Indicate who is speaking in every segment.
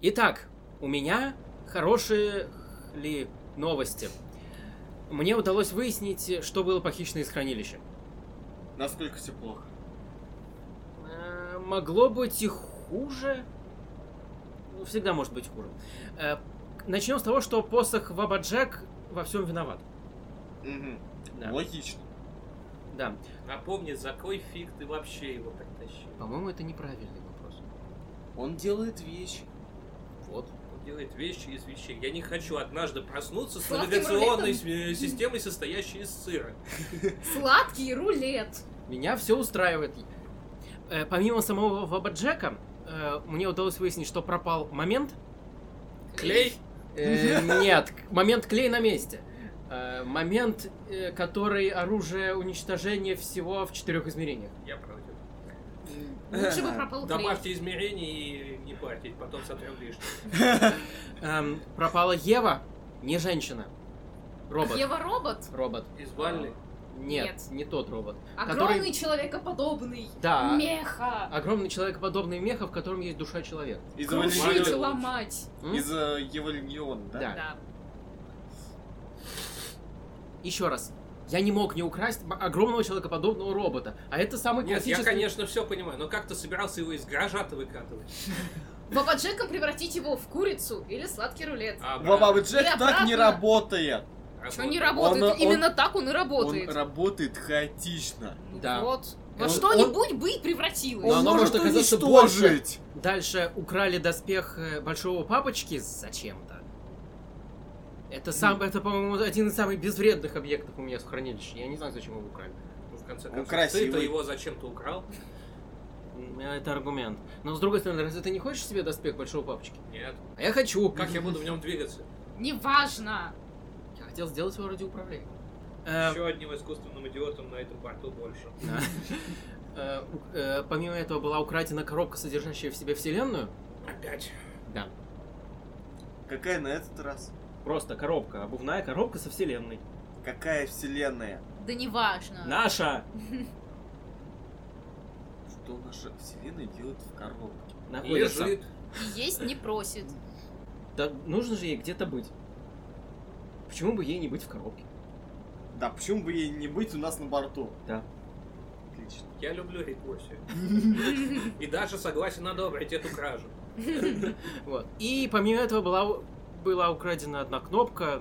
Speaker 1: Итак, у меня хорошие ли новости. Мне удалось выяснить, что было похищено из хранилища.
Speaker 2: Насколько все плохо?
Speaker 1: Э, Могло быть и хуже. Ну, всегда может быть хуже. Э, Начнем с того, что посох Вабаджак во всем виноват.
Speaker 2: Мгм.
Speaker 1: Да.
Speaker 2: Логично.
Speaker 1: да.
Speaker 3: Напомни, за какой фиг ты вообще его притащил?
Speaker 1: По-моему, это неправильный вопрос.
Speaker 2: Он делает вещи.
Speaker 1: Вот.
Speaker 3: Он делает вещи из вещей. Я не хочу однажды проснуться с
Speaker 4: Сладким
Speaker 3: навигационной
Speaker 4: рулетом.
Speaker 3: с- э, системой, состоящей из сыра.
Speaker 4: Сладкий рулет.
Speaker 1: Меня все устраивает. Э, помимо самого Вабаджака, э, мне удалось выяснить, что пропал момент.
Speaker 3: Клей?
Speaker 1: Э, Нет, к- момент клей на месте. Э, Момент, э, который оружие уничтожения всего в четырех измерениях.
Speaker 3: Я против.
Speaker 4: Лучше бы пропал клей.
Speaker 3: Добавьте измерений и не парьтесь, потом сотрем лишнее.
Speaker 1: Эм, пропала Ева, не женщина. Робот.
Speaker 4: Ева робот?
Speaker 1: Робот.
Speaker 3: Извальный.
Speaker 1: Нет,
Speaker 4: Нет.
Speaker 1: не тот робот.
Speaker 4: Огромный
Speaker 1: Который-
Speaker 4: человекоподобный.
Speaker 1: Да.
Speaker 4: Меха.
Speaker 1: Огромный человекоподобный меха, в котором есть душа человека.
Speaker 2: Из
Speaker 4: Крушить,
Speaker 3: Эволюцион.
Speaker 4: ломать.
Speaker 1: М?
Speaker 2: Из э, Евангелиона, да?
Speaker 1: Да.
Speaker 4: Да.
Speaker 1: Еще раз. Я не мог не украсть м- огромного человекоподобного робота. А это самый
Speaker 3: Нет, я,
Speaker 1: классический...
Speaker 3: конечно, все понимаю, но как ты собирался его из гаража-то выкатывать?
Speaker 4: Баба Джека превратить его в курицу или сладкий рулет.
Speaker 3: А,
Speaker 2: Баба
Speaker 3: брат,
Speaker 2: Джек
Speaker 4: Я
Speaker 2: так не
Speaker 4: обратно.
Speaker 2: работает.
Speaker 3: работа.
Speaker 4: Что не работает?
Speaker 2: Он- он-
Speaker 4: Именно так он и работает.
Speaker 2: Он работает хаотично.
Speaker 1: Да.
Speaker 4: Вот. Во
Speaker 1: Он-
Speaker 4: что-нибудь бы и превратилось.
Speaker 1: Но Он- оно может оказаться
Speaker 2: уничтожить.
Speaker 1: Дальше украли доспех э, большого папочки зачем-то. Это, сам, это, по-моему, один из самых безвредных объектов у меня в хранилище. Я не знаю, зачем его украли.
Speaker 3: Ну, В конце
Speaker 2: Он
Speaker 3: концов,
Speaker 2: красивый.
Speaker 3: ты-то его зачем-то украл?
Speaker 1: М, Это аргумент. Но с другой стороны, разве ты не хочешь себе доспех большого папочки?
Speaker 3: Нет. Ну,
Speaker 1: А я хочу.
Speaker 3: Как я буду в нем двигаться?
Speaker 4: Неважно.
Speaker 1: Я хотел сделать его ради управления. Э,
Speaker 3: Еще одним искусственным идиотом на этом борту больше.
Speaker 1: да. Э, у- э, Помимо этого была украдена коробка, содержащая в себе вселенную.
Speaker 3: Опять.
Speaker 1: Да.
Speaker 2: Какая на этот раз?
Speaker 1: Просто коробка, обувная коробка со вселенной.
Speaker 2: Какая вселенная?
Speaker 4: Да
Speaker 1: А.
Speaker 4: неважно.
Speaker 1: Наша!
Speaker 2: Что наша вселенная делает в коробке?
Speaker 1: Находится.
Speaker 3: Лежит.
Speaker 4: И Есть не просит.
Speaker 1: Да нужно же ей где-то быть. Почему бы ей не быть в коробке?
Speaker 2: Да, почему бы ей не быть у нас на борту?
Speaker 1: Да.
Speaker 2: Отлично.
Speaker 3: Я люблю рекурсию. И даже согласен одобрить эту кражу.
Speaker 1: Вот. И помимо этого была, у- была украдена одна кнопка.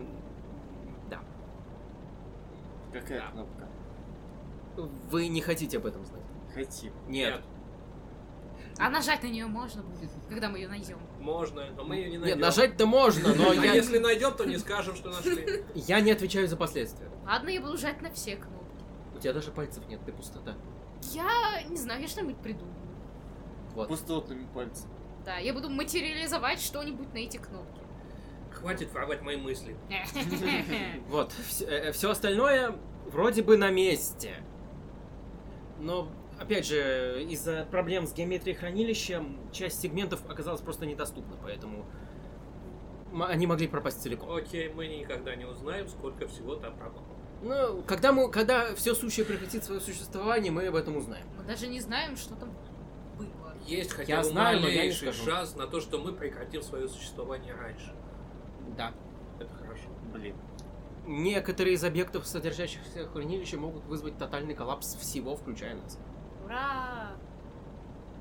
Speaker 1: Да.
Speaker 2: Какая
Speaker 3: Да.
Speaker 2: кнопка?
Speaker 1: Вы не хотите об этом знать.
Speaker 2: Хотим.
Speaker 1: Нет.
Speaker 4: А нажать на нее можно будет, когда мы ее найдем.
Speaker 3: Можно, но мы ее не
Speaker 1: Нет,
Speaker 3: найдем.
Speaker 1: нажать-то можно, но
Speaker 3: А
Speaker 1: я,
Speaker 3: если найдем, то не скажем, что нашли.
Speaker 1: я не отвечаю за последствия.
Speaker 4: Ладно, я буду жать на все кнопки.
Speaker 1: У тебя даже пальцев нет, ты пустота.
Speaker 4: Я не знаю, я что-нибудь придумаю.
Speaker 1: Вот.
Speaker 2: Пустотными пальцами.
Speaker 4: Да, я буду материализовать что-нибудь на эти кнопки.
Speaker 3: Хватит воровать мои мысли.
Speaker 1: Вот. Все, остальное вроде бы на месте. Но, опять же, из-за проблем с геометрией хранилища часть сегментов оказалась просто недоступна, поэтому м- они могли пропасть целиком.
Speaker 3: Окей, мы никогда не узнаем, сколько всего там пропало.
Speaker 1: Ну, когда мы, когда все сущее прекратит свое существование, мы об этом узнаем.
Speaker 4: Мы даже не знаем, что там было.
Speaker 3: Есть хотя бы
Speaker 1: знаю, но я не
Speaker 3: малейший
Speaker 1: скажу.
Speaker 3: шанс на то, что мы прекратим свое существование раньше.
Speaker 1: Да.
Speaker 3: Это хорошо.
Speaker 2: Блин.
Speaker 1: Некоторые из объектов, содержащихся в хранилище, могут вызвать тотальный коллапс всего, включая нас.
Speaker 4: Ура!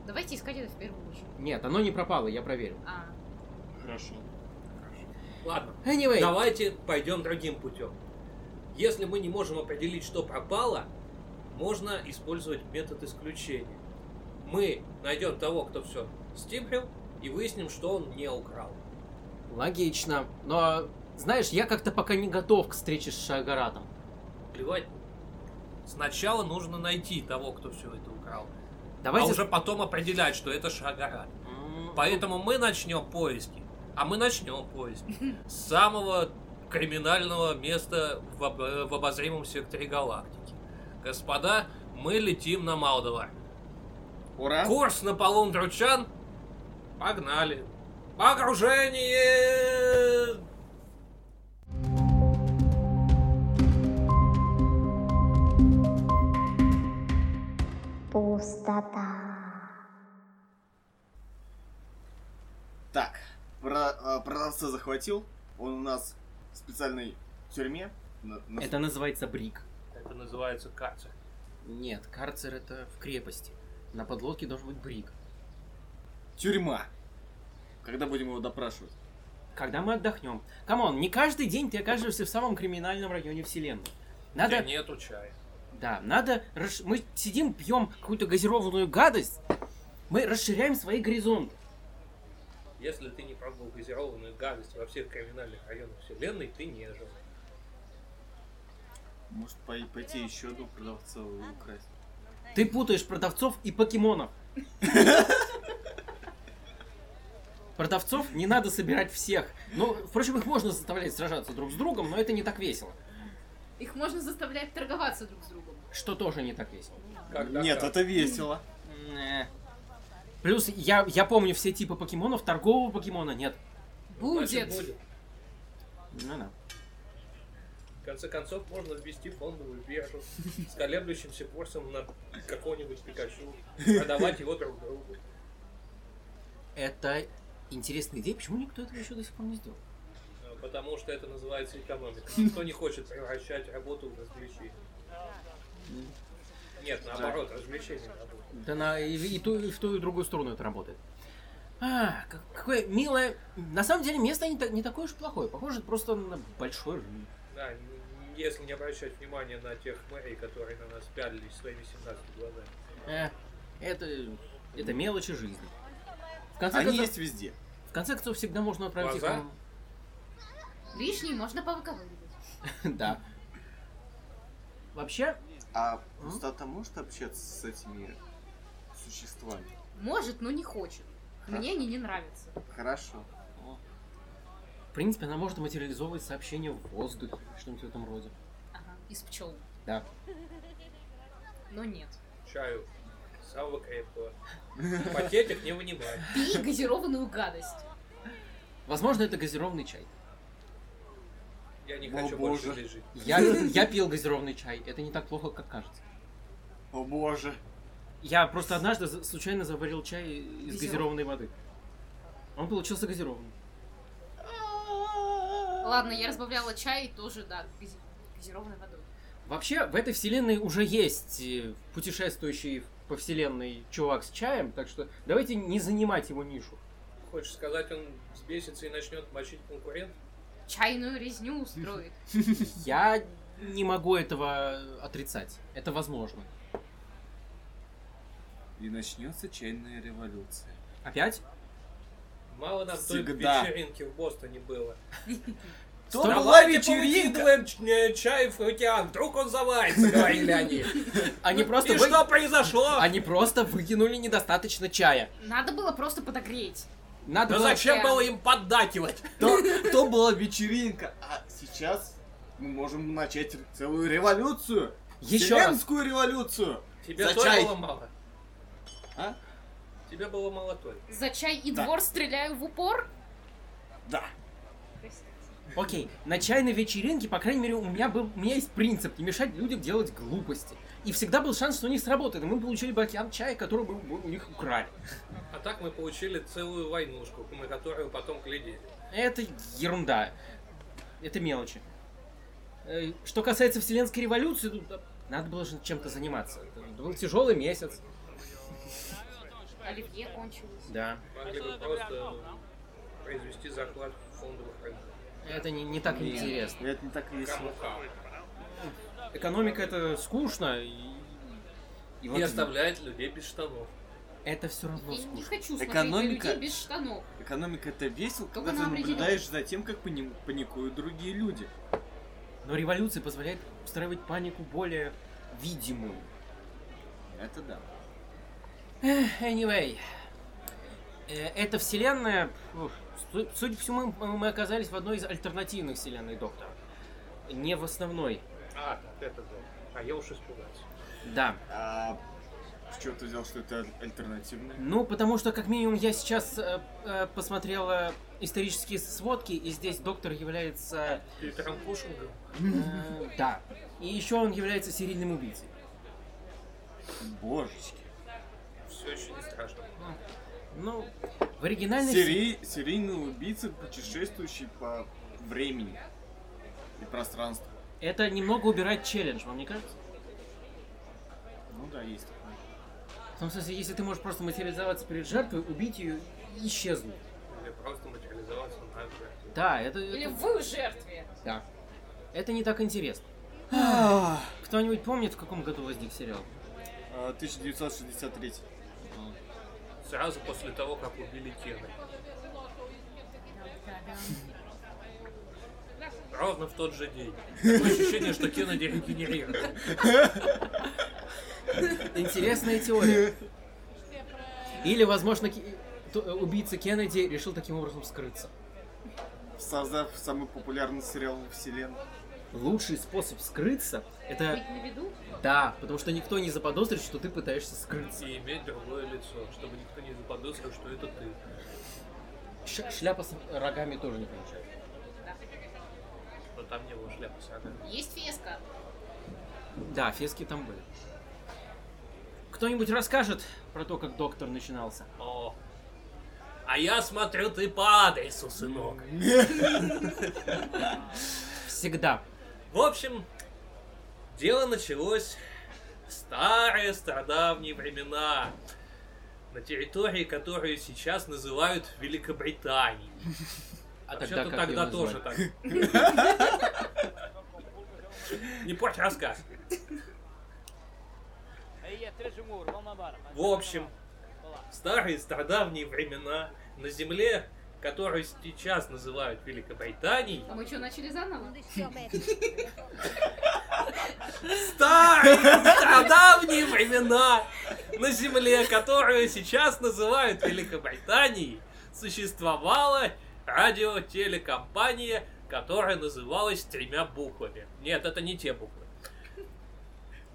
Speaker 4: Давайте искать это в первую очередь.
Speaker 1: Нет, оно не пропало, я проверил.
Speaker 4: А,
Speaker 2: Хорошо.
Speaker 3: Ладно,
Speaker 1: Anyway,
Speaker 3: давайте пойдем другим путем. Если мы не можем определить, что пропало, можно использовать метод исключения. Мы найдем того, кто все стибрил, и выясним, что он не украл.
Speaker 1: логично. Но, знаешь, я как-то пока не готов к встрече с Шагаратом.
Speaker 3: Плевать. Сначала нужно найти того, кто все это украл.
Speaker 1: Давайте...
Speaker 3: А уже потом определять, что это Шагара.
Speaker 1: М,
Speaker 3: Поэтому мы начнем поиски. А мы начнем поиски с самого криминального места в, об- э, в обозримом секторе галактики. Господа, мы летим на Малдова.
Speaker 2: Ура!
Speaker 3: Курс на полом Дручан. Погнали. Погружение!
Speaker 5: Пустота.
Speaker 2: Так, Про, а, продавца захватил. Он у нас в специальной тюрьме. на- на-
Speaker 1: Это называется брик.
Speaker 3: Это называется карцер.
Speaker 1: Нет, карцер это в крепости. На подлодке должен быть брик.
Speaker 2: Тюрьма. Когда будем его допрашивать?
Speaker 1: Когда мы отдохнем. Камон, не каждый день ты окажешься в самом криминальном районе вселенной. Надо...
Speaker 3: Где нету чая.
Speaker 1: Да, надо... расш- Мы сидим, пьем какую-то газированную гадость. Мы расширяем свои горизонты.
Speaker 3: Если ты не пробовал газированную гадость во всех криминальных районах вселенной, ты не жил.
Speaker 2: Может, пой- пойти еще одну продавца украсть?
Speaker 1: Ты путаешь продавцов и покемонов. Продавцов не надо собирать всех. Ну, впрочем, их можно заставлять сражаться друг с другом, но это не так весело.
Speaker 4: Их можно заставлять торговаться друг с другом.
Speaker 1: Что тоже не так весело.
Speaker 3: Когда
Speaker 2: Нет,
Speaker 3: как?
Speaker 2: это весело.
Speaker 1: Не. Плюс я, я помню все типы покемонов, торгового покемона нет.
Speaker 3: Ну, значит,
Speaker 4: Будет.
Speaker 3: будет.
Speaker 1: Ну да.
Speaker 3: В конце концов, можно ввести фондовую биржу с колеблющимся курсом на какого-нибудь Пикачу, продавать его друг другу.
Speaker 1: Это интересная идея, почему никто этого еще до сих пор не сделал?
Speaker 3: Э, Потому что это называется экономика. Никто не хочет превращать работу в развлечение. Нет, наоборот, развлечение в работу.
Speaker 1: Да на и, и ту, и в ту, и в другую сторону это работает. А, как- какое милое. На самом деле место не, та- не такое уж плохое. Похоже просто на большой рынок.
Speaker 3: Да, н- если не обращать внимания на тех мэрий, которые на нас пялились своими 17 глазами.
Speaker 1: Э, это, это мелочи жизни. В конце,
Speaker 2: Они
Speaker 1: концов,
Speaker 2: есть везде.
Speaker 1: в конце концов, всегда можно отправить их
Speaker 3: Глаза?
Speaker 4: Лишний можно повыковыривать.
Speaker 1: на- Да. Вообще,
Speaker 2: А пустота может общаться с этими существами?
Speaker 4: Может, но не хочет. Мне они не нравятся.
Speaker 2: Хорошо.
Speaker 1: в принципе, она может материализовывать сообщение в воздухе, что-нибудь в этом роде.
Speaker 4: Ага, из пчел.
Speaker 1: Да.
Speaker 4: Но нет.
Speaker 3: Чаю самого крепкого. Пакетик не вынимай.
Speaker 4: Пей газированную гадость.
Speaker 1: Возможно, это газированный чай.
Speaker 3: Я не
Speaker 2: О,
Speaker 3: хочу
Speaker 2: боже.
Speaker 3: больше здесь жить.
Speaker 1: Я, я пил газированный чай. Это не так плохо, как кажется.
Speaker 2: О боже.
Speaker 1: Я просто однажды за- случайно заварил чай из
Speaker 4: Газиров-
Speaker 1: газированной воды. Он получился газированным.
Speaker 4: Ладно, я разбавляла чай тоже, да, гази- газированной водой.
Speaker 1: Вообще, в этой вселенной уже есть э, путешествующий по вселенной чувак с чаем, так что давайте не занимать его нишу.
Speaker 3: Хочешь сказать, он взбесится и начнет мочить конкурент?
Speaker 4: Чайную резню устроит.
Speaker 1: Я не могу этого отрицать. Это возможно.
Speaker 2: И начнется чайная революция.
Speaker 1: Опять?
Speaker 3: Мало нам той
Speaker 2: Всегда.
Speaker 3: вечеринки в Бостоне было.
Speaker 1: То
Speaker 3: Давайте
Speaker 1: была
Speaker 3: повыкидываем ч- э, чай в океан, вдруг он заварится, говорили они. Ну,
Speaker 1: Они просто,
Speaker 3: И
Speaker 1: вы-
Speaker 3: что произошло?
Speaker 1: Они просто выкинули недостаточно чая.
Speaker 4: Надо было просто подогреть.
Speaker 1: Надо
Speaker 3: Да
Speaker 1: было...
Speaker 3: зачем
Speaker 4: океан.
Speaker 3: было им поддакивать?
Speaker 2: То, то была вечеринка, а сейчас мы можем начать р- целую революцию.
Speaker 1: Еще раз.
Speaker 2: Вселенскую революцию.
Speaker 3: Тебе
Speaker 2: За
Speaker 3: тоже
Speaker 2: чай.
Speaker 3: было мало?
Speaker 2: А?
Speaker 3: Тебе было мало той.
Speaker 4: За чай и
Speaker 2: Да.
Speaker 4: двор стреляю в упор.
Speaker 2: Да.
Speaker 1: Окей, на чайной вечеринке, по крайней мере, у меня был, у меня есть принцип не мешать людям делать глупости. И всегда был шанс, что у них сработает, и мы получили бы океан чая, который бы мы у них украли.
Speaker 3: А так мы получили целую войнушку, на которую потом глядели.
Speaker 1: Это ерунда. Это мелочи. Э, Что касается Вселенской революции, тут да, надо было же чем-то заниматься. Это был тяжелый месяц.
Speaker 4: Оливье кончилось.
Speaker 1: Да.
Speaker 3: Могли бы просто произвести захват фондовых рынков.
Speaker 1: Это не, не так
Speaker 2: Нет,
Speaker 1: интересно.
Speaker 2: Это не так весело.
Speaker 3: Кому-кому.
Speaker 1: Экономика это скучно. И, и вот
Speaker 3: И оставляет людей без штанов.
Speaker 1: это все равно
Speaker 4: Я не
Speaker 1: скучно.
Speaker 4: хочу смотреть
Speaker 2: Экономика.
Speaker 4: на людей без штанов.
Speaker 2: Экономика это весело,
Speaker 4: Только
Speaker 2: когда ты
Speaker 4: на определенном.
Speaker 2: наблюдаешь за тем, как пани- паникуют другие люди.
Speaker 1: Но революция позволяет устраивать панику более видимую.
Speaker 2: Это да.
Speaker 1: Anyway. Э, Эта вселенная, ух, су- судя по всему, мы мы оказались в одной из альтернативных вселенной Доктора. Не в основной.
Speaker 3: А, так это да. А я уж испугался.
Speaker 1: Да.
Speaker 2: А с чего ты взял, что это аль- альтернативное?
Speaker 1: Ну, потому что, как минимум, я сейчас э, э, посмотрела исторические сводки, и здесь доктор является...
Speaker 3: Питером Пушингом.
Speaker 1: э, да. И еще он является серийным убийцей.
Speaker 2: Божечки.
Speaker 3: Все еще не страшно.
Speaker 1: Ну, В оригинальной...
Speaker 2: Сери- Серийный убийца, путешествующий по времени и пространству.
Speaker 1: Это немного убирает челлендж, вам не кажется?
Speaker 2: Ну да, есть такое.
Speaker 1: В том смысле, если ты можешь просто материализоваться перед жертвой, убить ее и исчезнуть.
Speaker 3: Или просто материализоваться на жертве.
Speaker 1: Да, это...
Speaker 5: Или
Speaker 1: это-
Speaker 5: вы в жертве.
Speaker 1: Да. Это не так интересно. Кто-нибудь помнит, в каком году возник сериал?
Speaker 2: А, 1963.
Speaker 3: Сразу после того, как убили Кена. Ровно в тот же день. Такое ощущение, что Кена регенерировал.
Speaker 1: Интересная теория. Или, возможно, Ки- то- э, убийца Кеннеди решил таким образом скрыться.
Speaker 2: Создав самый популярный сериал во вселенной.
Speaker 1: Лучший способ скрыться — это
Speaker 4: Быть на виду?
Speaker 1: да, потому что никто не заподозрит, что ты пытаешься скрыться.
Speaker 3: И иметь другое лицо, чтобы никто не заподозрил, что это ты.
Speaker 1: Ш- шляпа с рогами тоже не получается.
Speaker 3: Но там не было шляпы с рогами.
Speaker 4: Есть феска.
Speaker 1: Да, фески там были. Кто-нибудь расскажет про то, как доктор начинался?
Speaker 3: О. А я смотрю, ты по адресу, сынок.
Speaker 1: Всегда.
Speaker 3: В общем, дело началось в старые стародавние времена. На территории, которую сейчас называют Великобританией.
Speaker 1: А
Speaker 3: Вообще-то
Speaker 1: как
Speaker 3: тогда
Speaker 1: её
Speaker 3: тоже
Speaker 1: назвали?
Speaker 3: так. Не порть рассказ. В общем, в старые стародавние времена на земле, которую сейчас называют Великобританией,
Speaker 4: А мы что, начали заново?
Speaker 3: старые стародавние времена на земле, которую сейчас называют Великобританией, существовала радиотелекомпания, которая называлась тремя буквами. Нет, это не те буквы.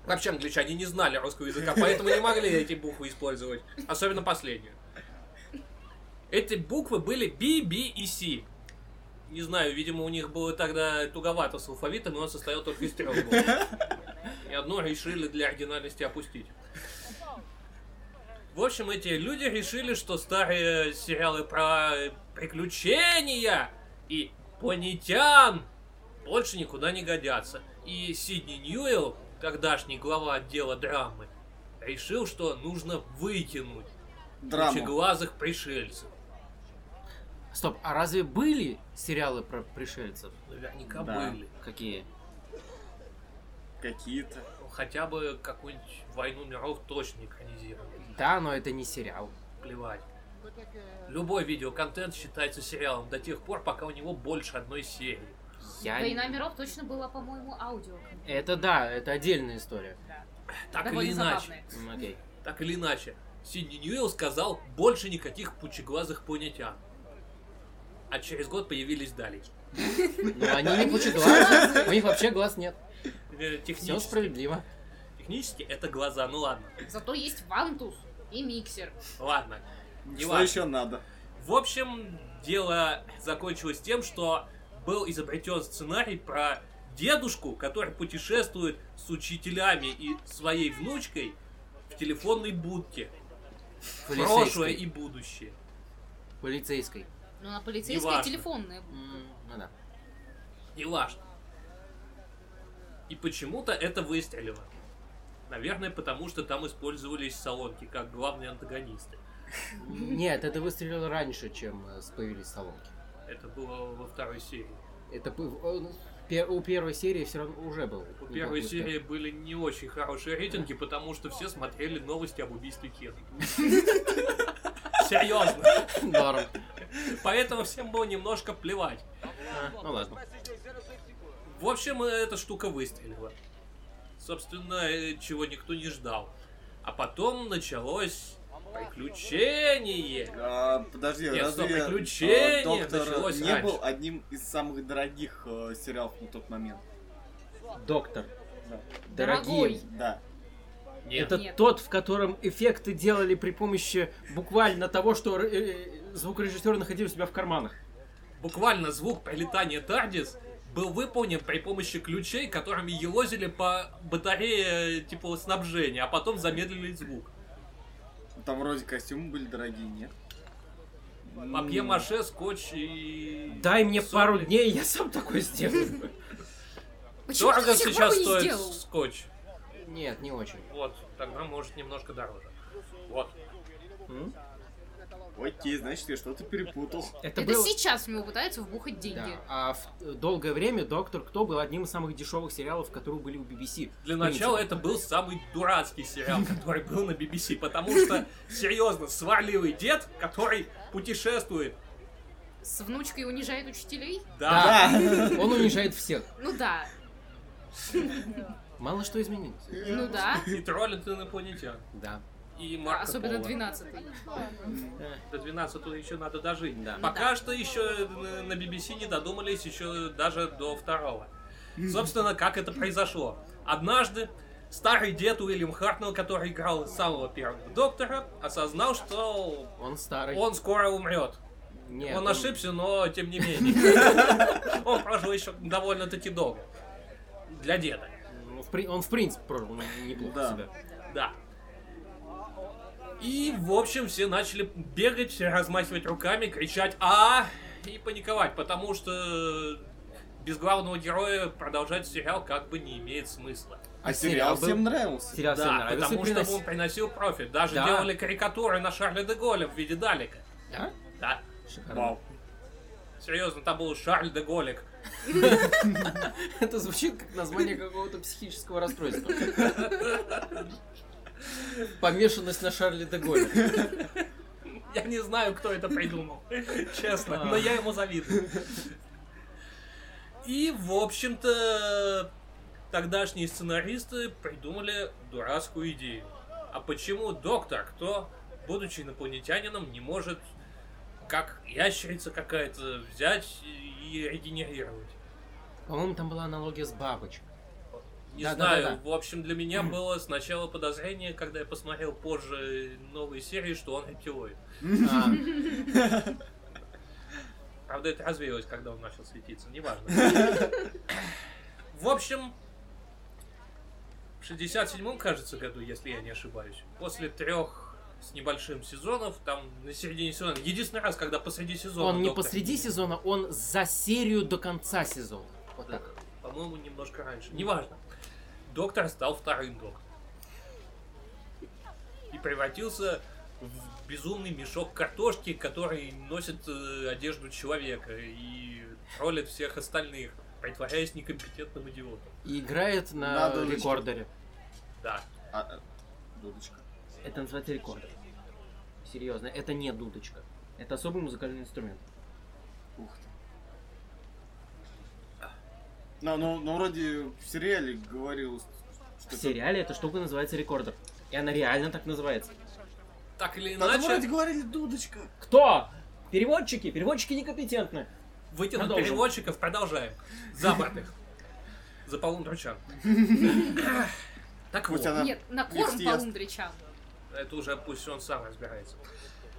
Speaker 3: Вообще англичане не знали русского языка, поэтому не могли эти буквы использовать. Особенно последнюю. Эти буквы были B, B и C. Не знаю, видимо, у них было тогда туговато с алфавитом, и он состоял только из трех букв. И одно решили для оригинальности опустить. В общем, эти люди решили, что старые сериалы про приключения и понятян больше никуда не годятся. И Сидни Ньюэлл, тогдашний глава отдела драмы, решил, что нужно выкинуть
Speaker 2: Драма.
Speaker 3: пучеглазых пришельцев.
Speaker 1: Стоп, а разве были сериалы про пришельцев?
Speaker 3: Наверняка
Speaker 2: Да.
Speaker 3: были.
Speaker 1: Какие?
Speaker 2: Какие-то.
Speaker 3: Ну, Хотя бы какую-нибудь «Войну миров» точно экранизировали.
Speaker 1: Да, но это не сериал.
Speaker 3: Плевать. Любой видеоконтент считается сериалом до тех пор, пока у него больше одной серии.
Speaker 1: Я...
Speaker 4: Война миров точно была, по-моему, аудио.
Speaker 1: Это да, это отдельная история.
Speaker 3: Так или
Speaker 5: Довольно
Speaker 3: иначе.
Speaker 5: забавное.
Speaker 1: М, Окей.
Speaker 3: Так или иначе. Сидни Ньюэлл сказал больше никаких пучеглазых понятян. А через год появились дали.
Speaker 1: Ну, они не пучеглазые, у них вообще глаз нет.
Speaker 3: Э,
Speaker 1: Все
Speaker 3: Технически.
Speaker 1: справедливо.
Speaker 3: Технически это глаза, ну ладно.
Speaker 4: Зато есть вантус и миксер.
Speaker 3: Ладно.
Speaker 2: Что
Speaker 3: важно.
Speaker 2: еще надо?
Speaker 3: В общем, дело закончилось тем, что был изобретен сценарий про дедушку, который путешествует с учителями и своей внучкой в телефонной будке. Прошлое
Speaker 1: Полицейской.
Speaker 3: и будущее.
Speaker 1: Полицейской.
Speaker 4: Ну, на полицейской
Speaker 3: Неважно.
Speaker 4: телефонная.
Speaker 1: М, Ну да.
Speaker 3: Неважно. И почему-то это выстрелило. Наверное, потому что там использовались салонки как главные антагонисты.
Speaker 1: Нет, это выстрелило раньше, чем э, с- появились салонки.
Speaker 3: Это было во второй серии.
Speaker 1: Это п- э, пе- у первой серии все равно уже был.
Speaker 3: У
Speaker 1: никакой
Speaker 3: первой
Speaker 1: успех.
Speaker 3: серии были не очень хорошие рейтинги, потому что все смотрели новости об убийстве Кена. Серьезно.
Speaker 1: Норм.
Speaker 3: Поэтому всем было немножко плевать.
Speaker 1: А, Ну ладно.
Speaker 3: В общем, э, эта штука выстрелила. Собственно, э, чего никто не ждал. А потом началось приключение.
Speaker 2: А, подожди,
Speaker 3: Нет,
Speaker 2: разве
Speaker 3: стоп, «Приключения»
Speaker 2: а, доктор
Speaker 3: началось
Speaker 2: не
Speaker 3: раньше.
Speaker 2: был одним из самых дорогих э, сериалов на тот момент?
Speaker 1: Доктор.
Speaker 2: Да.
Speaker 1: Дорогие.
Speaker 4: Дорогой.
Speaker 2: Да.
Speaker 3: Нет.
Speaker 1: Это
Speaker 4: Нет.
Speaker 1: тот, в котором эффекты делали при помощи буквально того, что э, э, звукорежиссеры находили у себя в карманах.
Speaker 3: Буквально звук прилетания Тардис был выполнен при помощи ключей, которыми елозили по батарее э, типа снабжения, а потом замедлили звук.
Speaker 2: Там вроде костюмы были дорогие, нет?
Speaker 3: Папье-маше, скотч и...
Speaker 1: Дай мне
Speaker 3: сопли.
Speaker 1: пару дней, я сам такой сделаю.
Speaker 4: Почему ты
Speaker 3: Дорого
Speaker 4: до сих пор
Speaker 3: сейчас
Speaker 4: не
Speaker 3: стоит
Speaker 4: сделал?
Speaker 3: скотч.
Speaker 1: Нет, не очень.
Speaker 3: Вот, тогда может немножко дороже. Вот.
Speaker 1: М?
Speaker 2: Окей, значит, я что-то перепутал.
Speaker 1: Это
Speaker 4: Это
Speaker 1: было...
Speaker 4: сейчас в него пытаются вбухать деньги.
Speaker 1: Да, а в э, долгое время «Доктор Кто» был одним из самых дешевых сериалов, которые были у BBC.
Speaker 3: Для
Speaker 1: В
Speaker 3: начала
Speaker 1: принципе.
Speaker 3: это был самый дурацкий сериал, который был на BBC, потому что, серьезно, сварливый дед, который путешествует,
Speaker 4: С внучкой унижает учителей?
Speaker 3: да,
Speaker 1: Он унижает всех.
Speaker 4: Ну да,
Speaker 1: Мало что изменилось.
Speaker 4: ну да.
Speaker 3: и троллит инопланетян.
Speaker 1: Да.
Speaker 3: И Марко
Speaker 4: Особенно
Speaker 3: Поло.
Speaker 4: 12-й.
Speaker 3: До 12 еще надо дожить.
Speaker 1: Да.
Speaker 3: Пока что еще на BBC не додумались еще даже до второго. Собственно, как это произошло. Однажды старый дед Уильям Хартнелл, который играл самого первого доктора, осознал, что
Speaker 1: Он старый.
Speaker 3: он скоро умрет.
Speaker 1: Нет, ну-
Speaker 3: он ошибся, но тем не менее. Он прожил еще довольно-таки долго. Для деда.
Speaker 1: Ну, в при- Он в принципе прожил неплохо
Speaker 2: Да.
Speaker 1: себя.
Speaker 3: Да. И, в общем, все начали бегать, размахивать руками, кричать а и паниковать, потому что без главного героя продолжать сериал как бы не имеет смысла.
Speaker 2: А сериал
Speaker 1: был-
Speaker 2: всем нравился.
Speaker 1: Сериал всем
Speaker 3: да,
Speaker 1: нравился,
Speaker 3: потому что
Speaker 1: приносил-
Speaker 3: он приносил профит. Даже
Speaker 1: Да.
Speaker 3: делали карикатуры на Шарля де Голля в виде Далека.
Speaker 1: Да?
Speaker 3: Да,
Speaker 1: Шикарно.
Speaker 2: Вау.
Speaker 3: серьезно, там был Шарль де Голик.
Speaker 1: Это звучит как название какого-то психического расстройства. Помешанность на Шарли де Голле.
Speaker 3: Я не знаю, кто это придумал, честно,
Speaker 1: А.
Speaker 3: но я ему завидую. И, в общем-то, тогдашние сценаристы придумали дурацкую идею. А почему доктор, кто, будучи инопланетянином, не может, как ящерица какая-то, взять и регенерировать?
Speaker 1: По-моему, там была аналогия с бабочкой.
Speaker 3: Не
Speaker 1: Да, да,
Speaker 3: знаю,
Speaker 1: да, да.
Speaker 3: в общем, для меня было сначала подозрение, когда я посмотрел позже новые серии, что он рептилоид.
Speaker 1: А,
Speaker 3: Правда, это развеялось, когда он начал светиться, неважно. В общем, в 67-м, кажется, году, если я не ошибаюсь, после трех с небольшим сезонов, там на середине сезона, единственный раз, когда посреди сезона...
Speaker 1: Он не
Speaker 3: Ну, доктор-
Speaker 1: посреди сезона, он за серию до конца сезона. Вот так.
Speaker 3: По-моему, немножко раньше. Неважно. Доктор стал вторым доктором. И превратился в безумный мешок картошки, который носит э, одежду человека и троллит всех остальных, притворяясь некомпетентным идиотом.
Speaker 1: И играет на
Speaker 2: Надо лишь-
Speaker 1: рекордере.
Speaker 3: Да.
Speaker 2: А, э, Дудочка.
Speaker 1: Это называется рекордер. Серьезно, это не дудочка. Это особый музыкальный инструмент.
Speaker 2: Ух ты. Ну, ну, ну, вроде в сериале говорил,
Speaker 1: В
Speaker 2: что...
Speaker 1: сериале эта штука называется рекордер. И она реально так называется.
Speaker 3: Так или
Speaker 2: Да, там вроде
Speaker 3: иначе,
Speaker 2: говорили дудочка.
Speaker 1: Кто? Переводчики? Переводчики некомпетентны.
Speaker 3: вытянуть
Speaker 1: Продолжим.
Speaker 3: переводчиков продолжаем. Западных. За полундручан. Так вот.
Speaker 2: Пусть она...
Speaker 4: Нет, на
Speaker 2: Их
Speaker 4: корм
Speaker 2: съест.
Speaker 4: по Лундричам.
Speaker 3: Это уже пусть он сам разбирается.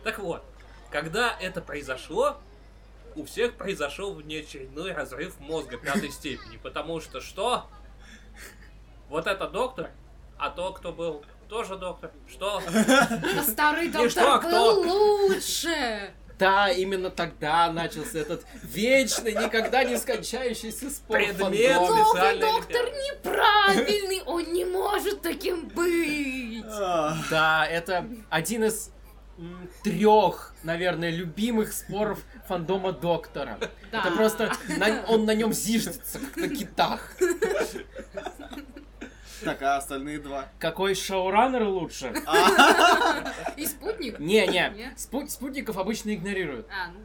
Speaker 3: Так вот, когда это произошло, у всех произошел внеочередной разрыв мозга пятой степени, потому что что? Вот это доктор, а то, кто был тоже доктор, что?
Speaker 4: А старый
Speaker 3: что,
Speaker 4: доктор
Speaker 3: кто?
Speaker 4: был лучше!
Speaker 1: Да, именно тогда начался этот вечный, никогда не скончающийся спор
Speaker 3: Предмет.
Speaker 1: фандома.
Speaker 4: Новый
Speaker 3: Специальная
Speaker 4: доктор
Speaker 3: олимпиада.
Speaker 4: неправильный, он не может таким быть!
Speaker 2: А,
Speaker 1: Да, это один из м, трех, наверное, любимых споров фандома Доктора.
Speaker 4: Да.
Speaker 1: Это просто на- он на нем зиждется, как на китах.
Speaker 2: Так, а остальные два?
Speaker 1: Какой шоураннер лучше?
Speaker 4: А, И спутник?
Speaker 1: Не, не,
Speaker 4: Нет?
Speaker 1: спут- спутников обычно игнорируют.
Speaker 4: А, ну.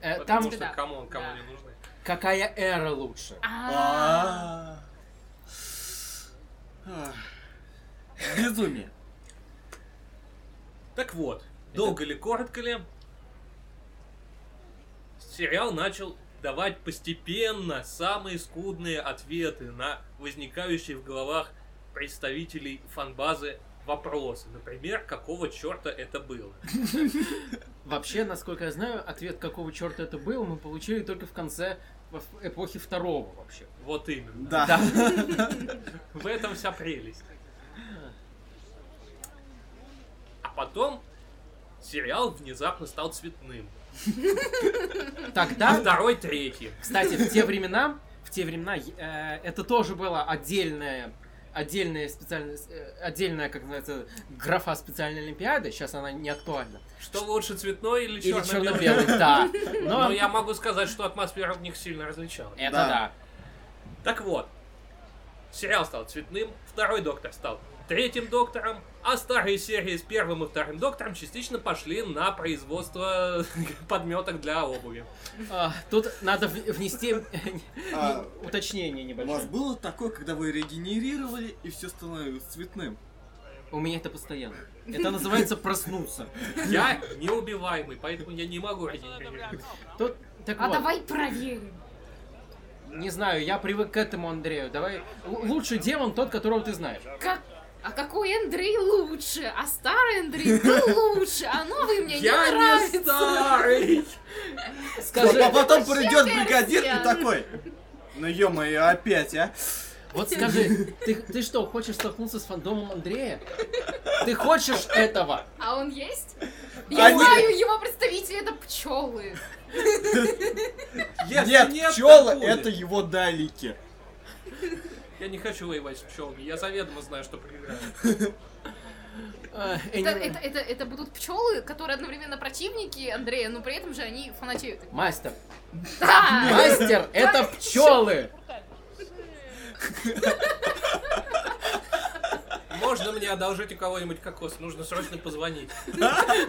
Speaker 1: Э,
Speaker 3: Потому
Speaker 1: Там
Speaker 3: что
Speaker 4: да.
Speaker 3: кому он кому
Speaker 4: Да.
Speaker 3: не нужны.
Speaker 1: какая эра лучше?
Speaker 4: А.
Speaker 2: А. А. Безумие.
Speaker 3: Так вот, долго ли, коротко ли, сериал начал давать постепенно самые скудные ответы на возникающие в головах представителей фанбазы вопросы. Например, какого черта это было?
Speaker 1: Вообще, насколько я знаю, ответ какого черта это был, мы получили только в конце в- эпохи второго вообще.
Speaker 3: Вот именно.
Speaker 2: Да.
Speaker 3: В этом вся прелесть. А потом сериал внезапно стал цветным. А
Speaker 1: Тогда,
Speaker 3: второй, третий.
Speaker 1: кстати, в те времена, в те времена э, это тоже было отдельное отдельная специальная, э, отдельная, как называется, графа специальной олимпиады, сейчас она не актуальна.
Speaker 3: Что лучше, цветной или
Speaker 1: Или
Speaker 3: черно-белый?
Speaker 1: черно-белый, да. Но,
Speaker 3: Но я могу сказать, что атмосфера в них сильно различалась.
Speaker 1: это
Speaker 2: Да.
Speaker 1: да.
Speaker 3: Так вот, сериал стал цветным, второй доктор стал третьим доктором, а старые серии с первым и вторым доктором частично пошли на производство подметок для обуви.
Speaker 1: А, Тут надо в- внести э,
Speaker 2: А,
Speaker 1: уточнение
Speaker 2: у вас
Speaker 1: небольшое.
Speaker 2: было такое, когда вы регенерировали и все становилось цветным?
Speaker 1: У меня это постоянно. Это называется проснуться.
Speaker 3: Я неубиваемый, поэтому я не могу регенерировать.
Speaker 1: Тут, так
Speaker 4: А
Speaker 1: вот,
Speaker 4: давай проверим.
Speaker 1: не знаю, я привык к этому Андрею. Давай, л- лучший демон тот, которого ты знаешь.
Speaker 4: Как... А какой Андрей лучше? А старый Андрей ты лучше, а новый мне не
Speaker 3: Я не
Speaker 4: нравится.
Speaker 3: старый!
Speaker 1: Скажи,
Speaker 2: а потом придет
Speaker 4: Вообще
Speaker 2: бригадир
Speaker 4: версия.
Speaker 2: и такой. Ну ё-моё, опять, а?
Speaker 1: вот скажи, ты, ты что, хочешь столкнуться с фандомом Андрея? Ты хочешь этого?
Speaker 4: А он есть?
Speaker 2: А
Speaker 4: Я
Speaker 2: они-
Speaker 4: знаю, его представители это пчелы.
Speaker 3: Если
Speaker 2: нет,
Speaker 3: нет,
Speaker 2: пчелы
Speaker 3: так будет.
Speaker 2: это его далики.
Speaker 3: Я не хочу воевать с пчелами, я заведомо знаю, что проиграю.
Speaker 1: Э,
Speaker 4: Это,
Speaker 1: anyway.
Speaker 4: это, это, это будут пчелы, которые одновременно противники Андрея, но при этом же они фанатеют.
Speaker 1: Мастер,
Speaker 4: Да!
Speaker 1: мастер, это пчелы.
Speaker 3: Можно мне одолжить у кого-нибудь кокос? Нужно срочно позвонить.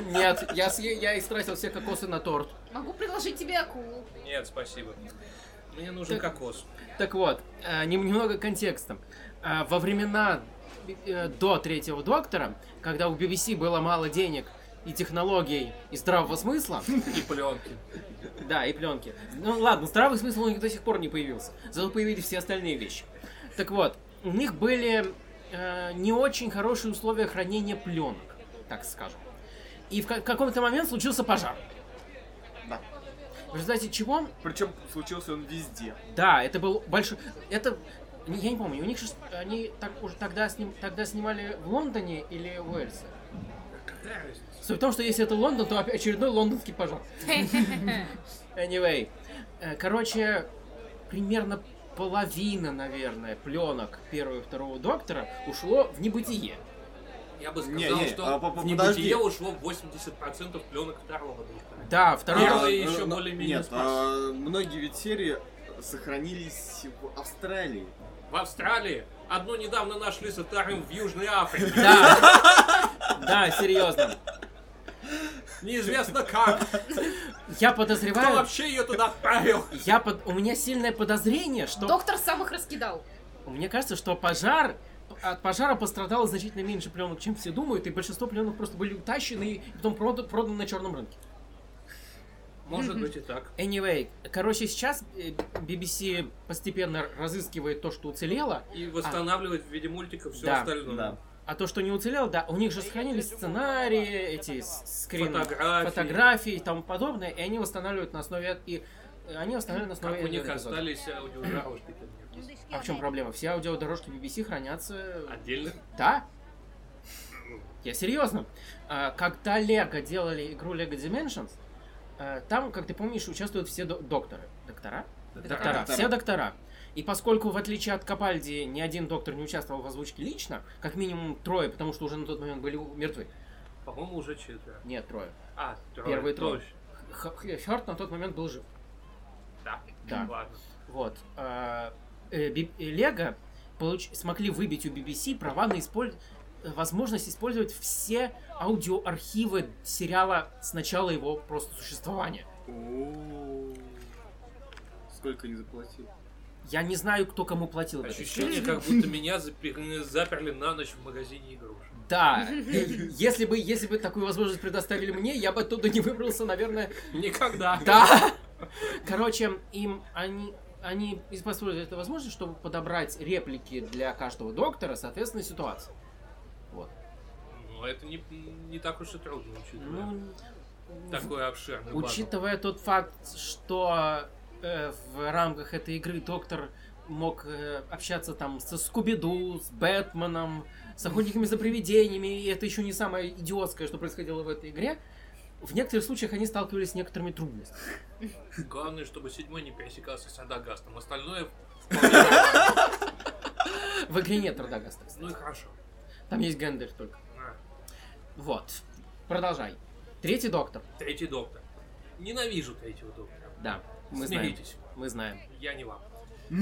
Speaker 1: Нет, я, съе- я истратил все кокосы на торт.
Speaker 4: Могу предложить тебе акулу.
Speaker 3: Нет, спасибо. Мне нужен
Speaker 1: Так-
Speaker 3: кокос.
Speaker 1: Так вот, э, нем- немного контекста. Э, Во времена э, до третьего доктора, когда у BBC было мало денег и технологий, и здравого смысла,
Speaker 3: И пленки.
Speaker 1: да, и пленки. Ну ладно, здравый смысл у них до сих пор не появился, зато появились все остальные вещи. Так вот, у них были э, не очень хорошие условия хранения пленок, так скажем. И в ка- каком-то момент случился пожар.
Speaker 2: Да.
Speaker 1: В результате чего
Speaker 2: Причем случился он везде.
Speaker 1: да, это был большой... Это... не- Я не помню, у них же... с- Они так, уже тогда, сним- тогда снимали в Лондоне или в Уэльсе?
Speaker 3: Какая разница?
Speaker 1: Суть в том, что если это Лондон, то опять очередной лондонский пожар. Anyway. э, Короче, примерно половина, наверное, пленок первого и второго доктора ушло в небытие.
Speaker 3: Я бы сказал,
Speaker 2: Не, не,
Speaker 3: что
Speaker 2: а, по- по-
Speaker 3: в
Speaker 2: подожди.
Speaker 3: небытие ушло 80% пленок второго доктора.
Speaker 1: Да, второй...
Speaker 3: Первый.
Speaker 1: док-
Speaker 3: Первые еще
Speaker 2: но-
Speaker 3: более-менее
Speaker 2: А, ну, Нет,
Speaker 3: спас.
Speaker 2: а, многие ведь серии сохранились в Австралии.
Speaker 3: В Австралии одну недавно нашли со вторым в Южной Африке.
Speaker 1: Да. Да, серьезно.
Speaker 3: Неизвестно как.
Speaker 1: Я
Speaker 3: Кто
Speaker 1: подозреваю...
Speaker 3: вообще ее туда отправил?
Speaker 1: Я под... У меня сильное подозрение, что...
Speaker 4: Доктор сам их раскидал.
Speaker 1: Мне кажется, что пожар от пожара пострадало значительно меньше пленок, чем все думают, и большинство пленок просто были утащены и потом прода- проданы на черном рынке.
Speaker 3: Может быть и так.
Speaker 1: Anyway, короче, сейчас э, BBC постепенно разыскивает то, что уцелело,
Speaker 3: И восстанавливать в виде мультиков все
Speaker 1: Да,
Speaker 3: остальное.
Speaker 2: Да.
Speaker 1: а то, что не уцелело, да, у них же сохранились сценарии, эти с- скрины,
Speaker 3: Фотографии.
Speaker 1: фотографии и тому подобное, и они восстанавливают на основе... И э, они восстанавливают на
Speaker 3: Как
Speaker 1: основе
Speaker 3: у них
Speaker 1: этого эпизода.
Speaker 3: остались аудиодорожки. там.
Speaker 1: А в чем проблема? Все аудиодорожки BBC хранятся... э,
Speaker 3: Отдельно?
Speaker 1: Да? Я серьезно. А, Когда Лего делали игру Лего Dimensions, э, там, как ты помнишь, участвуют все до- докторы. Доктора?
Speaker 3: Доктора.
Speaker 1: Все доктора. И поскольку, в отличие от Капальди, ни один доктор не участвовал в озвучке лично, как минимум трое, потому что уже на тот момент были у- мертвы.
Speaker 3: По-моему, уже четверо.
Speaker 1: Нет, трое.
Speaker 3: А, трое.
Speaker 1: Первый трое.
Speaker 3: точно.
Speaker 1: Х- Х- Хёрд на тот момент был жив.
Speaker 3: Да.
Speaker 1: Да.
Speaker 3: Ладно.
Speaker 1: Вот. А, э, Би- э, Лего получ- смогли выбить у BBC права на исполь- э, возможность использовать все аудиоархивы сериала с начала его просто существования.
Speaker 2: О. Сколько не заплатили?
Speaker 1: Я не знаю, кто кому платил. за это.
Speaker 3: Ощущение, как будто меня запер- заперли на ночь в магазине игрушек.
Speaker 1: Да. Э, Если бы, если бы такую возможность предоставили мне, я бы оттуда не выбрался, наверное.
Speaker 3: Никогда.
Speaker 1: Да. Короче, им они они использовали эту возможность, чтобы подобрать реплики для каждого доктора, соответственно, ситуации.
Speaker 3: Ну, это не, не так уж и трудно, учитывая
Speaker 1: Ну,
Speaker 3: такой обширный банк.
Speaker 1: Учитывая тот факт, что э, в рамках этой игры доктор мог э, общаться там со Скуби-Ду, с Бэтменом, с охотниками за привидениями, и это еще не самое идиотское, что происходило в этой игре, в некоторых случаях они сталкивались с некоторыми трудностями.
Speaker 3: Главное, чтобы седьмой не пересекался с Адагастом. Остальное вполне нормально.
Speaker 1: В игре нет Радагаста, кстати.
Speaker 3: Ну и хорошо. А,
Speaker 1: Там есть Гендер только.
Speaker 3: На.
Speaker 1: Вот. Продолжай. Третий доктор.
Speaker 3: Третий доктор. Ненавижу третьего доктора.
Speaker 1: Да, мы знаем.
Speaker 3: Смиритесь.
Speaker 1: Мы знаем.
Speaker 3: Я не вам.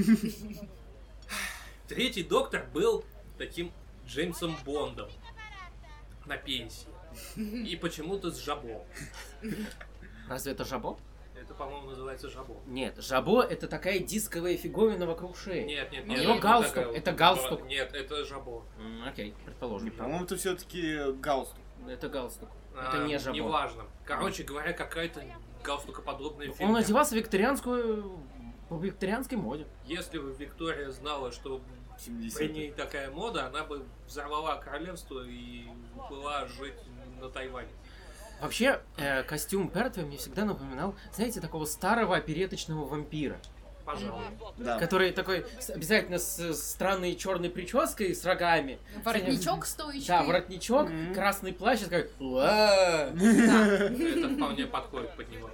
Speaker 3: Третий доктор был таким Джеймсом Бондом на пенсии. И почему-то с жабо.
Speaker 1: Разве это жабо?
Speaker 3: Это, по-моему, называется жабо.
Speaker 1: Нет, жабо это такая дисковая фиговина вокруг шеи.
Speaker 3: Нет, нет,
Speaker 1: У
Speaker 3: нет.
Speaker 1: него
Speaker 3: не
Speaker 1: галстук,
Speaker 3: такая вот.
Speaker 1: это галстук.
Speaker 3: Нет, это жабо.
Speaker 1: М, окей, предположим.
Speaker 2: По-моему, это все-таки галстук.
Speaker 1: Это галстук.
Speaker 3: А,
Speaker 1: Это не жабо.
Speaker 3: Неважно. Короче говоря, какая-то галстукоподобная
Speaker 1: Он
Speaker 3: фигня.
Speaker 1: одевался в викторианскую... по викторианской моде.
Speaker 3: Если бы Виктория знала, что при
Speaker 2: 70
Speaker 3: ней такая мода, она бы взорвала королевство и была жить на Тайване.
Speaker 1: Вообще, э, костюм Пертве мне всегда напоминал, знаете, такого старого опереточного вампира,
Speaker 3: Пожалуй.
Speaker 2: Да.
Speaker 1: который такой с- обязательно с странной черной прической, с рогами.
Speaker 4: Воротничок стоечкой.
Speaker 1: Да, воротничок,
Speaker 2: Мгм.
Speaker 1: красный плащ, и такой... «Уа».
Speaker 4: Да.
Speaker 3: Это вполне подходит под него.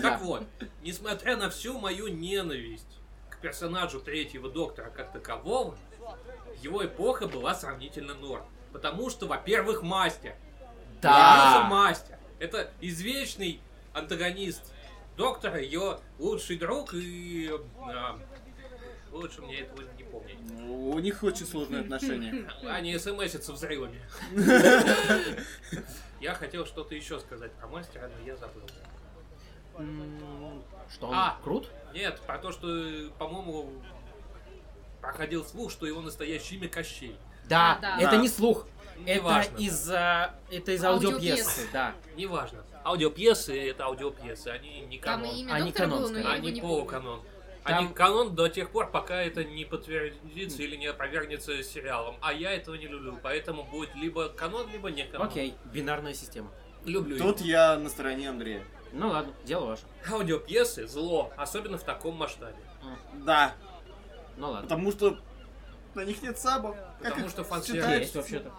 Speaker 3: Так вот, несмотря на всю мою ненависть к персонажу третьего доктора как такового, его эпоха была сравнительно норм. Потому что, во-первых, мастер. Появился
Speaker 1: Да.
Speaker 3: мастер. Это извечный антагонист доктора, ее лучший друг и... а, лучше мне этого не помнить.
Speaker 2: Ну, У них очень сложные отношения.
Speaker 3: Они смсятся взрывами. Я хотел что-то еще сказать про мастера, но я забыл.
Speaker 1: М, Что, он
Speaker 3: А.
Speaker 1: крут?
Speaker 3: Нет, про то, что, по-моему, проходил слух, что его настоящее имя Кощей.
Speaker 1: Да,
Speaker 4: Да.
Speaker 1: это
Speaker 2: Да.
Speaker 1: не слух. Это
Speaker 3: Неважно.
Speaker 1: из э, это из аудиопьесы,
Speaker 4: Аудиопьесы.
Speaker 1: да.
Speaker 3: Неважно. Аудиопьесы — это аудиопьесы, они не
Speaker 4: Там
Speaker 3: канон.
Speaker 4: и имя
Speaker 1: Они
Speaker 4: доктора
Speaker 1: канон
Speaker 4: было, но Ну, я его
Speaker 3: Они
Speaker 4: не помню.
Speaker 3: полуканон.
Speaker 1: Там-
Speaker 3: Они А канон до тех пор, пока это не подтвердится или не опровергнется сериалом. А я этого не люблю, поэтому будет либо канон, либо не канон.
Speaker 1: Окей, бинарная система.
Speaker 3: Люблю их.
Speaker 2: Тут я на стороне Андрея.
Speaker 1: Ну ладно, дело ваше.
Speaker 3: Аудиопьесы — зло, особенно в таком масштабе.
Speaker 2: Да,
Speaker 1: Ну ладно.
Speaker 2: потому что на них нет саба. Как
Speaker 3: Потому
Speaker 2: их
Speaker 3: что фан-сервис
Speaker 2: считают?
Speaker 1: Есть вообще-то.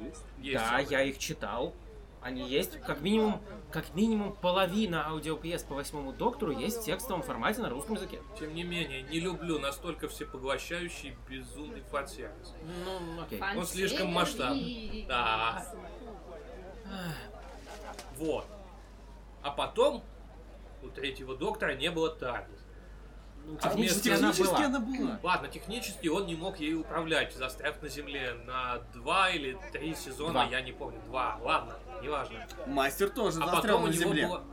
Speaker 2: Есть.
Speaker 3: Есть
Speaker 1: Да,
Speaker 3: такое.
Speaker 1: я их читал. Они есть. Как минимум, как минимум половина аудиопьес по восьмому доктору есть в текстовом формате на русском языке.
Speaker 3: Тем не менее, не люблю настолько всепоглощающий безумный фан-сервис.
Speaker 1: Ну, окей.
Speaker 4: Фан
Speaker 3: Он слишком
Speaker 4: сервис.
Speaker 3: масштабный. Да. Вот. А потом у третьего доктора не было Тардис.
Speaker 1: Ну,
Speaker 3: А вместо
Speaker 1: Технически она была.
Speaker 2: была.
Speaker 3: Ладно, технически он не мог ей управлять, застряв на земле на два или три сезона,
Speaker 1: Два.
Speaker 3: я не помню. Два, ладно, неважно.
Speaker 2: Мастер тоже
Speaker 3: А
Speaker 2: застрял
Speaker 3: потом у
Speaker 2: на
Speaker 3: него
Speaker 2: земле.
Speaker 3: было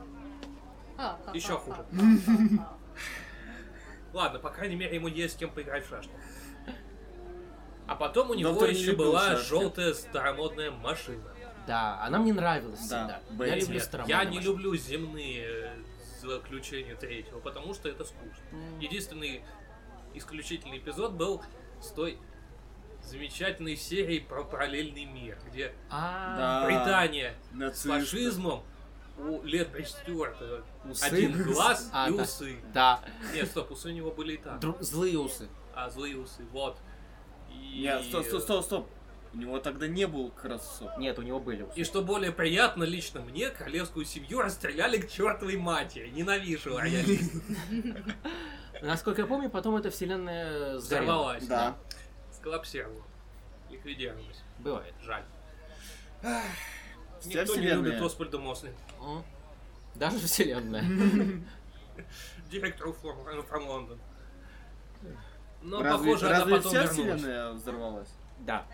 Speaker 4: Ха-ха-ха.
Speaker 3: еще хуже. Ладно, по крайней мере, ему есть с кем поиграть в шашки. А потом у него
Speaker 2: Доктор не
Speaker 3: еще
Speaker 2: любил
Speaker 3: была
Speaker 2: шашки.
Speaker 3: желтая старомодная машина.
Speaker 1: Да, она мне нравилась
Speaker 2: Да,
Speaker 1: всегда.
Speaker 2: Б.
Speaker 1: Я
Speaker 2: Нет,
Speaker 1: люблю
Speaker 3: Нет,
Speaker 1: старомодные
Speaker 3: я не
Speaker 1: машины.
Speaker 3: люблю земные э, заключения третьего, потому что это скучно.
Speaker 1: М,
Speaker 3: Единственный исключительный эпизод был с той замечательной серией про параллельный мир, где
Speaker 1: А,
Speaker 2: Да.
Speaker 3: Британия с
Speaker 2: Нацисты.
Speaker 3: фашизмом у Летбридж Стюарта
Speaker 2: Усы.
Speaker 3: один глаз
Speaker 1: А,
Speaker 3: и
Speaker 1: да.
Speaker 3: усы.
Speaker 1: да.
Speaker 3: Нет, стоп, усы у него были и так.
Speaker 1: Дру- Злые усы.
Speaker 3: А злые усы, вот. И...
Speaker 2: Нет, стоп, стоп, стоп, стоп. У него тогда не был как раз усов.
Speaker 1: Нет, у него были усы.
Speaker 3: И что более приятно, лично мне королевскую семью расстреляли к чертовой матери. Ненавижу роялист.
Speaker 1: Насколько я помню, потом эта вселенная сгорела.
Speaker 3: Взорвалась.
Speaker 2: Да.
Speaker 3: Сколлапсировала. Ликвидировалась.
Speaker 1: Бывает.
Speaker 3: Жаль.
Speaker 2: Вся
Speaker 3: Никто не
Speaker 2: вселенная.
Speaker 3: любит Освальда Мосли.
Speaker 1: М. Даже вселенная.
Speaker 3: директору From, From London. э, Но,
Speaker 2: разве
Speaker 3: Ну, похоже,
Speaker 2: разве
Speaker 3: она потом
Speaker 2: вся
Speaker 3: вернулась.
Speaker 2: вселенная взорвалась?
Speaker 1: Да.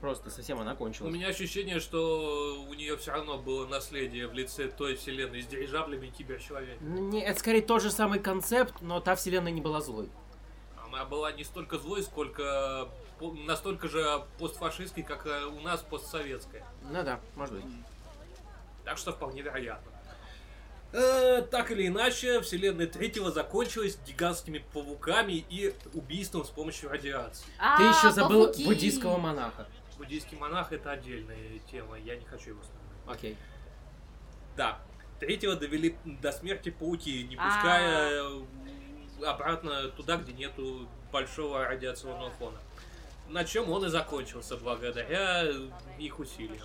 Speaker 1: Просто совсем она
Speaker 3: У
Speaker 1: кончилась.
Speaker 3: меня ощущение, что у нее все равно было наследие в лице той вселенной с дирижаблями и киберчеловеком.
Speaker 1: Ну, Не, это скорее тот же самый концепт, но та вселенная не была злой.
Speaker 3: Она была не столько злой, сколько по- настолько же постфашистской, как э, у нас постсоветская.
Speaker 1: Ну да, может быть.
Speaker 3: Так что вполне вероятно. Э, так или иначе, вселенная третьего закончилась гигантскими пауками и убийством с помощью радиации.
Speaker 4: А,
Speaker 1: Ты еще забыл
Speaker 4: пауки.
Speaker 1: буддийского монаха.
Speaker 3: Буддийский монах это отдельная тема, я не хочу его вспоминать.
Speaker 1: Окей.
Speaker 3: Да. Третьего довели до смерти пауки, не пуская э, обратно туда, где нету большого радиационного фона. На чем он и закончился благодаря их усилиям.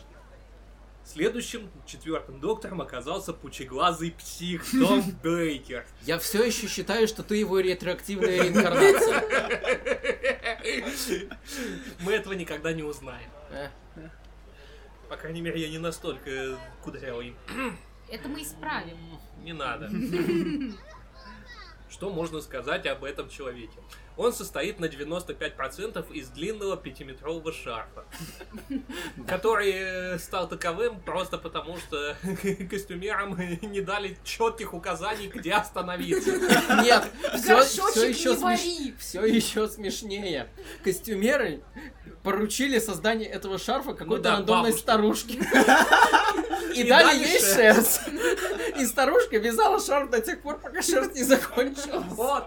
Speaker 3: Следующим четвертым доктором оказался пучеглазый псих Том Бейкер.
Speaker 1: Я все еще считаю, что ты его ретроактивная реинкарнация.
Speaker 3: Мы этого никогда не узнаем.
Speaker 1: Э,
Speaker 3: По крайней мере, я не настолько э, кудрявый.
Speaker 4: Это мы исправим.
Speaker 3: Не надо. Что можно сказать об этом человеке? Он состоит на 95% из длинного пятиметрового шарфа, который э, стал таковым просто потому, что костюмерам не дали четких указаний, где остановиться.
Speaker 1: Нет, все,
Speaker 4: Горшочек
Speaker 1: еще
Speaker 4: не вари!
Speaker 1: Все еще смешнее. Костюмеры поручили создание этого шарфа какой-то
Speaker 3: да,
Speaker 1: рандомной
Speaker 3: бабушке.
Speaker 1: старушке. Ну И
Speaker 3: И
Speaker 1: дали
Speaker 3: дали
Speaker 1: ей шерсть. И старушка вязала шарф до тех пор, пока шерсть не закончилась.
Speaker 3: Вот.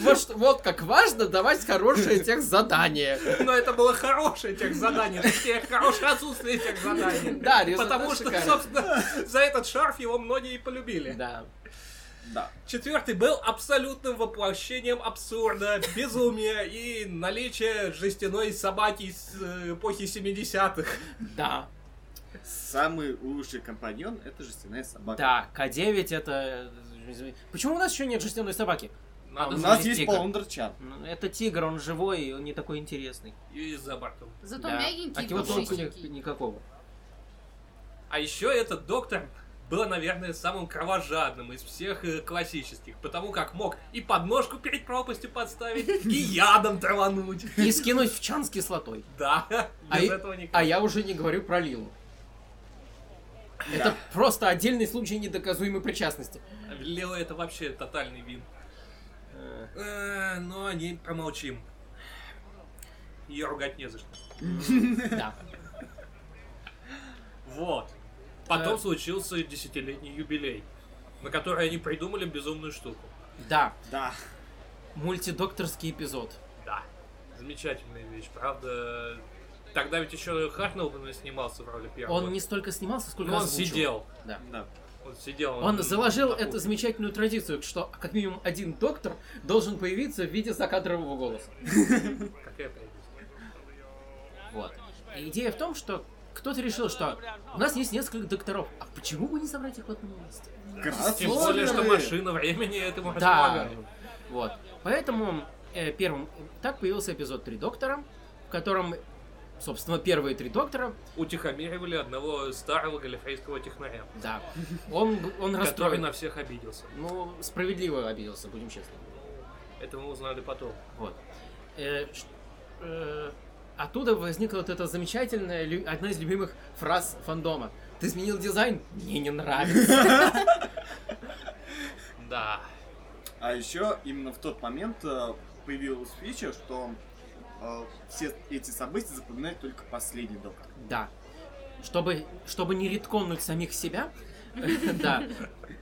Speaker 1: Вот, что- вот как важно давать хорошие текст задания.
Speaker 3: Но это было хорошее тех задание, точнее, хорошее отсутствие тех заданий.
Speaker 1: Да, результат
Speaker 3: Потому что,
Speaker 1: шикарный.
Speaker 3: собственно, за этот шарф его многие и полюбили.
Speaker 1: Да.
Speaker 2: Да.
Speaker 3: Четвертый был абсолютным воплощением абсурда, безумия и наличия жестяной собаки из э, эпохи 70-х.
Speaker 1: Да.
Speaker 2: Самый лучший компаньон это жестяная собака.
Speaker 1: Да, К9 а это... Почему у нас еще нет жестяной собаки?
Speaker 3: Надо
Speaker 1: А
Speaker 2: У нас
Speaker 1: Завести
Speaker 2: есть
Speaker 1: как.
Speaker 2: полундерчан.
Speaker 1: Ну, Это тигр, он живой, и он не такой интересный.
Speaker 3: и за бортом.
Speaker 4: Зато
Speaker 1: Да.
Speaker 4: мягенький
Speaker 1: а
Speaker 4: и
Speaker 1: его толку ни-
Speaker 4: пушистенький.
Speaker 1: никакого.
Speaker 3: А еще этот доктор был, наверное, самым кровожадным из всех э, классических, потому как мог и подножку перед пропастью подставить, и ядом травануть.
Speaker 1: И скинуть в чан с кислотой.
Speaker 3: Да,
Speaker 1: А
Speaker 3: без
Speaker 1: и-
Speaker 3: этого никак.
Speaker 1: А я уже не говорю про Лилу. Это просто отдельный случай недоказуемой причастности.
Speaker 3: Лео это вообще тотальный вин. Э, Но о ней промолчим. Ее ругать не за что.
Speaker 1: Да.
Speaker 3: Вот. Потом
Speaker 1: Э.
Speaker 3: случился десятилетний юбилей, на который они придумали безумную штуку.
Speaker 1: Да.
Speaker 2: Да.
Speaker 1: Мультидокторский эпизод.
Speaker 3: Да. Замечательная вещь. Правда, тогда ведь еще Хартнелл снимался в роли первого.
Speaker 1: Он не столько снимался, сколько
Speaker 3: Но Ну, он
Speaker 1: озвучивал.
Speaker 3: сидел.
Speaker 2: Да.
Speaker 3: Он сидел.
Speaker 1: Он заложил
Speaker 3: на
Speaker 1: эту
Speaker 3: кухне.
Speaker 1: замечательную традицию, что как минимум один доктор должен появиться в виде закадрового голоса.
Speaker 3: Какая прелесть.
Speaker 1: Вот. И идея в том, что кто-то решил, что у нас есть несколько докторов, а почему бы не собрать их в одном месте?
Speaker 2: Красавцы.
Speaker 3: Тем более, что
Speaker 2: Слушай.
Speaker 3: машина времени этому
Speaker 1: Да.
Speaker 3: располагает.
Speaker 1: Вот. Поэтому э, первым так появился эпизод Три доктора, в котором, собственно, первые три доктора,
Speaker 3: Утихомиривали одного старого галифрейского технаря,
Speaker 1: да, он, он
Speaker 3: который
Speaker 1: расстроен.
Speaker 3: на всех обиделся.
Speaker 1: Ну, справедливо обиделся, будем честны.
Speaker 3: Это мы узнали потом.
Speaker 1: Вот. Э, ш- э, оттуда возникла вот эта замечательная, лю- одна из любимых фраз фандома. Ты изменил дизайн? Мне не нравится.
Speaker 3: Да.
Speaker 2: А еще именно в тот момент э, появилась фича, что э, все эти события запоминает только последний доктор.
Speaker 1: Да. Чтобы, чтобы не ритконнуть самих себя, да,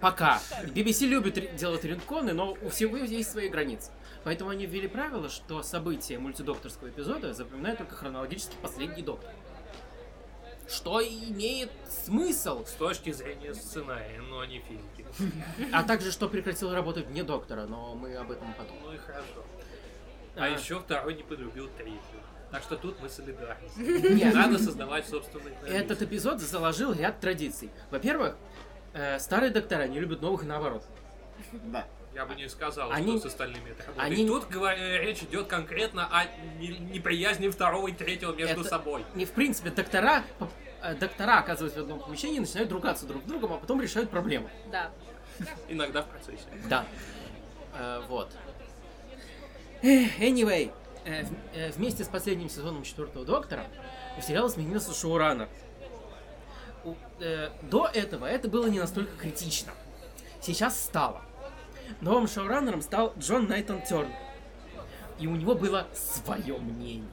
Speaker 1: пока. BBC любит ри- делать ритконы, но у всего есть свои границы. Поэтому они ввели правило, что события мультидокторского эпизода запоминают только хронологически последний доктор. Что имеет смысл,
Speaker 3: С точки зрения сценария, но не физики.
Speaker 1: а также что прекратил работать вне доктора, но мы об этом потом.
Speaker 3: Ну и хорошо. А еще второй не полюбил третью. Так что тут мы солидарны.
Speaker 1: Нет.
Speaker 3: Надо создавать собственный
Speaker 1: Этот эпизод заложил ряд традиций. Во-первых, э, старые доктора не любят новых и наоборот.
Speaker 2: Да.
Speaker 3: Я бы не сказал,
Speaker 1: Они-
Speaker 3: что с остальными это работает.
Speaker 1: они-
Speaker 3: И тут говор- э, речь идет конкретно о не- неприязни второго и третьего между
Speaker 1: Это-
Speaker 3: собой.
Speaker 1: Не в принципе, доктора, по- э, доктора оказываются в одном помещении, начинают ругаться друг с другом, а потом решают проблему.
Speaker 4: Да.
Speaker 3: Иногда в процессе.
Speaker 1: Да. Э, вот. Эх, Anyway, э, в- э, вместе с последним сезоном четвертого доктора у сериала сменился шоураннер. У- э, до этого это было не настолько критично. Сейчас стало. Новым шоураннером стал Джон Найтон Терн. И у него было свое мнение.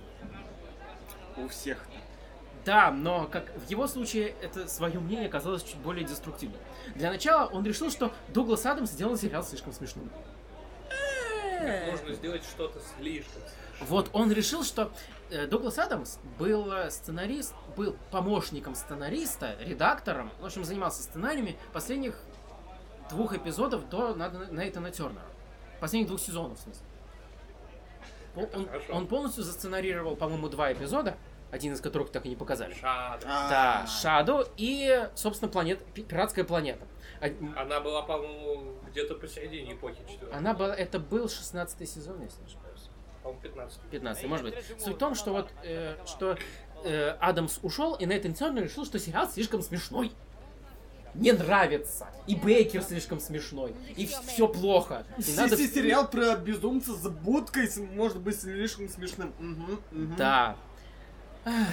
Speaker 2: У всех.
Speaker 1: Да, но как в его случае это свое мнение оказалось чуть более деструктивным. Для начала он решил, что Дуглас Адамс сделал сериал слишком смешным.
Speaker 3: Можно сделать что-то слишком.
Speaker 1: Вот он решил, что э, Дуглас Адамс был э, сценарист, был помощником сценариста, редактором, в общем, занимался сценариями последних двух эпизодов до На- Нейтана Тернера. Последних двух сезонов, в смысле. Пол- Он,
Speaker 3: хорошо.
Speaker 1: он полностью засценарировал, по-моему, два эпизода, один из которых так и не показали.
Speaker 3: Шада.
Speaker 1: Да,
Speaker 2: А,
Speaker 1: Shadow и, собственно, планета, пи- пиратская планета. А- м,
Speaker 3: Она была, по-моему, где-то посередине эпохи четвертой.
Speaker 1: Она была, это был 16 сезон, если не ошибаюсь.
Speaker 3: По-моему, 15.
Speaker 1: 15, может быть. Суть в том, что вот, э, что э, Адамс ушел, и Нейтан Тернер решил, что сериал слишком смешной. Не нравится. И Бейкер слишком смешной. И все плохо. И
Speaker 2: Си-
Speaker 1: надо...
Speaker 2: си- сериал про безумца за будкой с- может быть слишком смешным. Мгм, мгм.
Speaker 1: Да,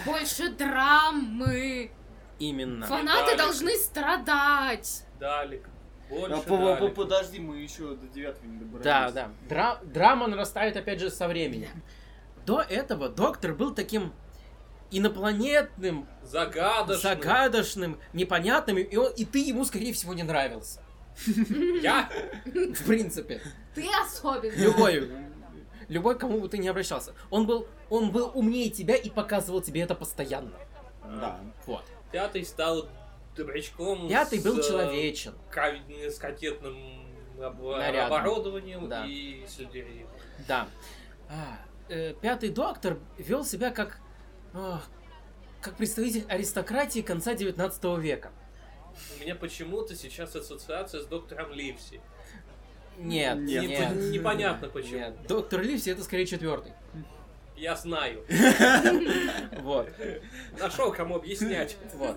Speaker 4: Больше драмы.
Speaker 1: именно.
Speaker 4: Фанаты
Speaker 3: Далее.
Speaker 4: должны страдать.
Speaker 3: Далек. Больше
Speaker 2: А, по- по-
Speaker 3: Далек.
Speaker 2: подожди, мы еще до девятого не добрались.
Speaker 1: Да, да. Дра- драма нарастает, опять же, со временем. До этого Доктор был таким инопланетным,
Speaker 3: Загадочный.
Speaker 1: загадочным, непонятным, и, он- и ты ему, скорее всего, не нравился.
Speaker 3: Я?
Speaker 1: В принципе.
Speaker 4: Ты особенный.
Speaker 1: Любой. Любой, к кому бы ты не обращался. Он был, он был умнее тебя и показывал тебе это постоянно.
Speaker 2: Да.
Speaker 1: Вот.
Speaker 3: Пятый стал добрячком.
Speaker 1: Пятый был
Speaker 3: с, э,
Speaker 1: человечен.
Speaker 3: кав- э, С кокетным об-
Speaker 1: Нарядом.
Speaker 3: оборудованием
Speaker 1: Да.
Speaker 3: и с людей.
Speaker 1: Да. А, э, пятый доктор вел себя как, ох, как представитель аристократии конца 19 века.
Speaker 3: У меня почему-то сейчас ассоциация с доктором Ливси.
Speaker 1: Нет,
Speaker 2: Нет.
Speaker 1: нет.
Speaker 3: Непон- непонятно почему.
Speaker 1: Нет. Доктор Ливси это скорее четвертый.
Speaker 3: Я знаю.
Speaker 1: Вот.
Speaker 3: Нашел кому объяснять.
Speaker 1: Вот.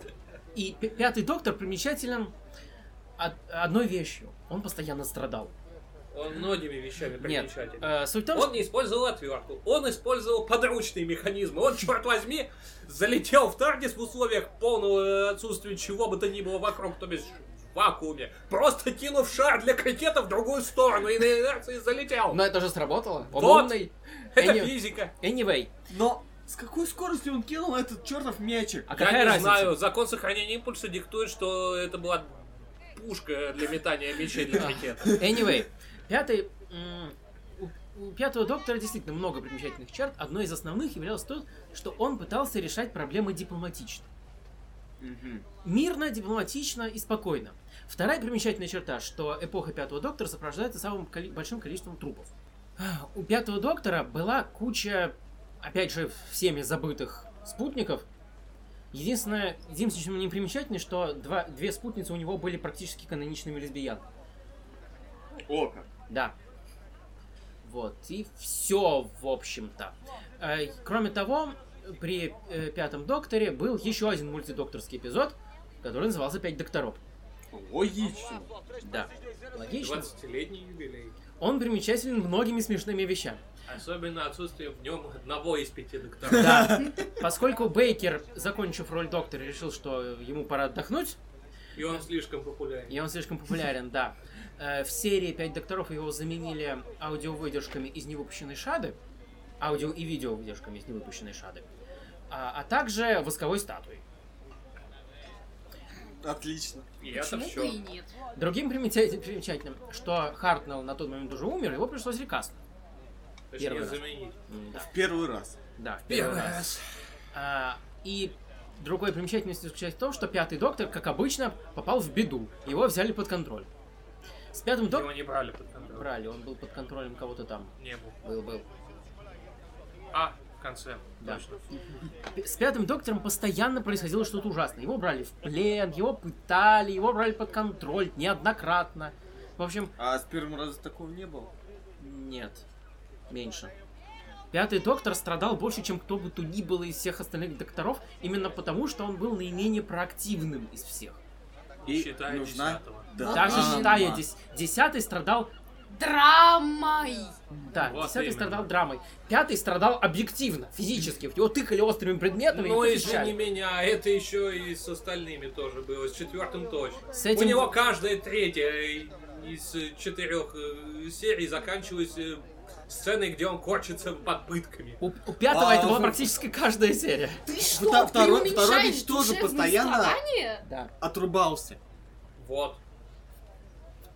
Speaker 1: И пя- пятый доктор примечателен од- одной вещью. Он постоянно страдал.
Speaker 3: Он многими вещами
Speaker 1: Нет.
Speaker 3: примечателен.
Speaker 1: э, суть в том,
Speaker 3: Он не использовал отвертку, он использовал подручные механизмы. Он, черт возьми, залетел в Тардис в условиях полного отсутствия чего бы то ни было вокруг, то есть в вакууме. Просто кинув шар для крикета в другую сторону и на инерции залетел.
Speaker 1: Но это же сработало. Он
Speaker 3: Вот.
Speaker 1: умный.
Speaker 3: Это
Speaker 1: Эни-
Speaker 3: физика.
Speaker 1: Anyway,
Speaker 2: Но с какой скоростью он кинул этот чертов мячик?
Speaker 1: а
Speaker 3: Я
Speaker 1: какая
Speaker 3: не
Speaker 1: разница?
Speaker 3: знаю, закон сохранения импульса диктует, что это была пушка для метания мечей для крикета.
Speaker 1: Anyway, пятый... м, у- У пятого доктора действительно много примечательных черт. Одной из основных являлось то, что он пытался решать проблемы дипломатично.
Speaker 2: Мгм.
Speaker 1: Мирно, дипломатично и спокойно. Вторая примечательная черта, что эпоха пятого доктора сопровождается самым коли- большим количеством трупов. Ах, У пятого доктора была куча, опять же, всеми забытых спутников. Единственное, единственное, чем непримечательное, что два, две спутницы у него были практически каноничными лесбиянками.
Speaker 2: О, как.
Speaker 1: Да. Вот, и все, в общем-то. Э, Кроме того, при э, пятом докторе был еще один мультидокторский эпизод, который назывался Пять докторов.
Speaker 2: Логично.
Speaker 1: Да. Логично.
Speaker 3: 20-летний юбилей.
Speaker 1: Он примечателен многими смешными вещами.
Speaker 3: Особенно отсутствие в нем одного из пяти докторов.
Speaker 1: Да. Поскольку Бейкер, закончив роль доктора, решил, что ему пора отдохнуть,
Speaker 3: И он слишком популярен.
Speaker 1: и он слишком популярен, да. Э, В серии «Пять докторов» его заменили аудиовыдержками из невыпущенной шады, аудио и видео выдержками из невыпущенной шады, а, а также восковой статуей.
Speaker 2: Отлично.
Speaker 3: И это
Speaker 4: Почему
Speaker 3: все.
Speaker 4: бы и нет?
Speaker 1: Другим примеча- примечательным, что Хартнелл на тот момент уже умер, его пришлось рекаст. Первый раз.
Speaker 3: заменить.
Speaker 1: Да,
Speaker 2: В первый раз.
Speaker 1: да, в первый раз. А, и другой примечательностью заключается в том, что пятый доктор, как обычно, попал в беду. Его взяли под контроль. С пятым
Speaker 3: Его
Speaker 1: доктором...
Speaker 3: не брали под контроль.
Speaker 1: Брали, он был под контролем кого-то там.
Speaker 3: Не был.
Speaker 1: Был-был.
Speaker 3: А, в конце.
Speaker 1: Да.
Speaker 3: Точно.
Speaker 1: П- С пятым доктором постоянно происходило что-то ужасное. Его брали в плен, его пытали, его брали под контроль неоднократно. В общем,
Speaker 2: А с первым разом такого не было.
Speaker 1: Нет. Меньше. Пятый доктор страдал больше, чем кто бы то ни было из всех остальных докторов, именно потому, что он был наименее проактивным из всех.
Speaker 3: И
Speaker 2: И
Speaker 3: считая
Speaker 2: нужна-
Speaker 3: десятого.
Speaker 2: Да.
Speaker 1: Даже
Speaker 2: А,
Speaker 1: считая
Speaker 2: ма.
Speaker 1: дес- десятый страдал,
Speaker 4: Драмой.
Speaker 1: да,
Speaker 3: Вот
Speaker 1: десятый
Speaker 3: именно.
Speaker 1: страдал драмой, пятый страдал объективно, физически, в него тыкали острыми предметами
Speaker 3: Ну
Speaker 1: и
Speaker 3: и же не
Speaker 1: защищали.
Speaker 3: меня, а это еще и с остальными тоже было, с четвертым точно.
Speaker 1: С этим-
Speaker 3: У него каждая третья э, из э, четырех э, серий заканчивалась э, сценой, где он корчится под пытками.
Speaker 1: У, у пятого это была
Speaker 2: А,
Speaker 1: практически каждая серия.
Speaker 4: Ты что,
Speaker 2: Второй-
Speaker 4: ты
Speaker 2: второй
Speaker 4: уменьшаешь
Speaker 2: ведь тоже
Speaker 4: душевные
Speaker 2: постоянно-
Speaker 4: страдания?
Speaker 1: Да.
Speaker 2: Отрубался.
Speaker 3: Вот.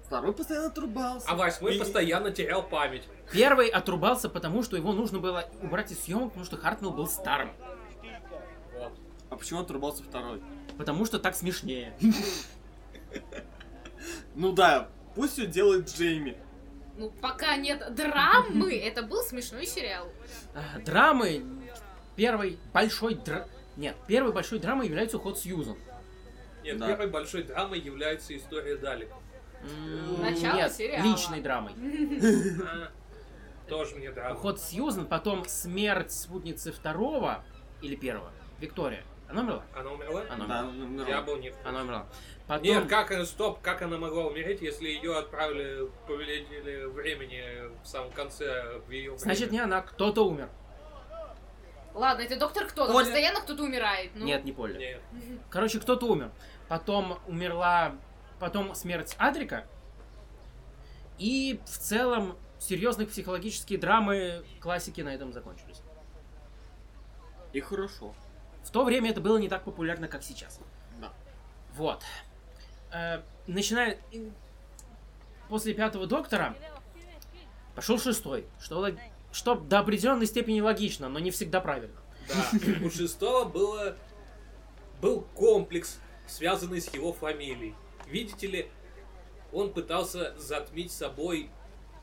Speaker 2: Второй постоянно отрубался.
Speaker 3: А восьмой
Speaker 2: И-
Speaker 3: постоянно терял память.
Speaker 1: Первый отрубался, потому что его нужно было убрать из съемок, потому что Хартнелл был старым.
Speaker 3: Вот.
Speaker 2: А почему отрубался второй?
Speaker 1: Потому что так смешнее.
Speaker 2: Ну да, пусть все делает Джейми.
Speaker 4: Ну, пока нет драмы, это был смешной сериал.
Speaker 1: А, Драмы первой большой дра... Нет, первой большой драмой является уход Сьюзан.
Speaker 3: Нет,
Speaker 2: Да.
Speaker 3: первой большой драмой является история Далика.
Speaker 1: М,
Speaker 4: Начало
Speaker 1: Нет,
Speaker 4: сериала.
Speaker 1: личной драмой.
Speaker 3: А, Тоже мне драма.
Speaker 1: Уход Сьюзан, потом смерть спутницы второго или первого, Виктория. Она умерла?
Speaker 3: Она умерла?
Speaker 1: Она
Speaker 2: Да,
Speaker 1: умерла.
Speaker 2: ну, ну,
Speaker 3: Я
Speaker 2: ну.
Speaker 3: был не в курсе.
Speaker 1: Она умерла. Потом...
Speaker 3: Нет, как она, стоп, как она могла умереть, если ее отправили, повелители времени в самом конце в ее
Speaker 1: Значит, не она, кто-то умер.
Speaker 4: Ладно, это доктор кто?
Speaker 1: Оля.
Speaker 4: Постоянно кто-то умирает. Ну.
Speaker 1: Нет, не Полли.
Speaker 3: Нет.
Speaker 1: Короче, кто-то умер. Потом умерла... Потом смерть Адрика. И в целом серьезные психологические драмы классики на этом закончились.
Speaker 2: И хорошо.
Speaker 1: В то время это было не так популярно, как сейчас.
Speaker 2: Да.
Speaker 1: Вот. Э, начиная... и- После пятого доктора пошел шестой, что, лог- что до определенной степени логично, но не всегда правильно.
Speaker 3: Да, у шестого было, был комплекс, связанный с его фамилией. Видите ли, он пытался затмить собой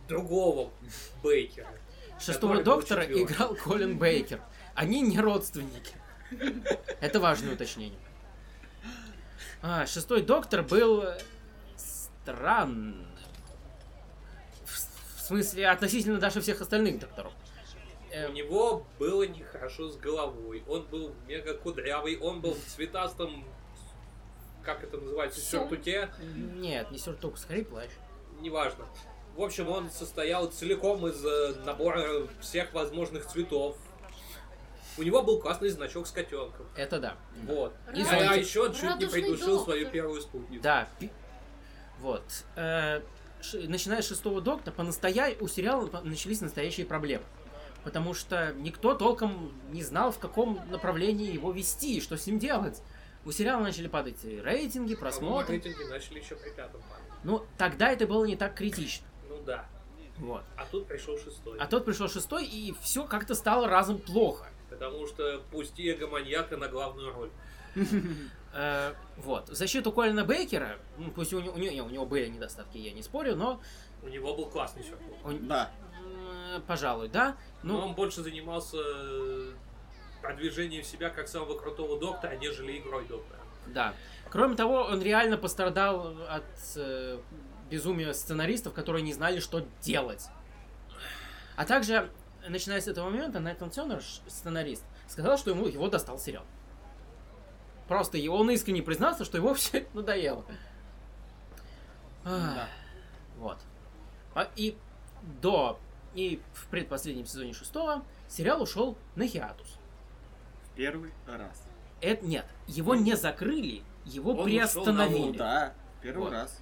Speaker 3: другого Бейкера.
Speaker 1: Шестого
Speaker 3: Который был
Speaker 1: доктора
Speaker 3: четвёртым.
Speaker 1: играл Колин Бейкер. Они не родственники. Это важное уточнение. А, шестой доктор был э, странным. В, с- в смысле, относительно даже всех остальных докторов. Э,
Speaker 3: У него было нехорошо с головой. Он был мега кудрявый, он был в цветастом, как это называется,
Speaker 4: Всё.
Speaker 3: сюртуке.
Speaker 1: Нет, не сюртук, скорее плащ.
Speaker 3: неважно. В общем, он состоял целиком из э, набора всех возможных цветов. У него был классный значок с котенком.
Speaker 1: Это да.
Speaker 3: Вот.
Speaker 1: И
Speaker 3: И
Speaker 1: зонтик.
Speaker 3: а еще чуть не
Speaker 4: Радужный
Speaker 3: придушил
Speaker 4: доктор.
Speaker 3: свою первую спутницу. А
Speaker 1: Да. пи- Вот. Э, ш- Начиная с шестого доктора, понастоя... у сериала по- начались настоящие проблемы. Потому что никто толком не знал, в каком направлении его вести и что с ним делать. У сериала начали падать и рейтинги,
Speaker 3: Просмотр.
Speaker 1: просмотры.
Speaker 3: Рейтинги начали еще при пятом паре.
Speaker 1: Ну, тогда это было не так критично.
Speaker 3: Ну да.
Speaker 1: Вот.
Speaker 3: А тут пришел шестой.
Speaker 1: А тот пришел шестой, и все как-то стало разом плохо.
Speaker 3: Потому что пусти эго-маньяка на главную роль.
Speaker 1: Э, вот. В защиту Колина Бейкера, ну, пусть у него, у него, не, у него были недостатки, я не спорю, но...
Speaker 3: У него был
Speaker 4: Ну,
Speaker 3: классный сюрприз.
Speaker 1: он-
Speaker 2: ну, Да.
Speaker 1: э, пожалуй, да? Ну,
Speaker 3: Но он больше занимался э, продвижением себя как самого крутого доктора, нежели игрой доктора.
Speaker 1: Да. Кроме того, он реально пострадал от э, безумия сценаристов, которые не знали, что делать. А также, начиная с этого момента, Найтан Тёрнер, ш- сценарист, сказал, что ему его достал сериал. Просто и он искренне признался, что ему все это надоело. Ах,
Speaker 2: Да.
Speaker 1: Вот. А, и до и в предпоследнем сезоне шестого сериал ушел на хиатус.
Speaker 2: В первый раз.
Speaker 1: Это нет, его не закрыли, его
Speaker 3: Он ушёл на
Speaker 1: приостановили.
Speaker 2: Ну да, первый
Speaker 1: Вот.
Speaker 2: раз.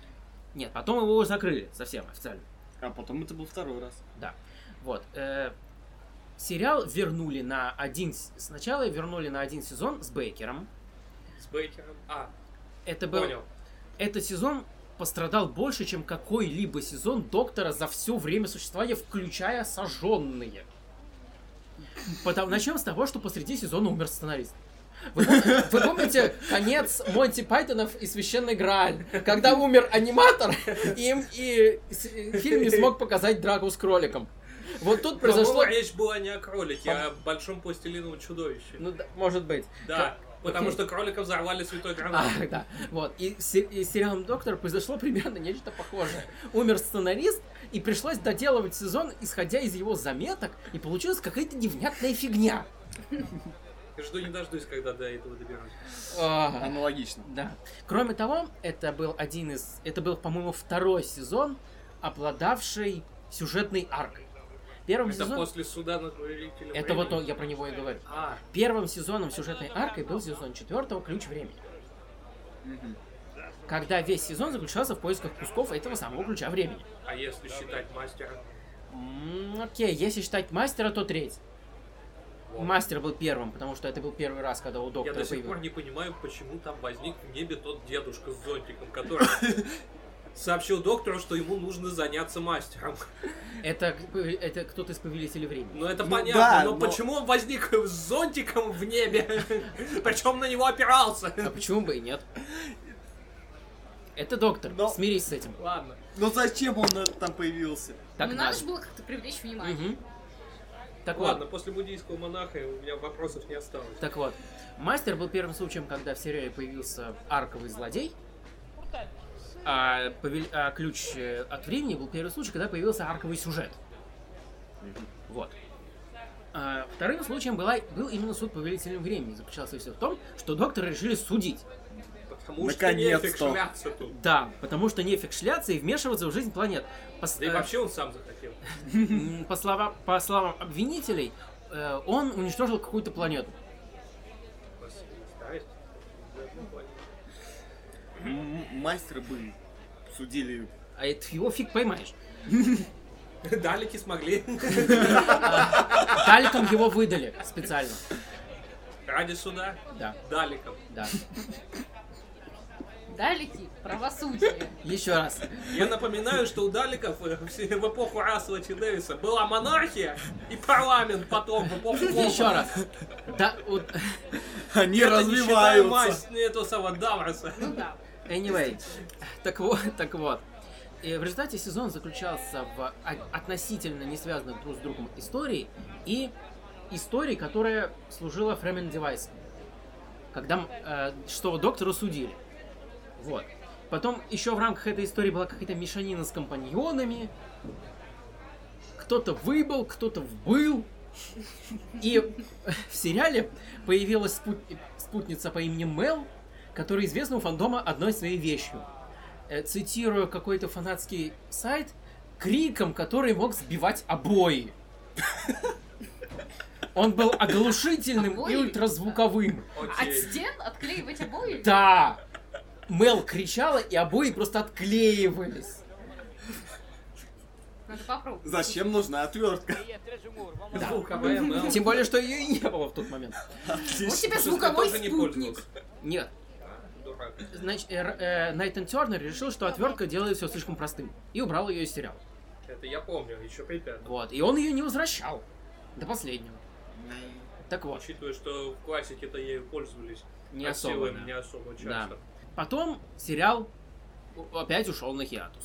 Speaker 1: Нет, потом его закрыли совсем официально.
Speaker 2: А потом это был второй раз.
Speaker 1: Вот. э, сериал вернули на один... с- Сначала вернули на один сезон с Бейкером.
Speaker 3: С Бейкером. А,
Speaker 1: Это был...
Speaker 3: понял.
Speaker 1: Этот сезон пострадал больше, чем какой-либо сезон Доктора за все время существования, включая Сожженные. Потому... Начнем с того, что посреди сезона умер сценарист. Вы, пом- вы помните конец Монти Пайтонов и Священный Грааль, когда умер аниматор, им и с- и фильм не смог показать драку с кроликом. Вот тут произошло...
Speaker 3: По-моему, речь была не о кролике, а о большом пластилиновом чудовище.
Speaker 1: Ну, да, может быть.
Speaker 3: да, потому
Speaker 1: окей.
Speaker 3: что кролика взорвали святой
Speaker 1: А,
Speaker 3: гранат.
Speaker 1: да. Вот. И с, и с сериалом «Доктор» произошло примерно нечто похожее. Умер сценарист, и пришлось доделывать сезон, исходя из его заметок, и получилась какая-то невнятная фигня.
Speaker 3: Жду не дождусь, когда до этого доберусь.
Speaker 1: А,
Speaker 2: Аналогично.
Speaker 1: Да. Кроме того, это был один из... Это был, по-моему, второй сезон, обладавший сюжетной аркой. Первым
Speaker 3: Это
Speaker 1: сезоном...
Speaker 3: после суда над повелителем
Speaker 1: Это вот он,
Speaker 3: времени.
Speaker 1: я про него и говорю.
Speaker 3: А,
Speaker 1: Первым сезоном сюжетной аркой был сезон четвертого «Ключ времени».
Speaker 2: Мгм.
Speaker 1: когда весь сезон заключался в поисках кусков этого самого ключа времени.
Speaker 3: а если считать мастера?
Speaker 1: М, Окей, если считать мастера, то треть.
Speaker 3: Вот.
Speaker 1: Мастер был первым, потому что это был первый раз, когда у
Speaker 3: Я
Speaker 1: доктора
Speaker 3: до сих пор
Speaker 1: появился.
Speaker 3: не понимаю, почему там возник в небе тот дедушка с зонтиком, который сообщил доктору, что ему нужно заняться мастером.
Speaker 1: Это, это кто-то из повелителей времени.
Speaker 3: Ну это
Speaker 2: Ну
Speaker 3: понятно,
Speaker 2: да,
Speaker 3: но,
Speaker 2: но-
Speaker 3: почему он возник с зонтиком в небе? Причем на него опирался.
Speaker 1: А почему бы и нет? Это доктор,
Speaker 2: Но-
Speaker 1: смирись с этим.
Speaker 3: Ладно.
Speaker 2: Ну зачем он э, там появился?
Speaker 1: Так
Speaker 4: ну, надо
Speaker 1: надо.
Speaker 4: же было как-то привлечь внимание.
Speaker 1: Мгм. Так вот,
Speaker 3: Ладно, после буддийского монаха у меня вопросов не осталось.
Speaker 1: Так вот, мастер был первым случаем, когда в сериале появился арковый злодей, а, повел- а ключ э, от времени был первый случай, когда появился арковый сюжет.
Speaker 2: Мгм.
Speaker 1: Вот. А, вторым случаем была, был именно суд повелителем времени. Заключался все в том, что докторы решили судить.
Speaker 3: Потому
Speaker 2: Наконец-то.
Speaker 3: что нефиг шляться тут.
Speaker 1: Да, потому что нефиг шляться и вмешиваться в жизнь планет. По, с-
Speaker 3: Да и
Speaker 1: э,
Speaker 3: вообще он сам захотел.
Speaker 1: м, по слова- по словам обвинителей, э, он уничтожил какую-то планету.
Speaker 3: Старость.
Speaker 2: М- Мастеры бы судили
Speaker 1: А это его фиг поймаешь.
Speaker 3: Далеки смогли.
Speaker 1: Даликом его выдали специально.
Speaker 3: Ради суда.
Speaker 1: Да,
Speaker 3: Даликом.
Speaker 1: да.
Speaker 4: Далеки, правосудие.
Speaker 1: Еще раз.
Speaker 3: Я напоминаю, что у Даликов э, в се- в эпоху Рассела Т. Дэвиса была монархия и парламент потом, в эпоху
Speaker 1: Еще раз. Да, вот,
Speaker 2: Они
Speaker 3: Это не считая
Speaker 2: развиваются.
Speaker 3: мазь этого самого Давроса.
Speaker 4: Ну да.
Speaker 1: anyway. Так вот, так вот. И в результате сезон заключался в о- относительно не связанных друг с другом истории и истории, которая служила фрейминг девайсом. Когда, э, что доктору судили. Вот. Потом еще в рамках этой истории была какая-то мешанина с компаньонами. Кто-то выбыл, кто-то вбыл. И в сериале появилась спут- спутница по имени Мел, которая известна у фандома одной своей вещью. Э, Цитирую какой-то фанатский сайт, криком, который мог сбивать обои. Он был оглушительным и
Speaker 4: Обои?
Speaker 1: ультразвуковым.
Speaker 4: От стен отклеивать обои?
Speaker 1: Да! Мел кричала, и обои просто отклеивались.
Speaker 4: Надо попробовать.
Speaker 2: Зачем нужна отвертка?
Speaker 3: Звук АВМ.
Speaker 1: Тем более, что ее и не было в тот момент.
Speaker 4: У тебя
Speaker 3: Слушай,
Speaker 4: звуковой
Speaker 3: тоже не
Speaker 4: спутник.
Speaker 3: пользовался.
Speaker 1: Нет.
Speaker 3: А, дурак.
Speaker 1: Значит, э, э, Найтан Тернер решил, что отвертка делает все слишком простым. И убрал ее из сериала.
Speaker 3: Это я помню, еще при пятом.
Speaker 1: Вот. И он ее не возвращал. До последнего. Так вот,
Speaker 3: Учитывая, что в классике-то ею пользовались.
Speaker 1: не
Speaker 3: а
Speaker 1: особо.
Speaker 3: силой
Speaker 1: да.
Speaker 3: Не особо
Speaker 1: Да.
Speaker 3: часто.
Speaker 1: Потом сериал опять ушел на хиатус.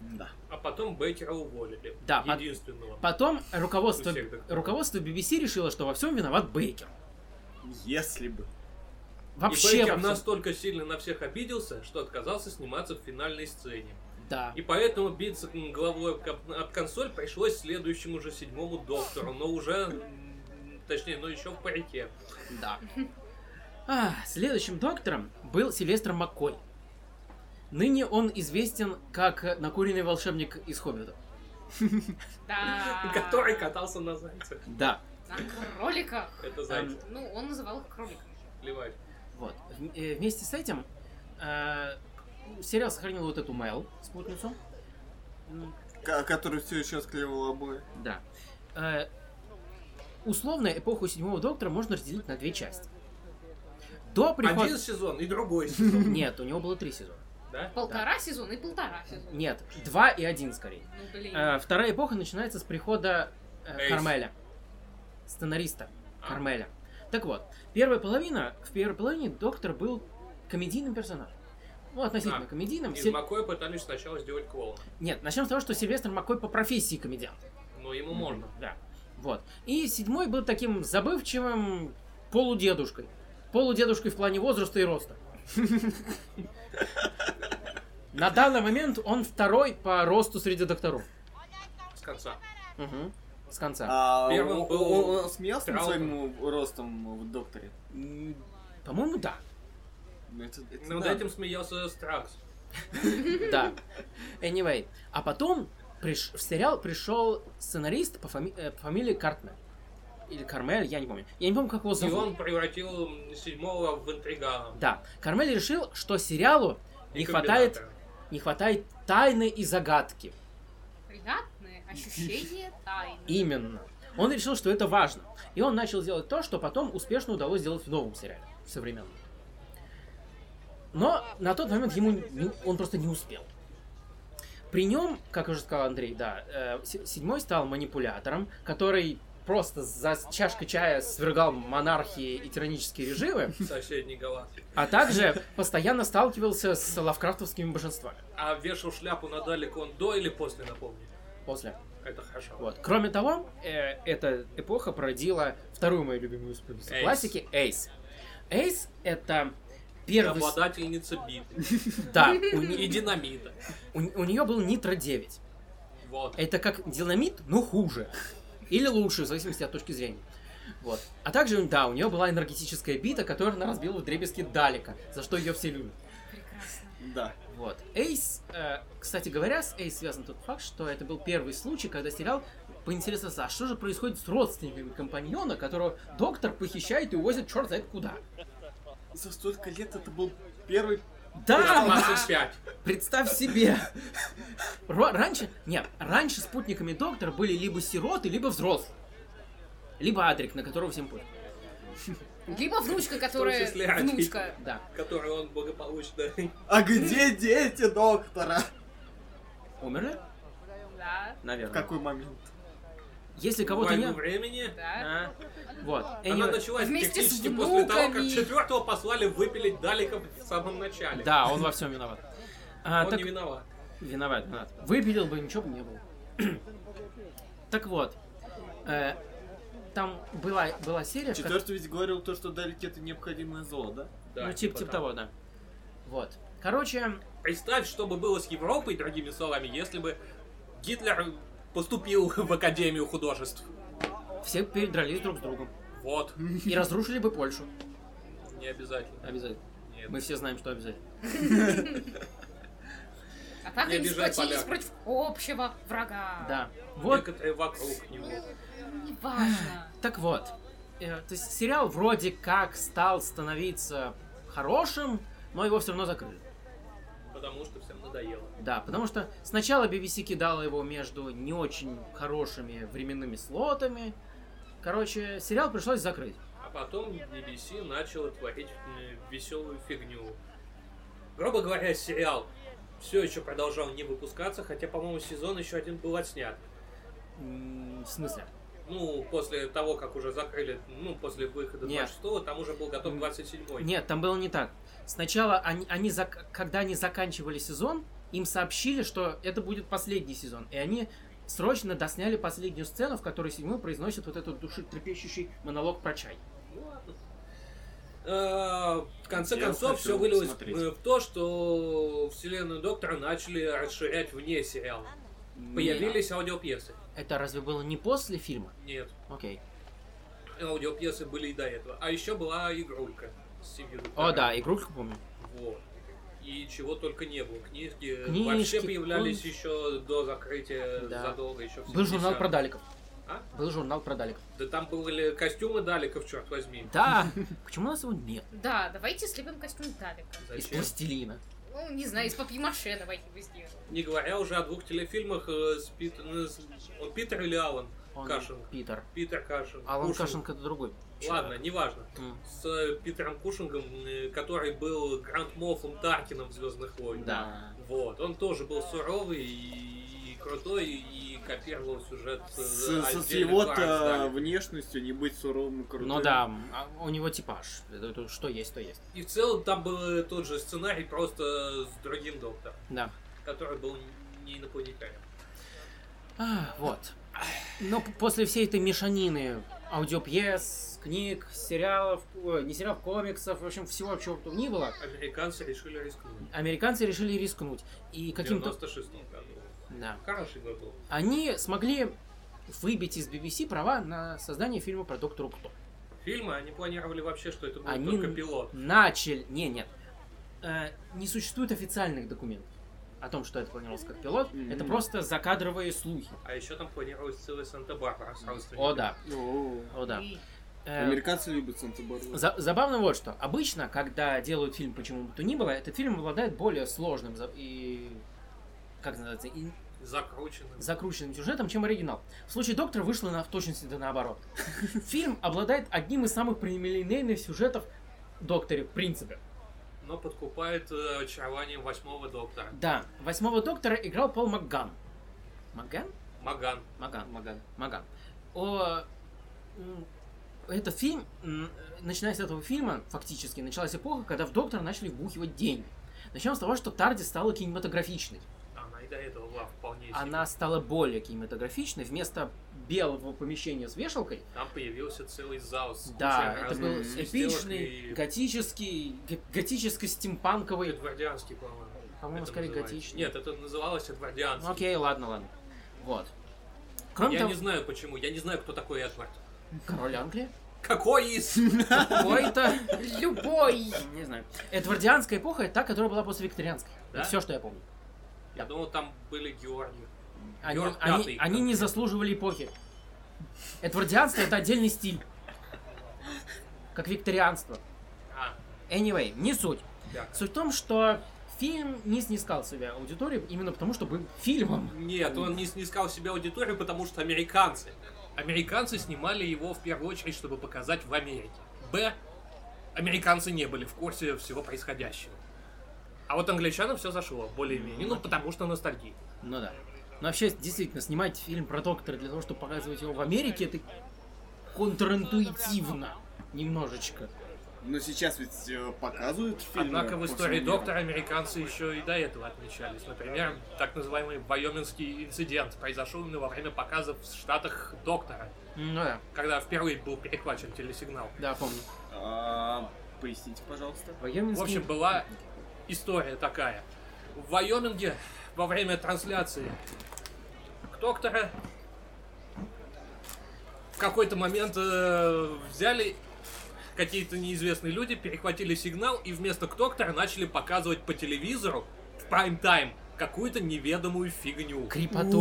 Speaker 2: Да.
Speaker 3: А потом Бейкера уволили.
Speaker 1: Да, пот-
Speaker 3: Единственного.
Speaker 1: Потом руководство,
Speaker 3: У всех так.
Speaker 1: руководство BBC решило, что во всем виноват Бейкер.
Speaker 2: Если бы.
Speaker 1: Вообще
Speaker 3: и Бейкер
Speaker 1: во всём.
Speaker 3: настолько сильно на всех обиделся, что отказался сниматься в финальной сцене.
Speaker 1: Да.
Speaker 3: И поэтому биться м, головой об кон- об консоль пришлось следующему же седьмому доктору, но уже, м, точнее, но еще в парике.
Speaker 1: Да. А, следующим доктором был Сильвестр Маккой. Ныне он известен как э, накуренный волшебник из Хоббита. А.
Speaker 4: Да.
Speaker 3: Который катался на зайцах.
Speaker 1: Да,
Speaker 4: На кроликах.
Speaker 3: Это зайцы.
Speaker 4: Ну, он называл их кроликами.
Speaker 3: Плевать.
Speaker 1: вот. В- э, вместе с этим э, сериал сохранил вот эту Мэл, спутницу. М,
Speaker 2: К- который все еще склеивал обои.
Speaker 1: Да. Э, условно эпоху седьмого доктора можно разделить на две части. До
Speaker 3: Один
Speaker 1: прихода...
Speaker 3: сезон и другой сезон.
Speaker 1: Нет, у него было три сезона.
Speaker 3: Да?
Speaker 4: Полтора сезона и полтора сезона.
Speaker 1: Нет, два и один скорее.
Speaker 4: Ну, блин.
Speaker 1: Э, Вторая эпоха начинается с прихода э,
Speaker 3: Эйс. А.
Speaker 1: Кармеля, сценариста Кармеля. Так вот, первая половина, в первой половине доктор был комедийным персонажем. Ну, относительно
Speaker 3: А,
Speaker 1: комедийным.
Speaker 3: Из
Speaker 1: Силь-
Speaker 3: Макоя пытались сначала сделать клоуна.
Speaker 1: Нет, начнем с того, что Сильвестр Маккой по профессии комедиант.
Speaker 3: Но ему можно.
Speaker 1: Да. Вот. И седьмой был таким забывчивым полудедушкой. Полудедушкой в плане возраста и роста. На данный момент он второй по росту среди докторов.
Speaker 3: С конца.
Speaker 1: Мгм. С конца.
Speaker 2: А
Speaker 3: Первым
Speaker 2: он,
Speaker 3: был
Speaker 2: он- он смеялся над
Speaker 3: Траутман.
Speaker 2: своим ростом в докторе.
Speaker 1: М, По-моему, да.
Speaker 2: Ну, это- это
Speaker 3: Над
Speaker 2: да.
Speaker 3: этим смеялся Стракс.
Speaker 1: Да. Anyway. А потом приш- в сериал пришел сценарист по, фами- э, по фамилии Картмель. Или Кармель, я не помню. Я не помню, как его
Speaker 3: И
Speaker 1: зовут.
Speaker 3: он превратил м, седьмого в интригана.
Speaker 1: Да. Кармель решил, что сериалу
Speaker 3: И
Speaker 1: не хватает,
Speaker 3: комбинатора.
Speaker 1: не хватает тайны и загадки.
Speaker 4: Приятное ощущение тайны.
Speaker 1: Именно. Он решил, что это важно. И он начал делать то, что потом успешно удалось сделать в новом сериале, в современном. Но на тот момент ему не- он просто не успел. При нем, как уже сказал Андрей, да, э, се- седьмой стал манипулятором, который просто за с- чашкой чая свергал монархии и тиранические режимы,
Speaker 3: Соседний галактик.
Speaker 1: а также постоянно сталкивался с лавкрафтовскими божествами.
Speaker 3: А вешал шляпу на Далек он до или после, напомни?
Speaker 1: после.
Speaker 3: Это хорошо.
Speaker 1: Вот. Кроме того, э, эта эпоха породила вторую мою любимую спутницу
Speaker 3: Ace.
Speaker 1: классики Ace. Ace это
Speaker 3: И
Speaker 1: первый... с-
Speaker 3: Обладательница биты
Speaker 1: Да, у,
Speaker 3: и динамита.
Speaker 1: нее был Нитро 9.
Speaker 3: Вот.
Speaker 1: Это как динамит, но хуже. Или лучше, в зависимости от точки зрения. Вот. А также, да, у нее была энергетическая бита, которую она разбила в дребезги Далека, за что ее все любят.
Speaker 4: Прекрасно.
Speaker 2: Да.
Speaker 1: Вот. Эйс, э, кстати говоря, с Эйс связан тот факт, что это был первый случай, когда сериал поинтересовался, а что же происходит с родственниками компаньона, которого доктор похищает и увозит черт знает куда.
Speaker 2: И за столько лет это был первый...
Speaker 3: Э,
Speaker 1: Да,
Speaker 3: 25.
Speaker 1: представь себе. Ро- раньше, нет, раньше спутниками доктора были либо сироты, либо взрослые. Либо Адрик, на которого всем пофиг.
Speaker 4: Либо внучка, которая...
Speaker 3: числе Адель.
Speaker 4: Внучка.
Speaker 1: Да.
Speaker 3: Который он благополучно...
Speaker 2: А где дети доктора?
Speaker 1: Умерли?
Speaker 4: Да,
Speaker 2: В
Speaker 1: Наверное.
Speaker 2: какой момент?
Speaker 1: Если кого-то
Speaker 3: Войну
Speaker 1: не...
Speaker 3: времени.
Speaker 4: да.
Speaker 1: А, вот.
Speaker 3: Она
Speaker 1: Anyway.
Speaker 3: началась
Speaker 4: Вместе с
Speaker 3: практически после того, как
Speaker 4: внуками.
Speaker 3: четвертого послали выпилить Даликов в самом начале.
Speaker 1: Да, он во всем виноват. А,
Speaker 3: Он
Speaker 1: так-
Speaker 3: не виноват.
Speaker 1: Виноват, виноват. Выпилил бы, ничего бы не было. так вот, э, там была, была серия, в ко-
Speaker 2: Четвертый ведь говорил то, что далеки это необходимое зло, да?
Speaker 3: Да,
Speaker 1: ну, типа, типа того, да. Вот. Короче,
Speaker 3: Представь, что бы было с Европой, другими словами, если бы Гитлер поступил в Академию художеств.
Speaker 1: все передрались друг с другом.
Speaker 3: Вот.
Speaker 1: И разрушили бы Польшу.
Speaker 3: Не обязательно.
Speaker 1: Обязательно.
Speaker 3: Нет.
Speaker 1: Мы все знаем, что обязательно.
Speaker 4: А так
Speaker 3: Не
Speaker 4: они
Speaker 3: обижай
Speaker 4: сплотились
Speaker 3: поляка.
Speaker 4: против общего врага.
Speaker 1: Да. Вот
Speaker 3: Некоторые вокруг него.
Speaker 4: Неважно.
Speaker 1: Так вот, э, то есть сериал вроде как стал становиться хорошим, но его все равно закрыли.
Speaker 3: Потому что всем надоело.
Speaker 1: Да, потому что сначала BBC кидала его между не очень хорошими временными слотами. Короче, сериал пришлось закрыть.
Speaker 3: А потом BBC начала творить веселую фигню. Грубо говоря, сериал все еще продолжал не выпускаться, хотя, по-моему, сезон еще один был отснят.
Speaker 1: М, В смысле?
Speaker 3: Ну, после того, как уже закрыли, ну, после выхода
Speaker 1: Нет.
Speaker 3: 26 там уже был готов 27-й.
Speaker 1: Нет, там было не так. Сначала они, они зак- когда они заканчивали сезон, им сообщили, что это будет последний сезон. И они срочно досняли последнюю сцену, в которой седьмой произносит вот этот душетрепещущий монолог про чай.
Speaker 3: Ну, ладно. Э, В конце
Speaker 2: Я
Speaker 3: концов,
Speaker 2: хочу
Speaker 3: все вылилось
Speaker 2: посмотреть.
Speaker 3: э, в то, что вселенную Доктора начали расширять вне сериала. Появились аудиопьесы.
Speaker 1: Это разве было не после фильма?
Speaker 3: Нет,
Speaker 1: Окей.
Speaker 3: аудиопьесы были и до этого. А еще была игрулька с семью
Speaker 1: О,
Speaker 3: докторами.
Speaker 1: да, игрушку помню.
Speaker 3: Вот. И чего только не было. Книжки,
Speaker 1: Книжки,
Speaker 3: вообще появлялись
Speaker 1: кон-
Speaker 3: еще до закрытия
Speaker 1: Да.
Speaker 3: задолго еще в
Speaker 1: Был журнал
Speaker 3: 70-х.
Speaker 1: про Даликов.
Speaker 3: А?
Speaker 1: Был журнал про Даликов.
Speaker 3: Да там были костюмы Даликов, черт возьми.
Speaker 1: Да! Почему у нас его нет?
Speaker 4: Да, давайте слепим костюм Далика.
Speaker 1: Из
Speaker 3: Зачем?
Speaker 1: пластилина.
Speaker 4: Ну, не знаю, из папье-маше давайте его сделаем.
Speaker 3: Не говоря уже о двух телефильмах э, с Пит- э, с- Он Питер или Алан?
Speaker 1: Он
Speaker 3: Кашин.
Speaker 1: Питер.
Speaker 3: Питер Кашин.
Speaker 1: Алан
Speaker 3: Кушин.
Speaker 1: Кашин это другой.
Speaker 3: Ладно, неважно.
Speaker 1: М,
Speaker 3: С э, Питером Кушингом, э, который был Гранд Мофлом Таркином в Звездных войнах.
Speaker 1: Да.
Speaker 3: Вот, он тоже был суровый и, и крутой, и копировал сюжет э,
Speaker 2: С, со- с
Speaker 3: отдельных арок
Speaker 2: его-то
Speaker 3: Далеков.
Speaker 2: внешностью не быть суровым и крутым.
Speaker 1: Ну да, м, а у него типаж. Это- это Что есть, то есть.
Speaker 3: И в целом там был э, тот же сценарий, просто с другим доктором,
Speaker 1: Да.
Speaker 3: который был не инопланетянин.
Speaker 1: А, Вот. Но п- после всей этой мешанины аудиопьес, книг, сериалов, ой, не сериалов, комиксов, в общем, всего, чего бы то ни было,
Speaker 3: Американцы решили рискнуть.
Speaker 1: американцы решили рискнуть. И
Speaker 3: В
Speaker 1: каким-то...
Speaker 3: 96-м году.
Speaker 1: Да.
Speaker 3: Хороший год был.
Speaker 1: Они смогли выбить из BBC права на создание фильма про доктора Кто.
Speaker 3: Фильмы, они планировали вообще, что это будет
Speaker 1: Они-
Speaker 3: только пилот.
Speaker 1: начали... Не, нет. Э, не существует официальных документов о том, что это планировалось как пилот.
Speaker 2: Мгм.
Speaker 1: Это просто закадровые слухи.
Speaker 3: А еще там планировалась целая Санта-Барбара с
Speaker 1: О,
Speaker 3: родственниками.
Speaker 1: да.
Speaker 2: О,
Speaker 1: О, да.
Speaker 4: И-
Speaker 1: Э,
Speaker 2: Американцы любят Санта-Барбару.
Speaker 1: за- забавно вот что. Обычно, когда делают фильм почему бы то ни было, этот фильм обладает более сложным за- и... Как это называется? и
Speaker 3: Закрученным.
Speaker 1: закрученным сюжетом, чем оригинал. В случае «Доктора» вышло на, в точности да наоборот. Фильм обладает одним из самых прямолинейных сюжетов «Докторе» в принципе.
Speaker 3: Но подкупает э, очарованием восьмого доктора.
Speaker 1: Да, восьмого доктора играл Пол Макган. Макган?
Speaker 3: Маган.
Speaker 1: Маган. Маган. О, м, этот фильм, м, начиная с этого фильма, фактически, началась эпоха, когда в Доктора начали вбухивать деньги. Начнем с того, что Тарди стала кинематографичной.
Speaker 3: Она и до этого была вполне себе.
Speaker 1: Она стала более кинематографичной. Вместо белого помещения с вешалкой,
Speaker 3: Там появился целый зал с
Speaker 1: да,
Speaker 3: кучей
Speaker 1: это
Speaker 3: разных
Speaker 1: был
Speaker 3: сделок
Speaker 1: эпичный,
Speaker 3: и
Speaker 1: готический, го- готическо-стимпанковый.
Speaker 3: Эдвардианский, по-моему.
Speaker 1: По-моему,
Speaker 3: это
Speaker 1: скорее
Speaker 3: называется.
Speaker 1: готичный.
Speaker 3: Нет, это называлось Эдвардианский.
Speaker 1: Ну, а окей, ладно, ладно. Вот. Кроме
Speaker 3: Я
Speaker 1: того,
Speaker 3: не знаю почему, я не знаю, кто такой Эдвард.
Speaker 1: король Англии.
Speaker 3: Какой из?
Speaker 1: Какой-то...
Speaker 4: Любой.
Speaker 1: Не знаю. Эдвардианская эпоха это та, которая была после викторианской.
Speaker 3: Да?
Speaker 1: Все, что я помню.
Speaker 3: Я думал, там были Георгии.
Speaker 1: Они,
Speaker 3: Георг
Speaker 1: они-
Speaker 3: Пятый.
Speaker 1: они не заслуживали эпохи. Эдвардианство это отдельный стиль. Как викторианство.
Speaker 3: А,
Speaker 1: Anyway, не суть.
Speaker 3: так.
Speaker 1: Суть в том, что фильм не снискал себе аудиторию именно потому, что был фильмом.
Speaker 3: Нет, он не снискал себе аудиторию, потому что американцы. Американцы снимали его в первую очередь, чтобы показать в Америке. Б. Американцы не были в курсе всего происходящего. А вот англичанам все зашло, более-менее, ну потому что ностальгия.
Speaker 1: Ну да. Но вообще, действительно, снимать фильм про доктора для того, чтобы показывать его в Америке, это контринтуитивно. Немножечко.
Speaker 2: Но сейчас ведь э, показывают фильмы.
Speaker 3: Однако в
Speaker 2: по
Speaker 3: истории
Speaker 2: всему миру.
Speaker 3: доктора американцы еще и до этого отличались. Например, так называемый Вайоминский инцидент произошел именно во время показа в Штатах доктора,
Speaker 1: Ну да,
Speaker 3: когда впервые был перехвачен телесигнал.
Speaker 1: да, помню.
Speaker 2: А, Поясните, пожалуйста.
Speaker 1: Вайоминский-
Speaker 3: В общем, была история такая. В Вайоминге во время трансляции доктора в какой-то момент э, взяли какие-то неизвестные люди, перехватили сигнал и вместо доктора начали показывать по телевизору в прайм-тайм какую-то неведомую фигню.
Speaker 1: Крипоту.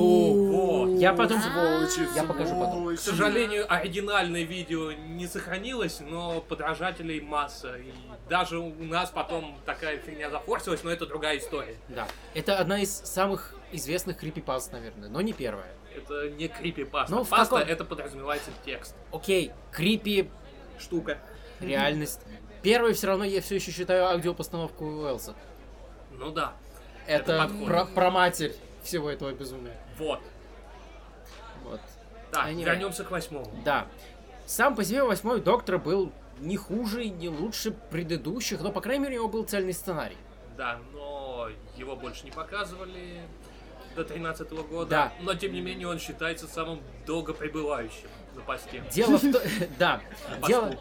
Speaker 3: Вот.
Speaker 1: Я потом...
Speaker 2: Сволочи,
Speaker 1: Я покажу потом.
Speaker 2: сволочи.
Speaker 3: К сожалению, оригинальное видео не сохранилось, но подражателей масса. И даже у нас потом такая фигня зафорсилась, но это другая история.
Speaker 1: Да. Это одна из самых известных крипипаст, наверное, но не первая.
Speaker 3: Это не крипипаста.
Speaker 1: Ну, в
Speaker 3: Паста
Speaker 1: каком-
Speaker 3: это подразумевается текст.
Speaker 1: Окей, крипи,
Speaker 3: Штука.
Speaker 1: реальность. Первый все равно я все еще считаю аудиопостановку Уэлса.
Speaker 3: Ну да. Это
Speaker 1: Это
Speaker 3: подходит.
Speaker 1: про, про матерь всего этого безумия.
Speaker 3: Вот.
Speaker 1: Вот.
Speaker 3: Так,
Speaker 1: Anyway.
Speaker 3: вернемся к восьмому.
Speaker 1: Да. Сам по себе восьмой доктор был не хуже и не лучше предыдущих, но, по крайней мере, у него был цельный сценарий.
Speaker 3: Да, но его больше не показывали до 13 года.
Speaker 1: Да.
Speaker 3: Но тем не менее он считается самым долго пребывающим на посте.
Speaker 1: Дело в том... Да.
Speaker 3: посту.
Speaker 1: Дело...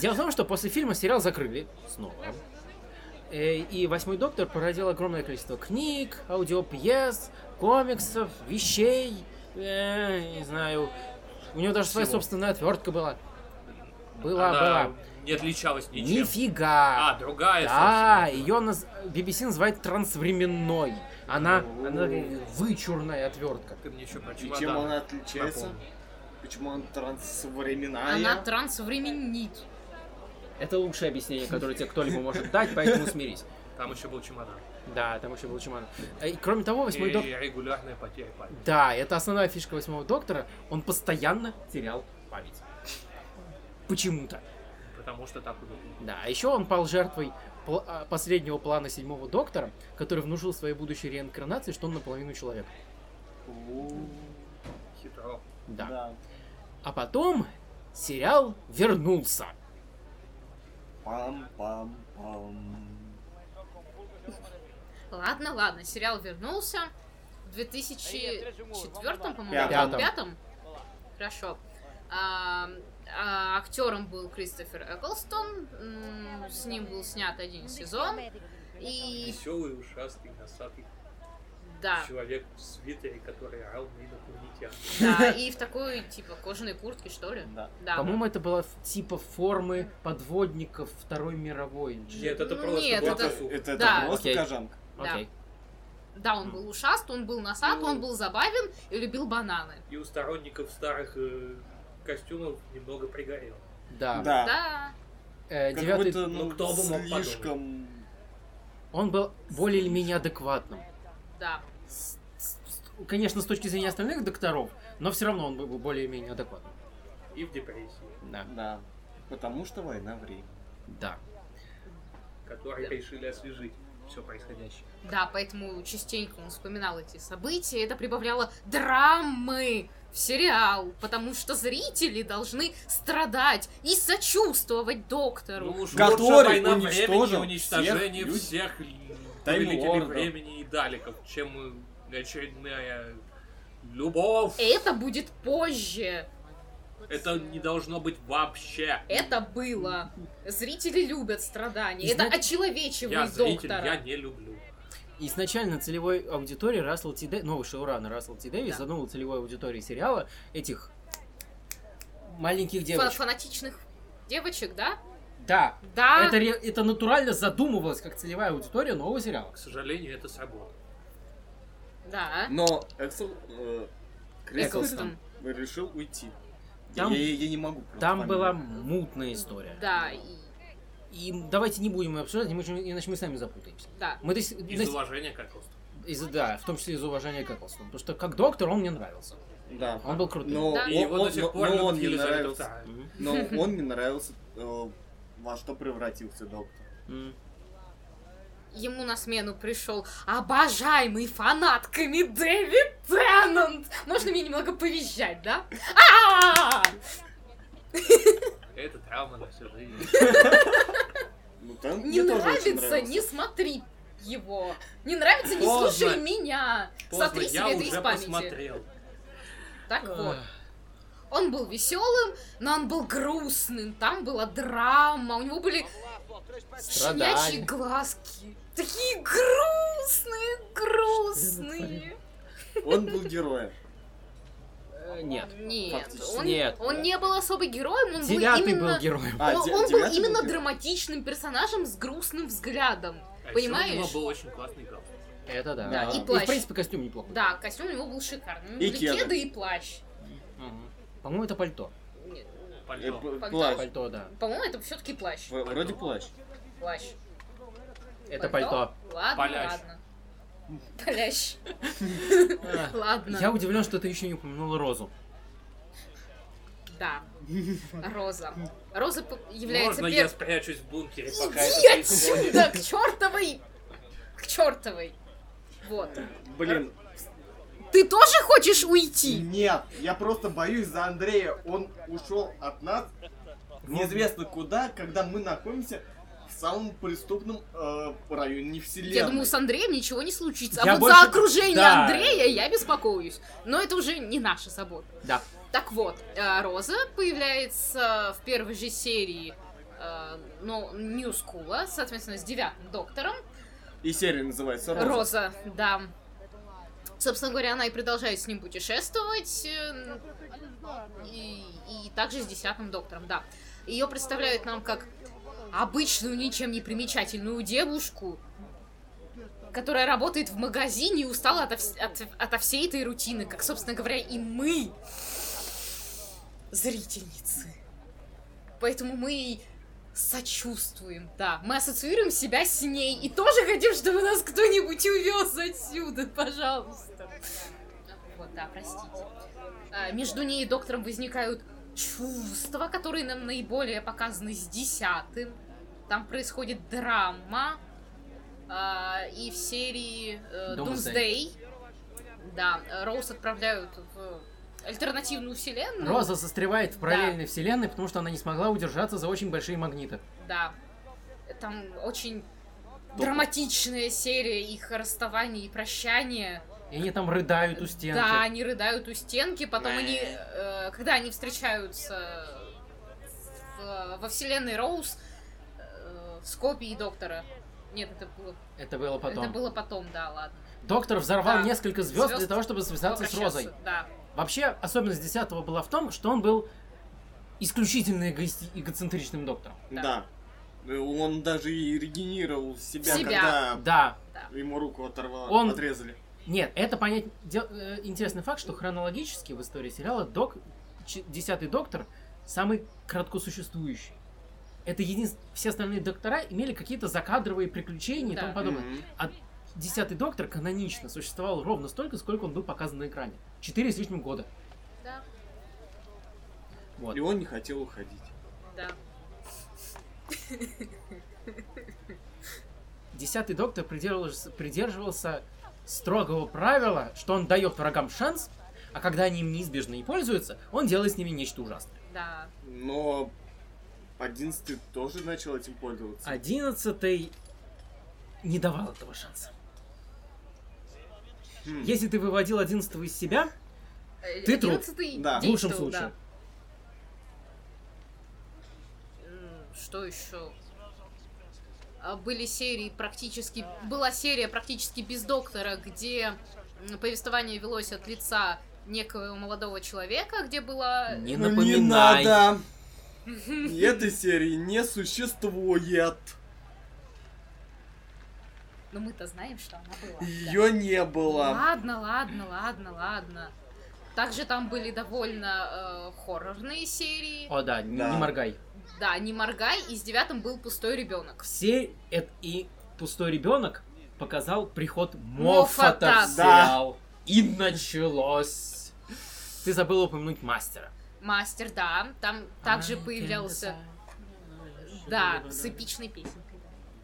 Speaker 1: Дело в том, что после фильма сериал закрыли снова. Э, И «Восьмой доктор» породил огромное количество книг, аудиопьес, комиксов, вещей, э, не знаю. У него даже своя
Speaker 3: Всего.
Speaker 1: собственная отвертка была. Была,
Speaker 3: Она
Speaker 1: была.
Speaker 3: не отличалась ничем.
Speaker 1: Нифига!
Speaker 3: А, другая,
Speaker 1: да,
Speaker 3: собственно.
Speaker 1: ее наз- BBC называет трансвременной. Она, она такая
Speaker 2: О.
Speaker 1: вычурная отвертка.
Speaker 3: Ты мне еще про
Speaker 2: И
Speaker 3: чемодан
Speaker 2: чем она отличается?
Speaker 3: напомни.
Speaker 2: Почему она трансвременная?
Speaker 4: Она трансвременник.
Speaker 1: Это лучшее объяснение, которое тебе кто-либо может дать, поэтому смирись.
Speaker 3: Там еще был чемодан.
Speaker 1: Да, там еще был чемодан. Э, И кроме того, восьмой
Speaker 3: и
Speaker 1: доктор...
Speaker 3: регулярная потеря памяти.
Speaker 1: Да, это основная фишка восьмого доктора. Он постоянно терял память. Почему-то.
Speaker 3: Потому что так удобно.
Speaker 1: Да, а еще он пал жертвой пл- а, последнего плана седьмого доктора, который внушил своей будущей реинкарнации, что он наполовину человек.
Speaker 2: О,
Speaker 3: Хитро.
Speaker 1: Да.
Speaker 2: Да.
Speaker 1: А потом сериал вернулся.
Speaker 2: Пам-пам-пам.
Speaker 4: Ладно, ладно, сериал вернулся в 2004, по-моему,
Speaker 2: Пятом.
Speaker 4: или пятом. Хорошо. А, а, актером был Кристофер Эклстон, м, с ним был снят один сезон, и
Speaker 3: Веселый, ушастый, носатый
Speaker 4: да,
Speaker 3: человек в свитере, который орал на инопланетян.
Speaker 4: да, и в такой, типа, кожаной куртке, что ли?
Speaker 2: Да.
Speaker 4: Да.
Speaker 1: По-моему, это было в- типа формы подводников Второй мировой.
Speaker 3: Нет, это
Speaker 4: Ну,
Speaker 3: просто
Speaker 4: нет,
Speaker 3: был
Speaker 2: Это,
Speaker 4: это-
Speaker 3: косух.
Speaker 2: это, это
Speaker 4: Да.
Speaker 2: просто
Speaker 1: Окей.
Speaker 2: кожанка.
Speaker 4: да.
Speaker 1: Окей.
Speaker 4: Да, он был ушаст, он был носат,
Speaker 3: Ну.
Speaker 4: он был забавен и любил бананы.
Speaker 3: И у сторонников старых э, костюмов немного пригорел.
Speaker 1: Да.
Speaker 3: А.
Speaker 2: Да.
Speaker 4: Да.
Speaker 1: Э,
Speaker 2: Как
Speaker 1: девятый...
Speaker 2: будто, ну,
Speaker 3: Ну, кто бы мог
Speaker 2: слишком...
Speaker 1: Он был более или менее адекватным.
Speaker 4: Да.
Speaker 1: С- с- с- Конечно, с точки зрения остальных докторов, но все равно он был более-менее адекватным.
Speaker 3: И в депрессии,
Speaker 1: Да.
Speaker 2: Да. Потому что война в Риме.
Speaker 1: Да.
Speaker 3: которые решили освежить все происходящее.
Speaker 4: Да, поэтому частенько он вспоминал эти события, это прибавляло драмы в сериал, потому что зрители должны страдать и сочувствовать доктору.
Speaker 3: уж
Speaker 2: Который
Speaker 3: лучше Ну, война времени
Speaker 2: уничтожил
Speaker 3: уничтожение
Speaker 2: всех
Speaker 3: всех, повелители
Speaker 2: Тайм-лордов.
Speaker 3: времени и далеков, чем э, очередная любовь.
Speaker 4: Это будет позже.
Speaker 3: Это не должно быть вообще.
Speaker 4: Это было. Зрители любят страдания. Это
Speaker 3: Я
Speaker 4: очеловечивает
Speaker 3: зритель,
Speaker 4: доктора.
Speaker 3: я не люблю.
Speaker 1: Изначально целевой аудитории Рассел Ти Дэ- новый шоуран Рассел Ти Дэвис
Speaker 4: Да.
Speaker 1: задумал целевой аудитории сериала этих маленьких
Speaker 4: Фа-
Speaker 1: девочек.
Speaker 4: Фанатичных девочек, да?
Speaker 1: Да,
Speaker 4: Да.
Speaker 1: это, ре- это натурально задумывалось как целевая аудитория нового сериала.
Speaker 3: К сожалению, это сработало.
Speaker 4: Да.
Speaker 2: Но Эксел... э, Креклстон
Speaker 4: Эклстон.
Speaker 2: решил уйти.
Speaker 1: Там-
Speaker 2: я, я- я не могу. просто
Speaker 1: Там
Speaker 2: фамилию.
Speaker 1: была мутная история.
Speaker 4: Да, и,
Speaker 1: И мы- давайте не будем её обсуждать, мы же- иначе мы сами запутаемся.
Speaker 4: да.
Speaker 1: Мы до с-
Speaker 3: Из
Speaker 1: до с-
Speaker 3: уважения к Эклсту.
Speaker 1: из- да, в том числе из уважения к Эклстону. Потому что как доктор он мне нравился.
Speaker 2: Да.
Speaker 1: Он
Speaker 3: Ну,
Speaker 1: был крутым.
Speaker 2: Но
Speaker 4: Да.
Speaker 3: И его до сих
Speaker 2: но-
Speaker 3: пор
Speaker 2: но он
Speaker 3: любит
Speaker 2: не
Speaker 3: Елизавета
Speaker 2: нравился.
Speaker 3: вторая.
Speaker 1: Мгм.
Speaker 2: Но он не нравился, э, во что превратился доктор.
Speaker 1: Мгм.
Speaker 4: Ему на смену пришел обожаемый фанатками Дэвид Теннант. Можно мне немного повизжать, да? А!
Speaker 3: Это травма на всю жизнь.
Speaker 2: Ну, там
Speaker 4: Не
Speaker 2: мне тоже очень
Speaker 4: нравится,
Speaker 2: нравился.
Speaker 4: не смотри его. Не нравится, не
Speaker 3: Поздно.
Speaker 4: слушай меня.
Speaker 3: Поздно,
Speaker 4: Сотри
Speaker 3: я
Speaker 4: себе это из
Speaker 3: уже
Speaker 4: памяти.
Speaker 3: посмотрел.
Speaker 4: Так вот.
Speaker 1: Эх.
Speaker 4: Он был веселым, но он был грустным. Там была драма. У него были
Speaker 1: Страдали.
Speaker 4: щенячьи глазки. Такие грустные, грустные.
Speaker 2: Он был героем.
Speaker 1: Э, Нет.
Speaker 4: Нет,
Speaker 2: Фактически
Speaker 4: он,
Speaker 1: нет.
Speaker 4: он не был особо героем, он был
Speaker 1: Девятый
Speaker 4: именно...
Speaker 1: был героем.
Speaker 2: А,
Speaker 4: он,
Speaker 2: де-
Speaker 4: он был
Speaker 2: девятый
Speaker 4: именно
Speaker 2: героем.
Speaker 4: драматичным персонажем с грустным взглядом.
Speaker 3: А ещё
Speaker 4: Понимаешь?
Speaker 3: У него был очень классный галстук.
Speaker 1: Это да.
Speaker 2: Да, и
Speaker 1: А, в
Speaker 4: плащ.
Speaker 1: принципе костюм неплохой.
Speaker 4: Да, костюм у него был шикарный.
Speaker 2: И
Speaker 4: Были
Speaker 2: кеды.
Speaker 4: кеды и плащ.
Speaker 1: Мгм. По-моему, это пальто.
Speaker 2: Э,
Speaker 4: Нет,
Speaker 3: Пальто.
Speaker 2: п-
Speaker 4: Пальто.
Speaker 2: Плащ.
Speaker 1: Пальто, да.
Speaker 4: По-моему, это все-таки плащ.
Speaker 2: В- Вроде плащ.
Speaker 4: Плащ.
Speaker 1: Это пальто.
Speaker 4: Ладно,
Speaker 3: Палящ.
Speaker 4: ладно. Палящ.
Speaker 1: Эх.
Speaker 4: Ладно.
Speaker 1: Я удивлен, что ты еще не упомянула розу.
Speaker 4: Да. Роза. Роза п- является
Speaker 3: Можно
Speaker 4: первой.
Speaker 3: я спрячусь в бункере, пока это
Speaker 4: Иди
Speaker 3: происходит?
Speaker 4: отсюда, к чертовой! К чертовой. Вот.
Speaker 2: Блин,
Speaker 4: Ты тоже хочешь уйти?
Speaker 2: нет, я просто боюсь за Андрея. Он ушел от нас Ну. неизвестно куда, когда мы находимся в самом преступном э, районе вселенной.
Speaker 4: Я думаю, с Андреем ничего не случится. А
Speaker 1: Я
Speaker 4: вот
Speaker 1: больше-
Speaker 4: за окружение
Speaker 1: Да.
Speaker 4: Андрея я беспокоюсь. Но это уже не наша забота.
Speaker 1: Да.
Speaker 4: Так вот, э, Роза появляется в первой же серии э, ну, New School, соответственно, с девятым доктором.
Speaker 2: И серия называется «Роза».
Speaker 4: Роза, да. Собственно говоря, она и продолжает с ним путешествовать. э, И, и также с десятым доктором, да. Ее представляют нам как обычную, ничем не примечательную девушку, которая работает в магазине и устала ото, вс- от- ото всей этой рутины, как, собственно говоря, и мы, зрительницы. Поэтому мы ей сочувствуем, да. Мы ассоциируем себя с ней и тоже хотим, чтобы нас кто-нибудь увез отсюда, пожалуйста. Вот, да, простите. А, между ней и доктором возникают чувства, которые нам наиболее показаны с десятым. Там происходит драма. А, и в серии э,
Speaker 1: Doomsday.
Speaker 4: Doomsday, да, Роуз отправляют в альтернативную вселенную.
Speaker 1: Роза застревает в параллельной вселенной, потому что она не смогла удержаться за очень большие магниты.
Speaker 4: Да. Там очень драматичная серия их расставания и прощания.
Speaker 1: И они там рыдают у стенки.
Speaker 4: Да, они рыдают у стенки, потом они, э, когда они встречаются в- во вселенной Роуз, э, с копией доктора. Нет, это было
Speaker 1: Это было потом.
Speaker 4: Это было потом, да, ладно.
Speaker 1: Доктор взорвал
Speaker 4: Да.
Speaker 1: несколько звезд, для
Speaker 4: Звезд.
Speaker 1: того, чтобы связаться с
Speaker 4: Попрощаться,
Speaker 1: Розой.
Speaker 4: Да.
Speaker 1: Вообще, особенность десятого была в том, что он был исключительно эгоисти- эгоцентричным доктором.
Speaker 2: Да. Э, Он даже и регенерировал себя,
Speaker 4: Себя.
Speaker 2: когда
Speaker 1: Да.
Speaker 2: ему руку оторвало,
Speaker 1: Он-
Speaker 2: отрезали.
Speaker 1: Нет, это понять... де- э, Интересный факт, что хронологически в истории сериала док... ч- десятый доктор самый краткосуществующий. Это единственное... Все остальные доктора имели какие-то закадровые приключения и
Speaker 4: Да.
Speaker 1: тому подобное.
Speaker 2: Мгм.
Speaker 1: Десятый доктор канонично существовал ровно столько, сколько он был показан на экране. Четыре с лишним года.
Speaker 4: Да,
Speaker 1: Вот.
Speaker 2: И он не хотел уходить.
Speaker 4: да.
Speaker 1: Десятый доктор придерживался, придерживался строгого правила, что он дает врагам шанс, а когда они им неизбежно не пользуются, он делает с ними нечто ужасное.
Speaker 4: Да. А,
Speaker 2: Но одиннадцатый тоже начал этим пользоваться.
Speaker 1: Одиннадцатый не давал этого шанса.
Speaker 2: Хм.
Speaker 1: Если ты выводил 11 из себя, Ты труп.
Speaker 4: Одиннадцатый
Speaker 2: Да.
Speaker 1: в
Speaker 2: День
Speaker 1: лучшем
Speaker 4: действовал, да.
Speaker 1: случае,
Speaker 4: М, Что еще? А, Были серии практически... Была серия практически без доктора, где м, повествование велось от лица некого молодого человека, где была...
Speaker 1: не
Speaker 2: Ну,
Speaker 1: напоминай.
Speaker 2: Не надо. Этой серии не существует.
Speaker 4: Ну мы-то знаем, что она была. да.
Speaker 2: Ее не было.
Speaker 4: Ладно, ладно, ладно, ладно. Также там были довольно э, хоррорные серии.
Speaker 1: О, да, не-
Speaker 2: Да.
Speaker 1: не моргай.
Speaker 4: Да, не моргай, и с девятым был пустой ребенок.
Speaker 1: Все это и пустой ребенок показал приход Моффата
Speaker 4: Моффата.
Speaker 1: в
Speaker 2: Да.
Speaker 1: сериал. И началось. Ты забыла упомянуть мастера.
Speaker 4: Мастер, да, там
Speaker 1: А,
Speaker 4: также
Speaker 2: А,
Speaker 4: появлялся. Да, с эпичной песенкой.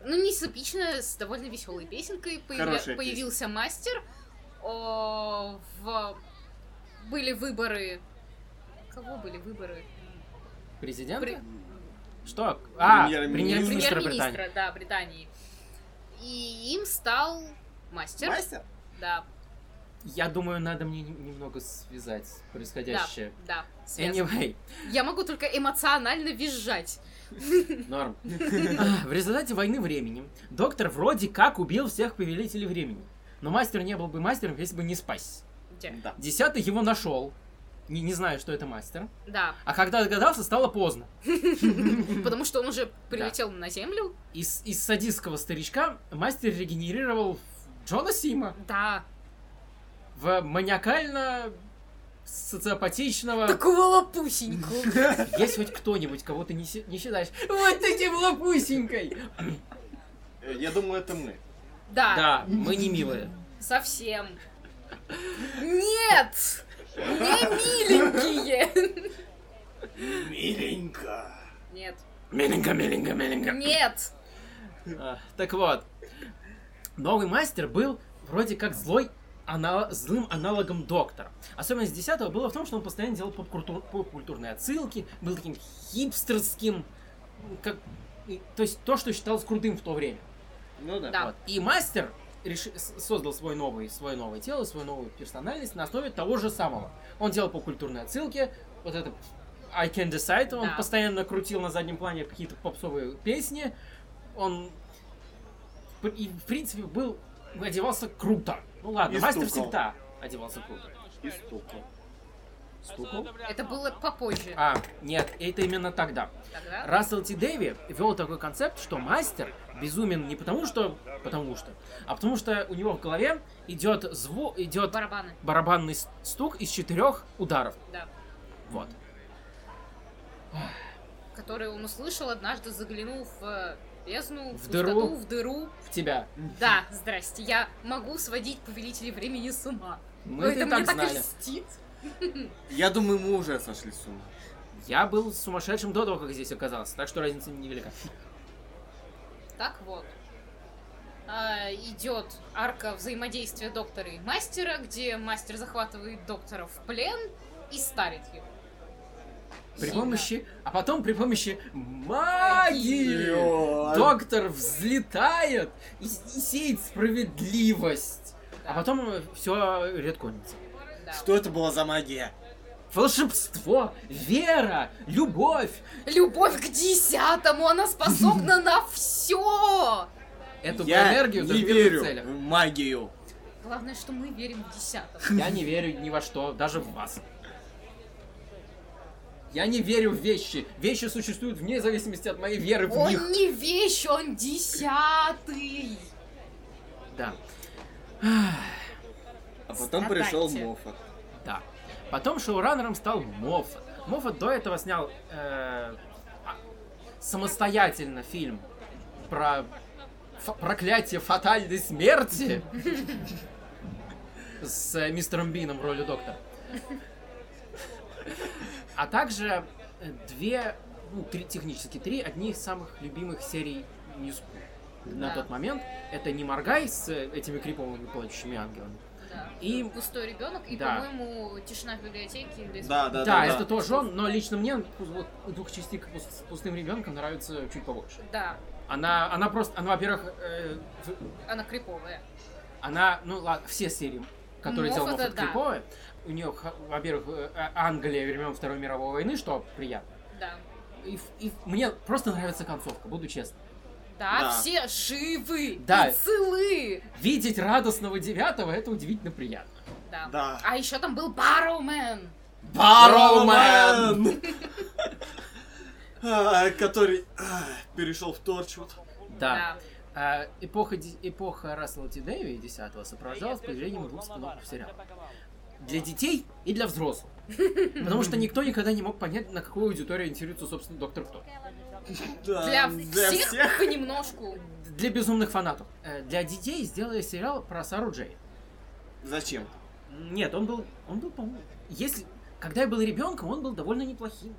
Speaker 4: да. Ну, не с эпичной, с довольно веселой песенкой. Появля-
Speaker 2: Хорошая
Speaker 4: Появился мастер. О, в- Были выборы... Кого были выборы?
Speaker 1: Президент?
Speaker 4: Пре-
Speaker 1: Что? А,
Speaker 2: Премьер-министр.
Speaker 1: премьер-министра Британии.
Speaker 4: Премьер-министра, да, Британии. И им стал мастер.
Speaker 2: Мастер?
Speaker 4: Да,
Speaker 1: Я думаю, надо мне нем- немного связать происходящее.
Speaker 4: да. связано.
Speaker 1: Anyway,
Speaker 4: Я могу только эмоционально визжать.
Speaker 1: норм. А, В результате войны времени доктор вроде как убил всех повелителей времени. Но мастер не был бы мастером, если бы не спасся.
Speaker 4: Где?
Speaker 2: Да.
Speaker 1: Десятый его нашел. Не, не знаю, что это мастер.
Speaker 4: Да,
Speaker 1: А когда догадался, стало поздно.
Speaker 4: потому что он уже прилетел на Землю.
Speaker 1: Из, из садистского старичка мастер регенерировал в Джона Сима
Speaker 4: Да.
Speaker 1: в маниакально социопатичного.
Speaker 4: Такого лопусенького.
Speaker 1: Есть хоть кто-нибудь, кого ты не, си- не считаешь вот таким лопусенькой.
Speaker 2: Э, Я думаю, это мы.
Speaker 4: Да,
Speaker 1: Да, мы не милые.
Speaker 4: совсем. Нет! Не миленькие!
Speaker 2: Миленько.
Speaker 4: Нет,
Speaker 1: Миленько, миленько, миленько.
Speaker 4: нет!
Speaker 1: А, Так вот, новый мастер был вроде как злой ана- злым аналогом доктора. Особенность десятого была в том, что он постоянно делал поп-культур- поп-культурные отсылки, был таким хипстерским, как, и- то есть то, что считалось крутым в то время.
Speaker 2: Ну да.
Speaker 4: Да.
Speaker 1: Вот. И мастер реши- с- создал свой новый, свое новое тело, свою новую персональность на основе того же самого. Он делал покультурные отсылки, вот это I Can Decide, он
Speaker 4: Да.
Speaker 1: постоянно крутил на заднем плане какие-то попсовые песни, он п- и, в принципе был одевался круто. Ну ладно,
Speaker 2: И
Speaker 1: мастер
Speaker 2: стукал.
Speaker 1: всегда одевался круто.
Speaker 2: И стукал.
Speaker 1: Стукал?
Speaker 4: Это было попозже.
Speaker 1: А, нет, это именно тогда.
Speaker 4: Тогда
Speaker 1: Рассел Т. Дэви вел такой концепт, что мастер безумен не потому что, потому что, а потому что у него в голове идет звук, идет
Speaker 4: барабаны.
Speaker 1: барабанный с- стук из четырех ударов.
Speaker 4: Да.
Speaker 1: Вот.
Speaker 4: Которые он услышал, однажды заглянув в э, бездну, в,
Speaker 1: В
Speaker 4: пустоту,
Speaker 1: дыру.
Speaker 4: в дыру.
Speaker 1: В тебя.
Speaker 4: Да, здрасте, я могу сводить повелителей времени с ума.
Speaker 1: Мы Ну, это и
Speaker 4: это
Speaker 1: так
Speaker 4: мне так и
Speaker 1: знали.
Speaker 4: льстит.
Speaker 2: Я думаю, мы уже сошли с ума.
Speaker 1: Я был сумасшедшим до того, как здесь оказался, так что разница невелика.
Speaker 4: Так вот. А, идет арка взаимодействия доктора и мастера, где мастер захватывает доктора в плен и старит его.
Speaker 1: При
Speaker 4: Сильно.
Speaker 1: помощи, а потом при помощи магии
Speaker 2: Ё,
Speaker 1: доктор взлетает и, и сеет справедливость. А потом все редконится.
Speaker 4: Да.
Speaker 2: А Что это была за магия?
Speaker 1: Волшебство, вера, любовь.
Speaker 4: Любовь к десятому, она способна на все!
Speaker 1: Эту
Speaker 2: Я
Speaker 1: энергию
Speaker 2: не
Speaker 1: зажгли в
Speaker 2: верю
Speaker 1: целях.
Speaker 2: в магию.
Speaker 4: Главное, что мы верим в десятого.
Speaker 1: Я не верю ни во что, даже в вас. Я не верю в вещи. Вещи существуют вне зависимости от моей веры в
Speaker 4: Он
Speaker 1: них.
Speaker 4: не вещь, он десятый!
Speaker 1: Да,
Speaker 2: А потом
Speaker 4: Страдайте.
Speaker 2: пришел Моффат.
Speaker 1: да. Потом шоураннером стал Моффат. Моффат до этого снял э, а- самостоятельно фильм про ф- проклятие фатальной смерти с э, мистером Бином в роли доктора. А также э, две, ну, три, технически три, одни из самых любимых серий Ньюс на
Speaker 4: Да.
Speaker 1: тот момент. Это «Не моргай» с э, этими криповыми плачущими ангелами.
Speaker 4: Да.
Speaker 1: И
Speaker 4: Пустой ребенок и,
Speaker 1: Да.
Speaker 4: по-моему, тишина в библиотеке или
Speaker 2: Да, да, да.
Speaker 1: да,
Speaker 2: да.
Speaker 1: это тоже он, но лично мне вот двух частей как пус- с пустым ребенком нравится чуть побольше.
Speaker 4: Да.
Speaker 1: Она, она просто, она, во-первых, э, в-
Speaker 4: Она криповая.
Speaker 1: она, ну ладно, все серии, которые
Speaker 4: Мох
Speaker 1: делал Моффат,
Speaker 4: это да.
Speaker 1: криповые. У нее, х- во-первых, э, а- Англия времен Второй мировой войны, что приятно.
Speaker 4: Да.
Speaker 1: И, ф- и ф- мне просто нравится концовка, буду честен.
Speaker 4: Да,
Speaker 2: Да.
Speaker 4: все живы
Speaker 1: Да.
Speaker 4: и целы.
Speaker 1: Видеть радостного девятого это удивительно приятно.
Speaker 4: Да.
Speaker 2: Да.
Speaker 4: А еще там был Барроумен.
Speaker 1: Бароумен!
Speaker 2: А, Который а, перешел в Торчвуд.
Speaker 1: Да. А, эпоха, Ди- эпоха Рассела Ти Дэви 10 сопровождалась появлением двух спин сериалов. Для детей и для взрослых. Потому что никто никогда не мог понять, на какую аудиторию интересуется, собственно, Доктор Кто.
Speaker 2: Да,
Speaker 4: Для, всех, понемножку.
Speaker 1: Для безумных фанатов. Э, Для детей сделали сериал про Сару Джей.
Speaker 2: Зачем?
Speaker 1: Нет, он был, он был, по-моему, если, когда я был ребенком, он был довольно неплохим.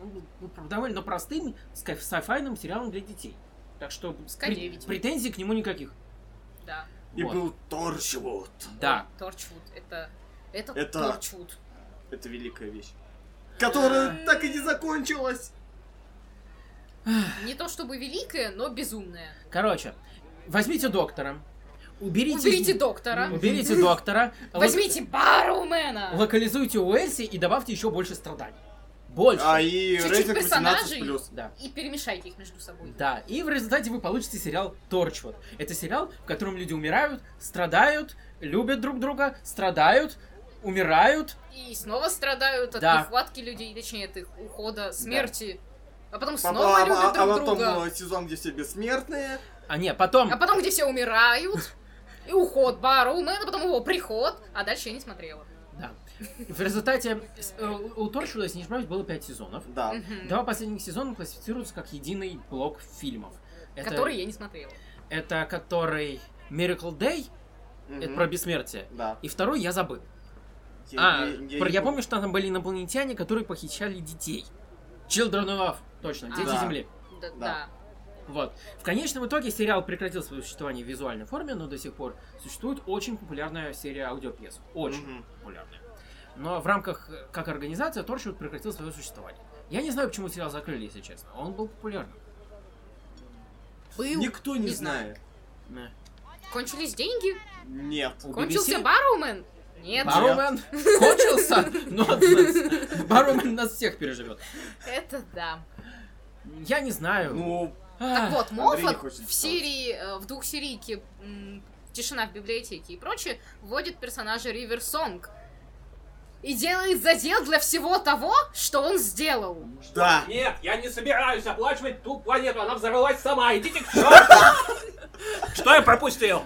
Speaker 1: Он был, ну, про- довольно простым, скай- сайфайным сериалом для детей. Так что
Speaker 4: Скай девять.
Speaker 1: претензий к нему никаких.
Speaker 4: Да.
Speaker 2: И
Speaker 1: Вот.
Speaker 2: был Торчвуд.
Speaker 1: Да.
Speaker 4: Торчвуд. Это... Это,
Speaker 2: Это-
Speaker 4: Торчвуд.
Speaker 2: Это великая вещь. Которая так и не закончилась.
Speaker 4: Не то чтобы великое, но безумное.
Speaker 1: Короче, возьмите доктора. Уберите...
Speaker 4: Уберите доктора.
Speaker 1: Уберите доктора. лок-
Speaker 4: Возьмите Барроумена.
Speaker 1: Локализуйте Уэльси и добавьте еще больше страданий. Больше.
Speaker 2: А и
Speaker 4: Чуть-чуть
Speaker 2: рейтинг 18
Speaker 4: персонажей.
Speaker 2: плюс.
Speaker 1: Да.
Speaker 4: И перемешайте их между собой.
Speaker 1: Да, и в результате вы получите сериал Торчвуд. Это сериал, в котором люди умирают, страдают, любят друг друга, страдают, умирают.
Speaker 4: И снова страдают от
Speaker 1: Да.
Speaker 4: нехватки людей, точнее, от их ухода, смерти. А потом
Speaker 2: Папа,
Speaker 4: снова
Speaker 2: а-
Speaker 4: любят
Speaker 2: а, а
Speaker 4: друг
Speaker 2: потом
Speaker 4: друга.
Speaker 2: э, сезон, где все бессмертные.
Speaker 1: А не, потом...
Speaker 4: А потом, где все умирают, и уход Барроумена, потом его приход, а дальше я не смотрела.
Speaker 1: Да. В результате с- э, у у Торчвуда, если не ошибаюсь, было 5 сезонов.
Speaker 2: Да.
Speaker 4: Мгм.
Speaker 1: Два последних сезона классифицируются как единый блок фильмов. Это,
Speaker 4: Который я не смотрела.
Speaker 1: это который Miracle Day, это
Speaker 2: Мгм.
Speaker 1: про бессмертие.
Speaker 2: Да.
Speaker 1: И второй я забыл.
Speaker 2: Я-
Speaker 1: А,
Speaker 2: я- я
Speaker 1: про-
Speaker 2: не
Speaker 1: я помню, что там были инопланетяне, которые похищали детей. Children of Love, точно,
Speaker 4: А.
Speaker 1: Дети
Speaker 2: Да.
Speaker 1: Земли.
Speaker 4: Да.
Speaker 2: Да.
Speaker 4: да.
Speaker 1: Вот. В конечном итоге сериал прекратил свое существование в визуальной форме, но до сих пор существует очень популярная серия аудиопьес. Очень
Speaker 2: Мгм.
Speaker 1: популярная. Но в рамках, э, как организация, Торчвуд прекратил свое существование. Я не знаю, почему сериал закрыли, если честно. Он был популярным.
Speaker 4: Был.
Speaker 2: Никто не
Speaker 4: не знаю.
Speaker 2: знает.
Speaker 1: Да.
Speaker 4: Кончились деньги?
Speaker 2: Нет.
Speaker 1: У
Speaker 4: Кончился
Speaker 1: BBC
Speaker 4: Барроумен? Нет.
Speaker 1: Барроумен кончился, но от нас- Барроумен нас всех переживет.
Speaker 4: Это да.
Speaker 1: Я не знаю.
Speaker 2: Ну,
Speaker 1: А,
Speaker 4: Так вот,
Speaker 2: Андрей не
Speaker 4: Моффат
Speaker 2: хочет
Speaker 4: в серии, э, в двух серийке м, «Тишина в библиотеке» и прочее, вводит персонажа Ривер Сонг. И делает задел для всего того, что он сделал.
Speaker 2: да.
Speaker 3: Нет, я не собираюсь оплачивать ту планету, она взорвалась сама, идите к черту! Что я пропустил?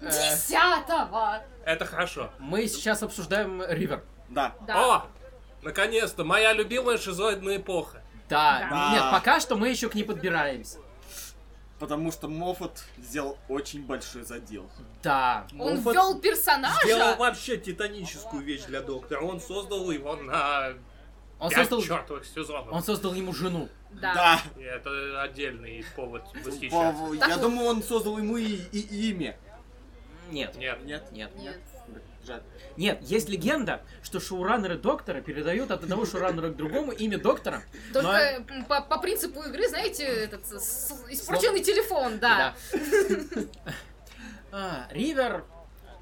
Speaker 1: Э,
Speaker 4: Десятого!
Speaker 3: Это хорошо.
Speaker 1: Мы сейчас обсуждаем Ривер.
Speaker 2: Да.
Speaker 4: Да.
Speaker 3: О, наконец-то, моя любимая шизоидная эпоха.
Speaker 1: Да,
Speaker 2: Да.
Speaker 1: нет, пока что мы еще к ней подбираемся.
Speaker 2: Потому что Моффат сделал очень большой задел.
Speaker 1: Да.
Speaker 4: Он
Speaker 3: Моффат
Speaker 4: ввел персонажа!
Speaker 3: Сделал вообще титаническую вещь для доктора. Он создал его на
Speaker 1: Он
Speaker 3: пять
Speaker 1: создал,
Speaker 3: чертовых сезонов.
Speaker 1: он создал ему жену.
Speaker 4: Да.
Speaker 3: И Это отдельный повод восхищаться.
Speaker 2: Во-
Speaker 4: Так
Speaker 2: Я
Speaker 4: вот.
Speaker 2: думаю, он создал ему и, и имя.
Speaker 1: Нет.
Speaker 3: Нет.
Speaker 2: Нет.
Speaker 1: Нет.
Speaker 4: Нет.
Speaker 2: Жаль.
Speaker 1: Нет, есть легенда, что шоураннеры доктора передают от одного шоураннера к другому имя доктора.
Speaker 4: Только
Speaker 1: Но-
Speaker 4: м, по, по принципу игры, знаете, этот с- с- испорченный телефон, да.
Speaker 1: А, Ривер.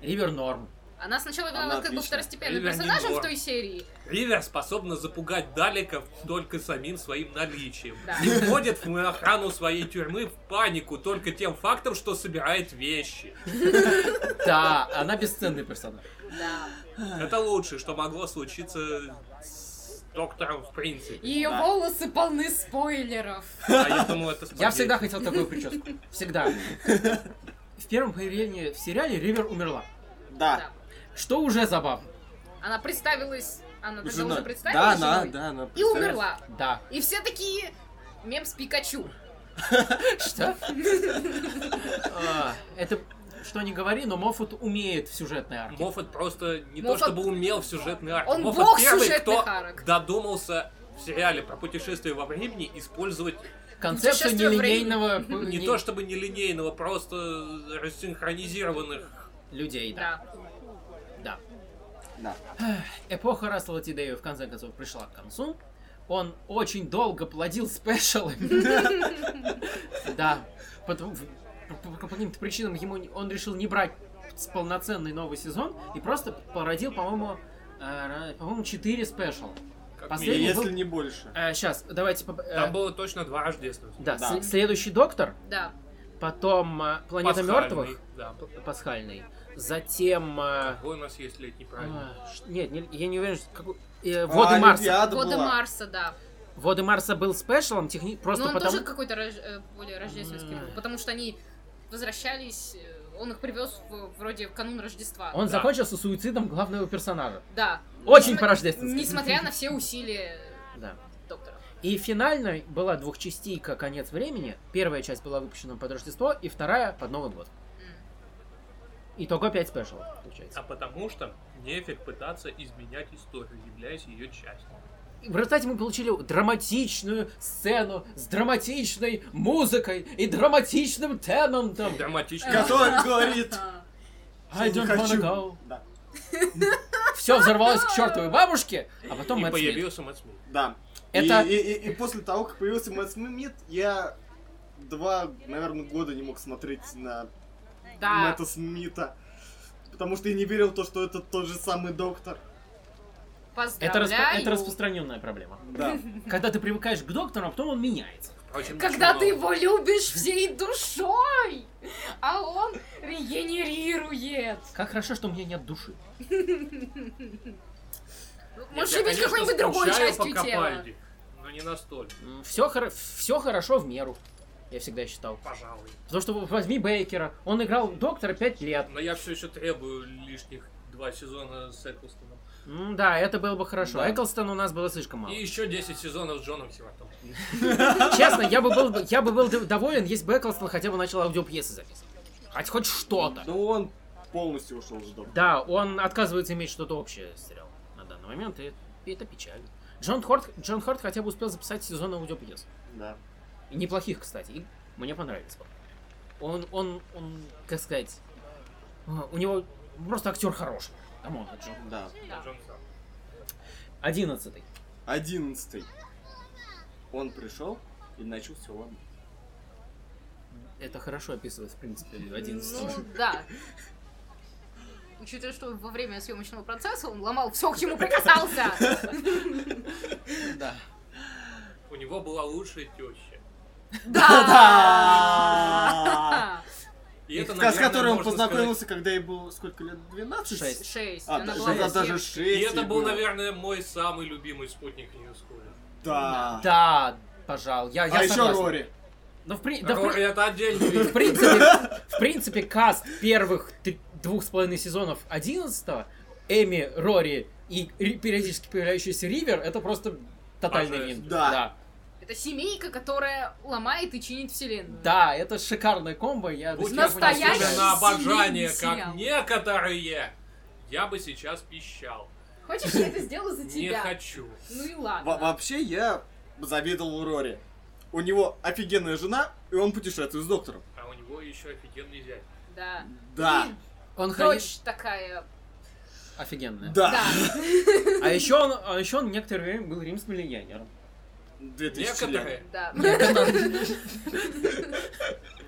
Speaker 1: Ривер норм.
Speaker 4: Она сначала была
Speaker 2: Она
Speaker 4: как бы
Speaker 2: отличная.
Speaker 4: второстепенным
Speaker 3: Ривер не
Speaker 4: персонажем в
Speaker 3: вор.
Speaker 4: той серии.
Speaker 3: Ривер способна запугать Даликов только самим своим наличием.
Speaker 4: Да.
Speaker 3: И вводит в охрану своей тюрьмы в панику только тем фактом, что собирает вещи.
Speaker 1: Да, она бесценный персонаж.
Speaker 4: Да.
Speaker 3: Это лучшее, что могло случиться с доктором в принципе.
Speaker 4: Ее
Speaker 2: Да.
Speaker 4: волосы полны спойлеров.
Speaker 3: А я думал,
Speaker 1: Я
Speaker 3: это спойлер.
Speaker 1: всегда хотел такую прическу. Всегда. В первом появлении в сериале Ривер умерла.
Speaker 2: Да.
Speaker 1: Что уже забавно.
Speaker 4: Она представилась, она тогда
Speaker 2: Жена.
Speaker 4: уже
Speaker 2: Да,
Speaker 4: представилась
Speaker 2: она,
Speaker 4: женой
Speaker 2: да, она.
Speaker 4: и
Speaker 2: представилась.
Speaker 4: умерла.
Speaker 1: Да.
Speaker 4: И все такие мем с Пикачу.
Speaker 1: Что? А, Это что не говори, но Моффат умеет в сюжетной арке.
Speaker 3: Моффат просто не то
Speaker 4: Моффат-
Speaker 3: чтобы умел в сюжетный арк.
Speaker 4: Он
Speaker 3: Моффат
Speaker 4: бог
Speaker 3: первый,
Speaker 4: сюжетных
Speaker 3: кто
Speaker 4: арок.
Speaker 3: додумался в сериале про путешествие во времени использовать
Speaker 1: Концепцию
Speaker 4: Путешествие
Speaker 1: нелинейного п-
Speaker 3: не
Speaker 1: не-
Speaker 3: то чтобы нелинейного, просто рассинхронизированных
Speaker 1: людей, да.
Speaker 4: Да.
Speaker 1: да.
Speaker 2: Да.
Speaker 1: Эпоха Рассела Ти Дэви в конце концов пришла к концу. Он очень долго плодил спешалами. Да. Потом- по- По каким-то причинам ему не- он решил не брать с- полноценный новый сезон и просто породил, по-моему, э, по-моему, 4 спешала.
Speaker 3: Как
Speaker 1: Последний
Speaker 3: минимум.
Speaker 1: был-
Speaker 2: Если не больше.
Speaker 1: Сейчас, давайте... поп- э,
Speaker 3: Там было точно два рождественских.
Speaker 1: Да,
Speaker 2: Да.
Speaker 1: с- следующий доктор,
Speaker 4: Да.
Speaker 1: потом э, Планета
Speaker 3: Пасхальный,
Speaker 1: мертвых,
Speaker 3: Да.
Speaker 1: п- пасхальный, затем... э,
Speaker 3: Какой у нас есть летний праздник?
Speaker 1: а, ш- Нет, не- я не уверен, что... какой- э,
Speaker 2: А,
Speaker 1: Воды Марса.
Speaker 2: Олимпиада
Speaker 4: Года
Speaker 2: была.
Speaker 4: Марса, да.
Speaker 1: Воды Марса был спешалом, техни-
Speaker 4: Но
Speaker 1: просто
Speaker 4: Ну, он
Speaker 1: потому...
Speaker 4: тоже какой-то рож- э, более рождественский
Speaker 1: М.
Speaker 4: был, потому что они возвращались, э, он их привез в- вроде в канун Рождества.
Speaker 1: Он
Speaker 3: Да.
Speaker 1: закончился суицидом главного персонажа.
Speaker 4: Да.
Speaker 1: Очень
Speaker 4: Несма-
Speaker 1: по-рождественски.
Speaker 4: Несмотря на все усилия
Speaker 1: Да.
Speaker 4: доктора.
Speaker 1: И финальной была двухчастейка «Конец времени». Первая часть была выпущена под Рождество, и вторая под Новый год.
Speaker 4: М.
Speaker 1: Итого 5 спешалов, получается.
Speaker 3: А потому что нефиг пытаться изменять историю, являясь ее частью.
Speaker 1: И в результате мы получили драматичную сцену с драматичной музыкой и драматичным тенантом.
Speaker 3: Ну,
Speaker 4: Э,
Speaker 3: Драматично.
Speaker 2: Который говорит...
Speaker 1: I
Speaker 2: «Я
Speaker 1: don't
Speaker 2: не
Speaker 1: wanna
Speaker 2: хочу».
Speaker 1: go.
Speaker 2: Да.
Speaker 1: Все взорвалось к чертовой бабушке, а потом
Speaker 3: И
Speaker 1: Мэтт Смит.
Speaker 3: появился Мэтт Смит.
Speaker 2: Да.
Speaker 1: Это-
Speaker 2: И, и- и- и после того, как появился Мэтт Смит, я два, наверное, года не мог смотреть на
Speaker 4: Да.
Speaker 2: Мэтта Смита. Потому что я не верил в то, что это тот же самый доктор.
Speaker 1: Это,
Speaker 4: Поздравляю.
Speaker 1: распро- это распространенная проблема.
Speaker 2: Да.
Speaker 1: Когда ты привыкаешь к доктору, а потом он меняется.
Speaker 3: Впрочем,
Speaker 4: Когда
Speaker 3: ничего
Speaker 4: ты
Speaker 3: нового.
Speaker 4: его любишь всей душой, а он регенерирует.
Speaker 1: Как хорошо, что у меня нет души.
Speaker 2: Ну,
Speaker 3: Я,
Speaker 4: Может быть,
Speaker 3: конечно,
Speaker 4: какой-нибудь другой
Speaker 3: скучаю
Speaker 4: частью
Speaker 3: по
Speaker 4: тела.
Speaker 3: Капальди, Но не настолько.
Speaker 1: Все, все хорошо в меру. Я всегда считал.
Speaker 3: Пожалуй.
Speaker 1: Потому что возьми Бейкера, он играл доктора 5 лет.
Speaker 3: Но я все еще требую лишних два сезона с Эклстоном.
Speaker 1: М, да, это было бы хорошо.
Speaker 2: Да.
Speaker 1: Эклстон у нас было слишком мало.
Speaker 3: И еще 10 сезонов с Джоном Хивартом.
Speaker 1: Честно, я бы был, бы- я бы был д- доволен, если бы Эклстон хотя бы начал аудиопьесы записывать. Хоть хоть что-то.
Speaker 2: Ну он полностью ушел с доктора.
Speaker 1: Да, он отказывается иметь что-то общее с сериалом на данный момент, и, и это печально. Джон Хорт, Джон Хорт хотя бы успел записать сезон аудиопьес.
Speaker 2: Да.
Speaker 1: И неплохих, кстати. И мне понравилось. Он, он, он, как сказать, а, у него просто актер хороший. Камон, это Джон.
Speaker 2: Да.
Speaker 4: Да.
Speaker 3: Джон Хивард.
Speaker 1: Одиннадцатый.
Speaker 2: Одиннадцатый. Он пришел и начал все ломать.
Speaker 1: Это хорошо описывает, в принципе,
Speaker 4: Ну,
Speaker 1: одиннадцатый.
Speaker 4: да. Учитывая, что во время съемочного процесса он ломал все, к чему прикасался.
Speaker 1: Да.
Speaker 3: У него была лучшая теща.
Speaker 2: Да!
Speaker 3: И это,
Speaker 2: С
Speaker 3: наверное,
Speaker 2: которой он
Speaker 3: можно
Speaker 2: познакомился, когда ей было сколько лет? 12?
Speaker 1: Шесть.
Speaker 4: Шесть.
Speaker 2: А,
Speaker 4: Она
Speaker 2: да-
Speaker 4: была
Speaker 2: да- даже
Speaker 4: всех-
Speaker 2: 6.
Speaker 3: сказать. И это был, наверное, мой самый любимый спутник Ньюскуля.
Speaker 2: Да.
Speaker 1: Да, пожалуй. Я, я
Speaker 2: А еще
Speaker 1: согласен.
Speaker 2: Рори.
Speaker 1: Ну, в, при- да, в при-
Speaker 3: Рори это отдельный
Speaker 1: в
Speaker 3: вид.
Speaker 1: принципе, в принципе, каст первых три- двух с половиной сезонов одиннадцатого, Эми, Рори и ри- периодически появляющийся Ривер, это просто тотальный
Speaker 3: Пожесть.
Speaker 1: вин.
Speaker 2: Да.
Speaker 1: да.
Speaker 4: Это семейка, которая ломает и чинит вселенную.
Speaker 1: Да, это шикарная комбо, я до
Speaker 3: Будь
Speaker 1: сих
Speaker 3: я
Speaker 1: пор не
Speaker 4: Настоящий
Speaker 3: способен на
Speaker 1: осуждаю.
Speaker 3: обожание,
Speaker 4: семейный
Speaker 3: как
Speaker 4: сериал.
Speaker 3: некоторые, я бы сейчас пищал.
Speaker 4: Хочешь, я это сделала за
Speaker 3: Не
Speaker 4: тебя?
Speaker 3: хочу.
Speaker 4: Ну и
Speaker 2: Во-
Speaker 4: ладно.
Speaker 2: Вообще, я завидовал Рори. У него офигенная жена, и он путешествует с доктором.
Speaker 3: А у него еще офигенный зять.
Speaker 4: Да.
Speaker 2: Да.
Speaker 1: Он
Speaker 4: Дочь такая.
Speaker 1: Офигенная.
Speaker 2: Да.
Speaker 4: Да.
Speaker 1: А еще он, а еще он некоторое время был римским миллионером.
Speaker 2: 2000 лет.
Speaker 3: Некоторые.
Speaker 4: Да.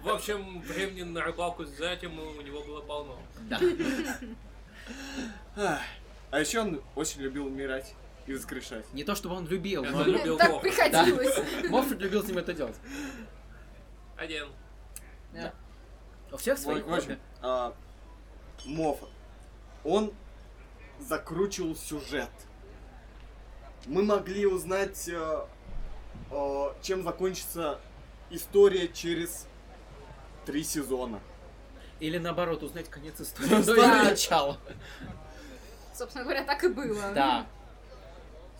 Speaker 3: В общем, времени на рыбалку с зятем у него было полно.
Speaker 1: Да.
Speaker 2: Ах. А еще он очень любил умирать и воскрешать.
Speaker 1: Не то чтобы он любил,
Speaker 3: Это
Speaker 1: но
Speaker 3: люб- Любил
Speaker 4: Так
Speaker 3: Вова.
Speaker 4: приходилось.
Speaker 1: Моффорд любил с ним это делать.
Speaker 3: Один.
Speaker 1: Да. У всех свои
Speaker 2: В общем,
Speaker 1: хобби.
Speaker 2: а, Моффат. Он закручивал сюжет. Мы могли узнать, э, э, чем закончится история через три сезона.
Speaker 1: Или наоборот, узнать конец истории до
Speaker 2: Да.
Speaker 1: ее начала.
Speaker 4: Собственно говоря, так и было.
Speaker 1: Да,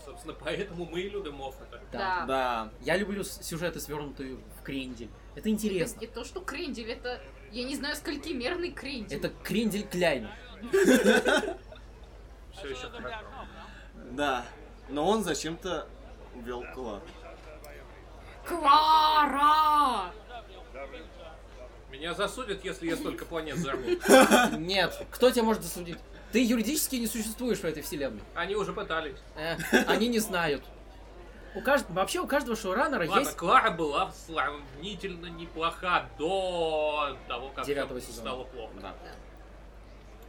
Speaker 3: Собственно, поэтому мы и любим Моффата.
Speaker 1: да.
Speaker 4: Да.
Speaker 2: Да.
Speaker 1: Я люблю с- сюжеты, свернутые в крендель. Это интересно.
Speaker 4: Не то, что крендель, это, я не знаю, скольки мерный крендель.
Speaker 1: Это крендель Кляйн.
Speaker 3: Все еще хорошо.
Speaker 2: Да. Но он зачем-то вел клад.
Speaker 4: Клара!
Speaker 3: Меня засудят, если я столько планет взорву.
Speaker 1: Нет, кто тебя может засудить? Ты юридически не существуешь в этой вселенной.
Speaker 3: Они уже пытались.
Speaker 1: Э, они не знают. у кажд- вообще у каждого шоураннера
Speaker 3: Ладно,
Speaker 1: есть...
Speaker 3: Клара была сравнительно неплоха до того, как
Speaker 1: Девятого
Speaker 3: всё
Speaker 1: сезона.
Speaker 3: стало плохо.
Speaker 1: Да.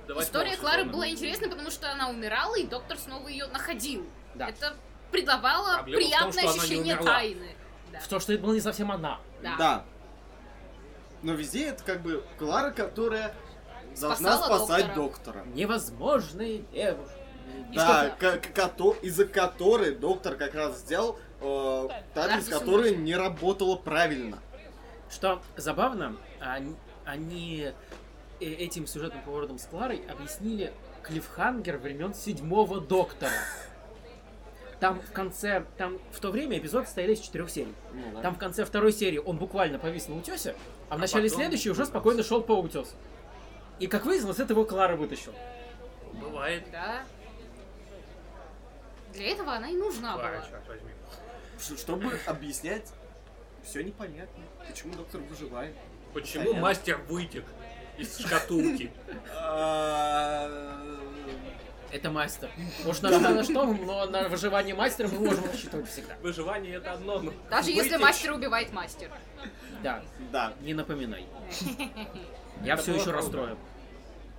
Speaker 3: До восьмого
Speaker 4: История Клары
Speaker 3: сезона.
Speaker 4: была интересна, потому что она умирала, и доктор снова ее находил.
Speaker 1: Да.
Speaker 4: Это придавало
Speaker 3: Проблема в том,
Speaker 4: приятное
Speaker 3: что она не
Speaker 4: ощущение
Speaker 3: умерла.
Speaker 4: тайны. Да.
Speaker 1: В то, что это была не совсем одна.
Speaker 4: Да.
Speaker 2: Но везде это как бы Клара, которая должна
Speaker 4: Спасала
Speaker 2: спасать доктора.
Speaker 1: Невозможные девушки.
Speaker 4: И
Speaker 2: Да,
Speaker 4: что-то-
Speaker 2: к- к- кото- из-за которой доктор как раз сделал э, таблиц,
Speaker 4: Таблицу
Speaker 2: которая
Speaker 4: смерти.
Speaker 2: не работала правильно.
Speaker 1: Что забавно, они, они э- этим сюжетным поворотом с Кларой объяснили клиффхангер времен седьмого доктора. Там в конце, там в то время эпизод состояли из четырех серий.
Speaker 2: Ну да.
Speaker 1: Там в конце второй серии он буквально повис на утесе, а в начале
Speaker 3: потом-
Speaker 1: следующей уже спокойно шел по утесу. И как выяснилось, это его Клара вытащил.
Speaker 3: Бывает.
Speaker 4: Да. Для этого она и нужна
Speaker 3: Клара,
Speaker 4: была.
Speaker 3: чёрт возьми.
Speaker 2: Ш- Чтобы объяснять, все непонятно. Почему доктор выживает?
Speaker 3: Почему
Speaker 2: Понятно.
Speaker 3: мастер вытек из шкатулки?
Speaker 2: Э, А,
Speaker 1: Это мастер. Может, на что, на что, но на выживание мастера мы можем рассчитывать всегда.
Speaker 3: Выживание это одно. но
Speaker 4: Даже если
Speaker 3: вытечь-
Speaker 4: мастер убивает мастер.
Speaker 1: Да,
Speaker 2: Да.
Speaker 1: не напоминай. Я
Speaker 3: Это
Speaker 1: все
Speaker 3: было
Speaker 1: еще
Speaker 3: круто.
Speaker 1: расстроен.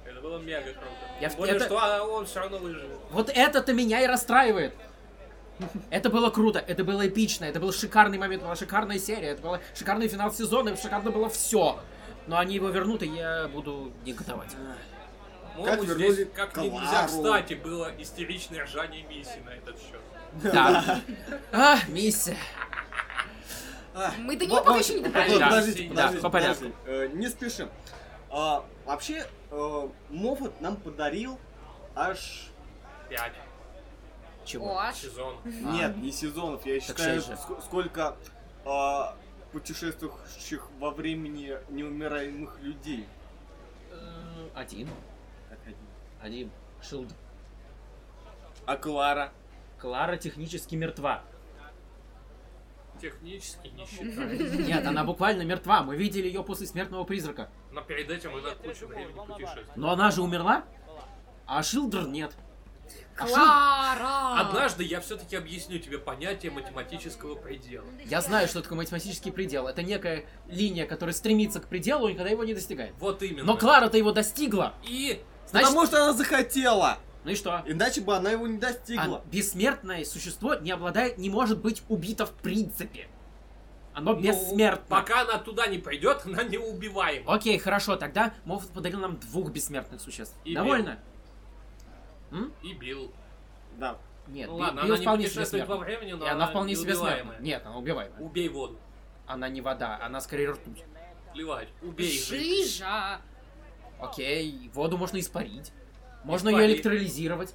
Speaker 3: Это было мега круто.
Speaker 1: Я
Speaker 3: Я
Speaker 1: в-
Speaker 3: понял,
Speaker 1: это-
Speaker 3: что а, он все равно выжил.
Speaker 1: Вот это-то меня и расстраивает. Это было круто, это было эпично, это был шикарный момент, была шикарная серия, это был шикарный финал сезона, шикарно было все. Но они его вернут, и я буду негодовать.
Speaker 3: Как
Speaker 2: вернули
Speaker 3: здесь, как
Speaker 2: Клару.
Speaker 3: нельзя, кстати, было истеричное ржание Мисси на этот счет.
Speaker 1: Да. А, миссия.
Speaker 2: А,
Speaker 4: Мы до
Speaker 2: во-
Speaker 4: него пока
Speaker 2: во-
Speaker 4: еще не
Speaker 2: вот-
Speaker 4: добрались.
Speaker 2: вот Подождите,
Speaker 3: Да,
Speaker 2: подождите,
Speaker 1: по порядку.
Speaker 2: подождите. Э, Не спешим. А, Вообще, э, Моффат нам подарил аж...
Speaker 3: Пять
Speaker 1: Чего?
Speaker 4: О, аж.
Speaker 3: сезон.
Speaker 2: Нет, не сезонов, я считаю,
Speaker 1: шесть же.
Speaker 2: ск- сколько а, путешествующих во времени неумираемых людей.
Speaker 1: Э, Один.
Speaker 2: Как они.
Speaker 1: Один. Шилд.
Speaker 2: А Клара?
Speaker 1: Клара технически мертва.
Speaker 3: Технически не считается.
Speaker 1: Нет, она буквально мертва. Мы видели ее после смертного призрака.
Speaker 3: Но перед этим уже куча времени путешествий.
Speaker 1: Но она же умерла. А Шилдер нет. А Шил-
Speaker 4: Клара!
Speaker 1: А.
Speaker 3: Однажды я все-таки объясню тебе понятие математического предела.
Speaker 1: Я знаю, что такое математический предел. Это некая линия, которая стремится к пределу и никогда его не достигает.
Speaker 3: Вот именно.
Speaker 1: Но Клара-то его достигла.
Speaker 3: И
Speaker 1: Значит,
Speaker 2: Потому что она захотела!
Speaker 1: ну и что?
Speaker 2: Иначе бы она его не достигла.
Speaker 1: А бессмертное существо не обладает, не может быть убито в принципе. Оно
Speaker 3: ну,
Speaker 1: бессмертно.
Speaker 3: пока она туда не придет, она не убиваема.
Speaker 1: Окей, хорошо, тогда Моффат подарил нам двух бессмертных существ.
Speaker 3: И
Speaker 1: Довольно?
Speaker 3: И бил.
Speaker 2: Да.
Speaker 1: Нет,
Speaker 3: Ну
Speaker 1: Бил-
Speaker 3: ладно,
Speaker 1: Бил
Speaker 3: она не
Speaker 1: вполне себе
Speaker 3: путешествует во
Speaker 1: смертна.
Speaker 3: времени, но
Speaker 1: И она вполне себе смертная.
Speaker 3: неубиваемая.
Speaker 1: Нет, она убиваемая.
Speaker 3: Убей воду.
Speaker 1: Она не вода, она скорее ртуть.
Speaker 3: Плевать. Убей жить.
Speaker 4: Жижа!
Speaker 1: Окей, воду можно испарить. Можно ее
Speaker 3: Испарить.
Speaker 1: электролизировать. И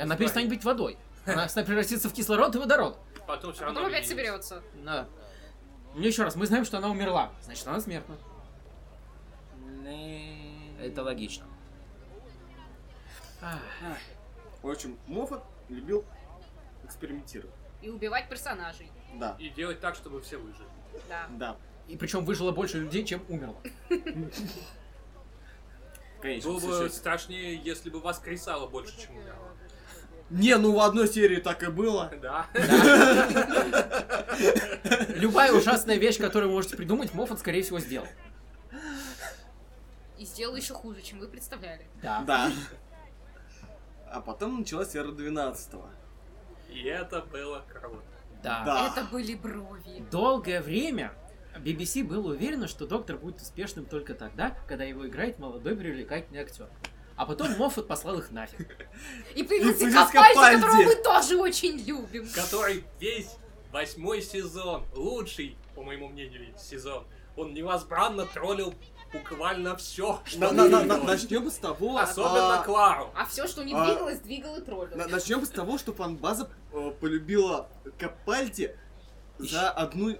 Speaker 1: она
Speaker 3: Испарить.
Speaker 1: перестанет быть водой. Она станет превратиться в кислород и водород.
Speaker 3: Потом
Speaker 1: А
Speaker 3: все
Speaker 1: ну,
Speaker 3: равно
Speaker 4: Потом опять
Speaker 3: объединится.
Speaker 4: соберется.
Speaker 1: Да. Ну еще раз, мы знаем, что она умерла. Значит, она смертна. Это логично. Ах,
Speaker 2: В общем, Моффат любил экспериментировать.
Speaker 4: И убивать персонажей.
Speaker 2: Да,
Speaker 3: И делать так, чтобы все выжили.
Speaker 4: Да.
Speaker 2: да.
Speaker 1: И причем выжило больше людей, чем умерло.
Speaker 2: Конечно,
Speaker 3: Было бы страшнее, если бы воскресало больше, чем умерло.
Speaker 2: Не, ну в одной серии так и было.
Speaker 3: Да.
Speaker 1: Любая ужасная вещь, которую вы можете придумать, Моффат, скорее всего, сделал.
Speaker 4: И сделал еще хуже, чем вы представляли.
Speaker 1: Да.
Speaker 2: Да. А потом началась эра 12
Speaker 3: И это было круто.
Speaker 1: Да.
Speaker 2: Да.
Speaker 4: Это были брови.
Speaker 1: Долгое время BBC было уверено, что Доктор будет успешным только тогда, когда его играет молодой привлекательный актер. А потом Моффат послал их нафиг.
Speaker 4: И появился
Speaker 2: появился
Speaker 4: Капальди,
Speaker 2: Капальди.
Speaker 4: которого мы тоже очень любим.
Speaker 3: Который весь восьмой сезон, лучший, по моему мнению, сезон, он невозбранно троллил буквально все, что мы видели.
Speaker 2: Начнем с того...
Speaker 3: Особенно
Speaker 2: а,
Speaker 3: Клару.
Speaker 4: А все, что не
Speaker 2: А.
Speaker 4: двигалось, двигал и троллил.
Speaker 2: на- Начнем с того, что фанбаза э, полюбила Капальди за одну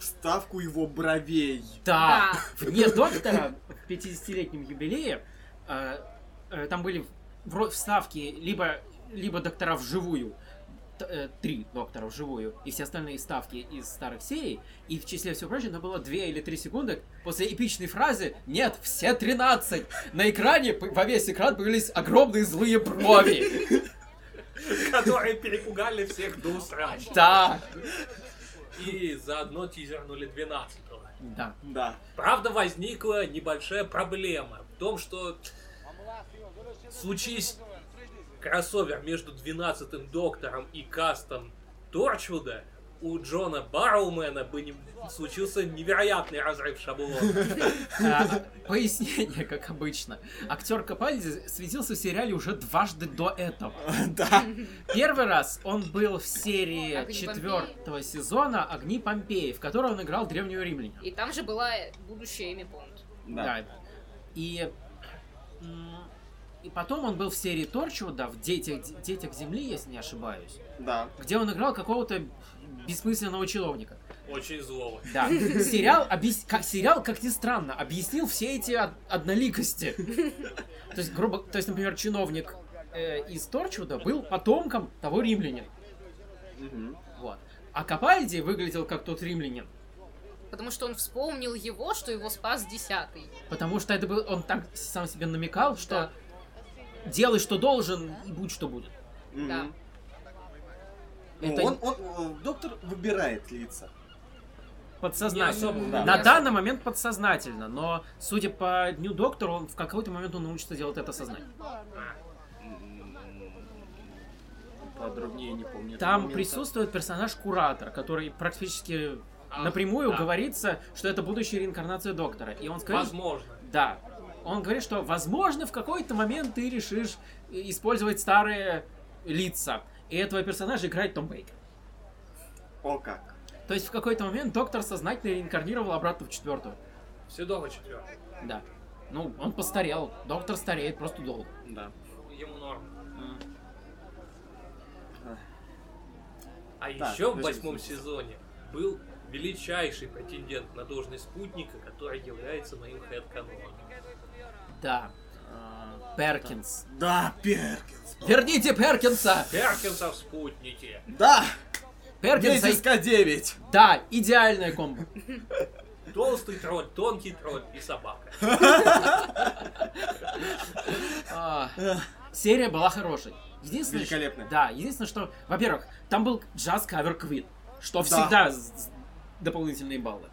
Speaker 2: вставку его бровей.
Speaker 1: Да.
Speaker 4: Да.
Speaker 1: Вне доктора в 50-летнем юбилее э, э, там были вро- вставки либо, либо доктора вживую, т- э, три доктора вживую, и все остальные ставки из старых серий, и в числе всего прочего, там было две или три секунды после эпичной фразы «Нет, все 13!» На экране п- во весь экран появились огромные злые брови.
Speaker 3: которые перепугали всех до усрачи.
Speaker 1: Да,
Speaker 3: И заодно тизернули 12-го.
Speaker 1: да.
Speaker 2: Да.
Speaker 3: Правда, возникла небольшая проблема в том, что случись кроссовер между 12-м доктором и кастом Торчвуда, у Джона Барроумена бы не случился невероятный разрыв шаблона.
Speaker 1: А, Пояснение, как обычно. Актер Капальди светился в сериале уже дважды до этого.
Speaker 2: Да.
Speaker 1: Первый раз он был в серии
Speaker 4: «Огни
Speaker 1: четвертого сезона «Огни Помпеи», в которой он играл древнего римляна.
Speaker 4: И там же была будущая Эми Бонд.
Speaker 2: Да.
Speaker 1: Да. И, м, и потом он был в серии Торчвуда в «Детях, «Детях Земли», если не ошибаюсь,
Speaker 2: Да.
Speaker 1: где он играл какого-то бессмысленного чиновника.
Speaker 3: Очень злого.
Speaker 1: Да. Сериал, объяс- как, сериал, как ни странно, объяснил все эти од- одноликости. То есть, грубо, то есть, например, чиновник э, из Торчвуда был потомком того римлянина.
Speaker 2: Мгм.
Speaker 1: Вот. А Капальди выглядел как тот римлянин,
Speaker 4: Потому что он вспомнил его, что его спас десятый.
Speaker 1: потому что это был, он так сам себе намекал, что
Speaker 4: Да.
Speaker 1: делай, что должен, и будь, что будет.
Speaker 2: Мгм.
Speaker 4: Да.
Speaker 2: Ну,
Speaker 1: Это
Speaker 2: Он, он, э, доктор выбирает лица.
Speaker 3: Не ну, особо,
Speaker 1: подсознательно.
Speaker 2: да.
Speaker 1: На
Speaker 4: Не
Speaker 1: данный момент подсознательно, но судя по дню доктора, он в какой-то момент он научится делать это сознательно.
Speaker 2: Подробнее не
Speaker 1: Там
Speaker 2: помню. этого момента.
Speaker 1: присутствует персонаж Куратор, который практически
Speaker 3: А,
Speaker 1: напрямую
Speaker 3: да,
Speaker 1: говорится, что это будущая реинкарнация доктора. И он скажет,
Speaker 3: Возможно.
Speaker 1: да, он говорит, что возможно в какой-то момент ты решишь э, использовать старые лица. И этого персонажа играет Том Бейкер.
Speaker 2: О как.
Speaker 1: То есть в какой-то момент доктор сознательно реинкарнировал обратно в четвертую.
Speaker 3: Все долго четвертый.
Speaker 1: Да. Ну, он постарел. Доктор стареет просто долго.
Speaker 2: Да.
Speaker 3: Ему норм.
Speaker 2: Эх.
Speaker 3: А
Speaker 2: Так,
Speaker 3: еще в
Speaker 2: подожди,
Speaker 3: восьмом
Speaker 2: подожди.
Speaker 3: сезоне был величайший претендент на должность спутника, который является моим хэдканоном.
Speaker 1: Да.
Speaker 2: А,
Speaker 1: Перкинс.
Speaker 2: Да, Перкинс.
Speaker 1: Верните Перкинса!
Speaker 3: Перкинса в спутнике.
Speaker 2: Да!
Speaker 1: Перкинса!
Speaker 2: Медиска 9!
Speaker 1: Да, идеальная комбо.
Speaker 3: Толстый тролль, тонкий тролль и собака.
Speaker 1: А, Серия была хорошей. Единственное, что-
Speaker 2: Великолепная.
Speaker 1: да, единственное, что, во-первых, там был джаз кавер квин, что
Speaker 2: Да.
Speaker 1: всегда с- с- дополнительные баллы.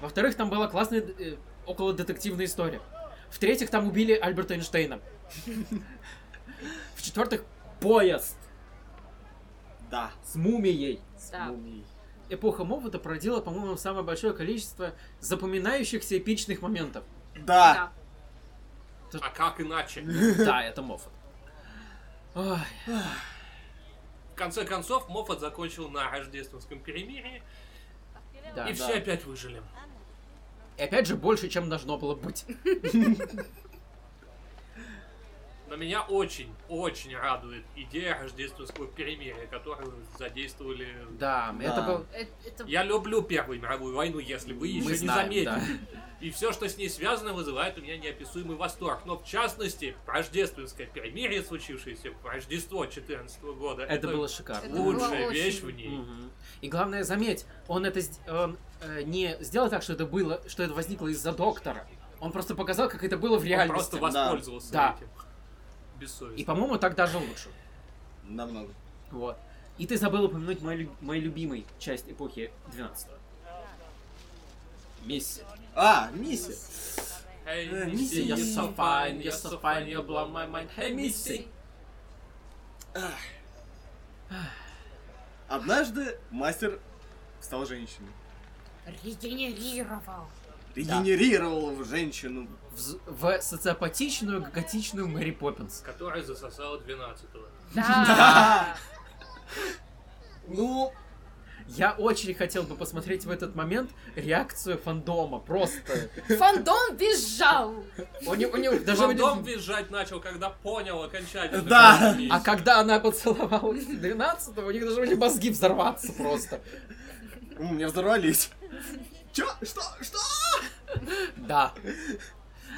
Speaker 1: Во-вторых, там была классная э, около детективная история. В-третьих, там убили Альберта Эйнштейна. В-четвертых, поезд
Speaker 2: Да.
Speaker 1: с мумией.
Speaker 4: Да.
Speaker 2: Мумий.
Speaker 1: Эпоха Мовода породила, по-моему, самое большое количество запоминающихся эпичных моментов.
Speaker 2: Да.
Speaker 4: Да.
Speaker 3: А как иначе?
Speaker 1: Да, это Моффат. Ой,
Speaker 3: В конце концов, Моффат закончил на рождественском перемирии,
Speaker 1: да.
Speaker 3: и все опять выжили.
Speaker 1: И опять же, больше, чем должно было быть.
Speaker 3: Но меня очень, очень радует идея рождественского перемирия, которую задействовали...
Speaker 1: Да, это
Speaker 2: Да.
Speaker 1: был...
Speaker 4: Э- Это...
Speaker 3: Я люблю Первую мировую войну, если вы еще
Speaker 1: Мы
Speaker 3: не
Speaker 1: знаем,
Speaker 3: заметили.
Speaker 1: да.
Speaker 3: И все, что с ней связано, вызывает у меня неописуемый восторг. Но в частности, рождественское перемирие, случившееся в Рождество 2014 года,
Speaker 1: Это было
Speaker 4: Это
Speaker 1: шикарно.
Speaker 4: было
Speaker 3: лучшая
Speaker 4: очень-
Speaker 3: вещь в ней.
Speaker 1: Мгм. И главное, заметь, он это сд- он, э, не сделал так, что это было, что это возникло из-за доктора. Он просто показал, как это было в
Speaker 3: Я
Speaker 1: реальности.
Speaker 3: просто воспользовался
Speaker 1: Да.
Speaker 3: этим.
Speaker 1: И,
Speaker 3: Бессовестно.
Speaker 1: по-моему, так даже лучше.
Speaker 2: Намного.
Speaker 1: Вот. И ты забыл упомянуть мою, лю- мою любимой часть эпохи 12 Миссия.
Speaker 2: А, миссия.
Speaker 3: Эй,
Speaker 2: Э,
Speaker 3: мисси,
Speaker 2: мисси,
Speaker 3: я
Speaker 2: мисси.
Speaker 3: so fine, я so fine, you blow my mind. Hey, мисси.
Speaker 2: Однажды мастер стал женщиной.
Speaker 4: Регенерировал.
Speaker 2: Регенерировал в женщину.
Speaker 1: В, з- в социопатичную, готичную Мэри Поппинс.
Speaker 3: Которая засосала 12-го.
Speaker 4: Да.
Speaker 2: Ну,
Speaker 1: Я очень хотел бы посмотреть в этот момент реакцию фандома. Просто.
Speaker 4: Фандом визжал.
Speaker 1: У него, у него даже...
Speaker 3: Потом визжать начал, когда понял окончательно.
Speaker 2: Да.
Speaker 3: что это мисси.
Speaker 1: А когда она поцеловала 12 у них даже были мозги взорваться просто.
Speaker 2: у меня взорвались. Чё? Что? Что?
Speaker 1: Да.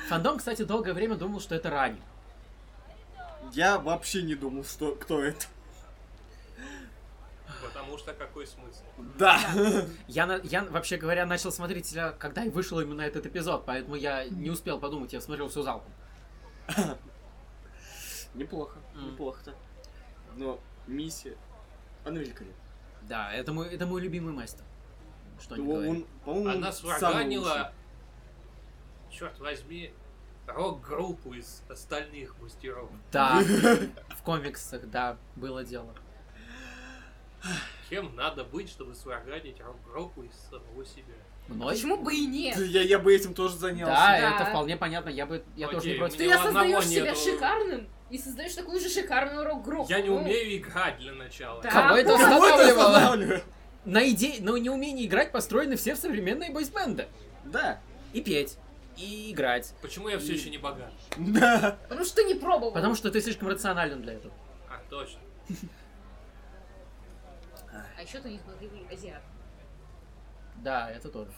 Speaker 1: Фандом, кстати, долгое время думал, что это Рани.
Speaker 2: Я вообще не думал, что кто это.
Speaker 3: Потому что какой смысл?
Speaker 2: Да.
Speaker 1: Я, на- я, вообще говоря, начал смотреть сериал, когда и вышел именно этот эпизод, поэтому я не успел подумать, я смотрел всю залку.
Speaker 2: Неплохо.
Speaker 1: М.
Speaker 2: Неплохо-то. Но миссия. Она великолепна.
Speaker 1: Да, это мой, это мой любимый мастер. Что не
Speaker 2: То
Speaker 1: говори.
Speaker 2: он, по-моему,
Speaker 3: Она
Speaker 2: самый
Speaker 3: сварганила, черт возьми, рок-группу из остальных мастеров.
Speaker 1: Да,
Speaker 2: лучший.
Speaker 1: в комиксах, да, было дело.
Speaker 3: Кем надо быть, чтобы сварганить рок-группу из самого себя?
Speaker 1: Мной?
Speaker 4: Почему бы и
Speaker 2: Да,
Speaker 4: нет?
Speaker 2: Я, я бы этим тоже
Speaker 1: Да,
Speaker 2: занялся.
Speaker 1: это
Speaker 4: Да.
Speaker 1: вполне понятно, я бы, я тоже не
Speaker 3: Окей,
Speaker 1: против.
Speaker 3: мне-
Speaker 4: Ты
Speaker 3: у одного
Speaker 4: осознаешь себя
Speaker 3: нету-
Speaker 4: шикарным и создаешь такую же шикарную рок-группу.
Speaker 3: Я не
Speaker 4: Ну,
Speaker 3: умею играть для начала.
Speaker 4: Да.
Speaker 1: Кого это
Speaker 4: Кого это
Speaker 2: Вот это
Speaker 1: останавливало?
Speaker 2: останавливает.
Speaker 1: На идее, на неумении играть построены все современные бойсбенды.
Speaker 2: Да.
Speaker 1: И петь, и играть.
Speaker 3: Почему я все еще не богат?
Speaker 2: Да.
Speaker 4: Потому что не пробовал.
Speaker 1: Потому что ты слишком рационален для этого.
Speaker 3: А, точно.
Speaker 4: А еще ты не смотрели азиат.
Speaker 1: Да, это тоже.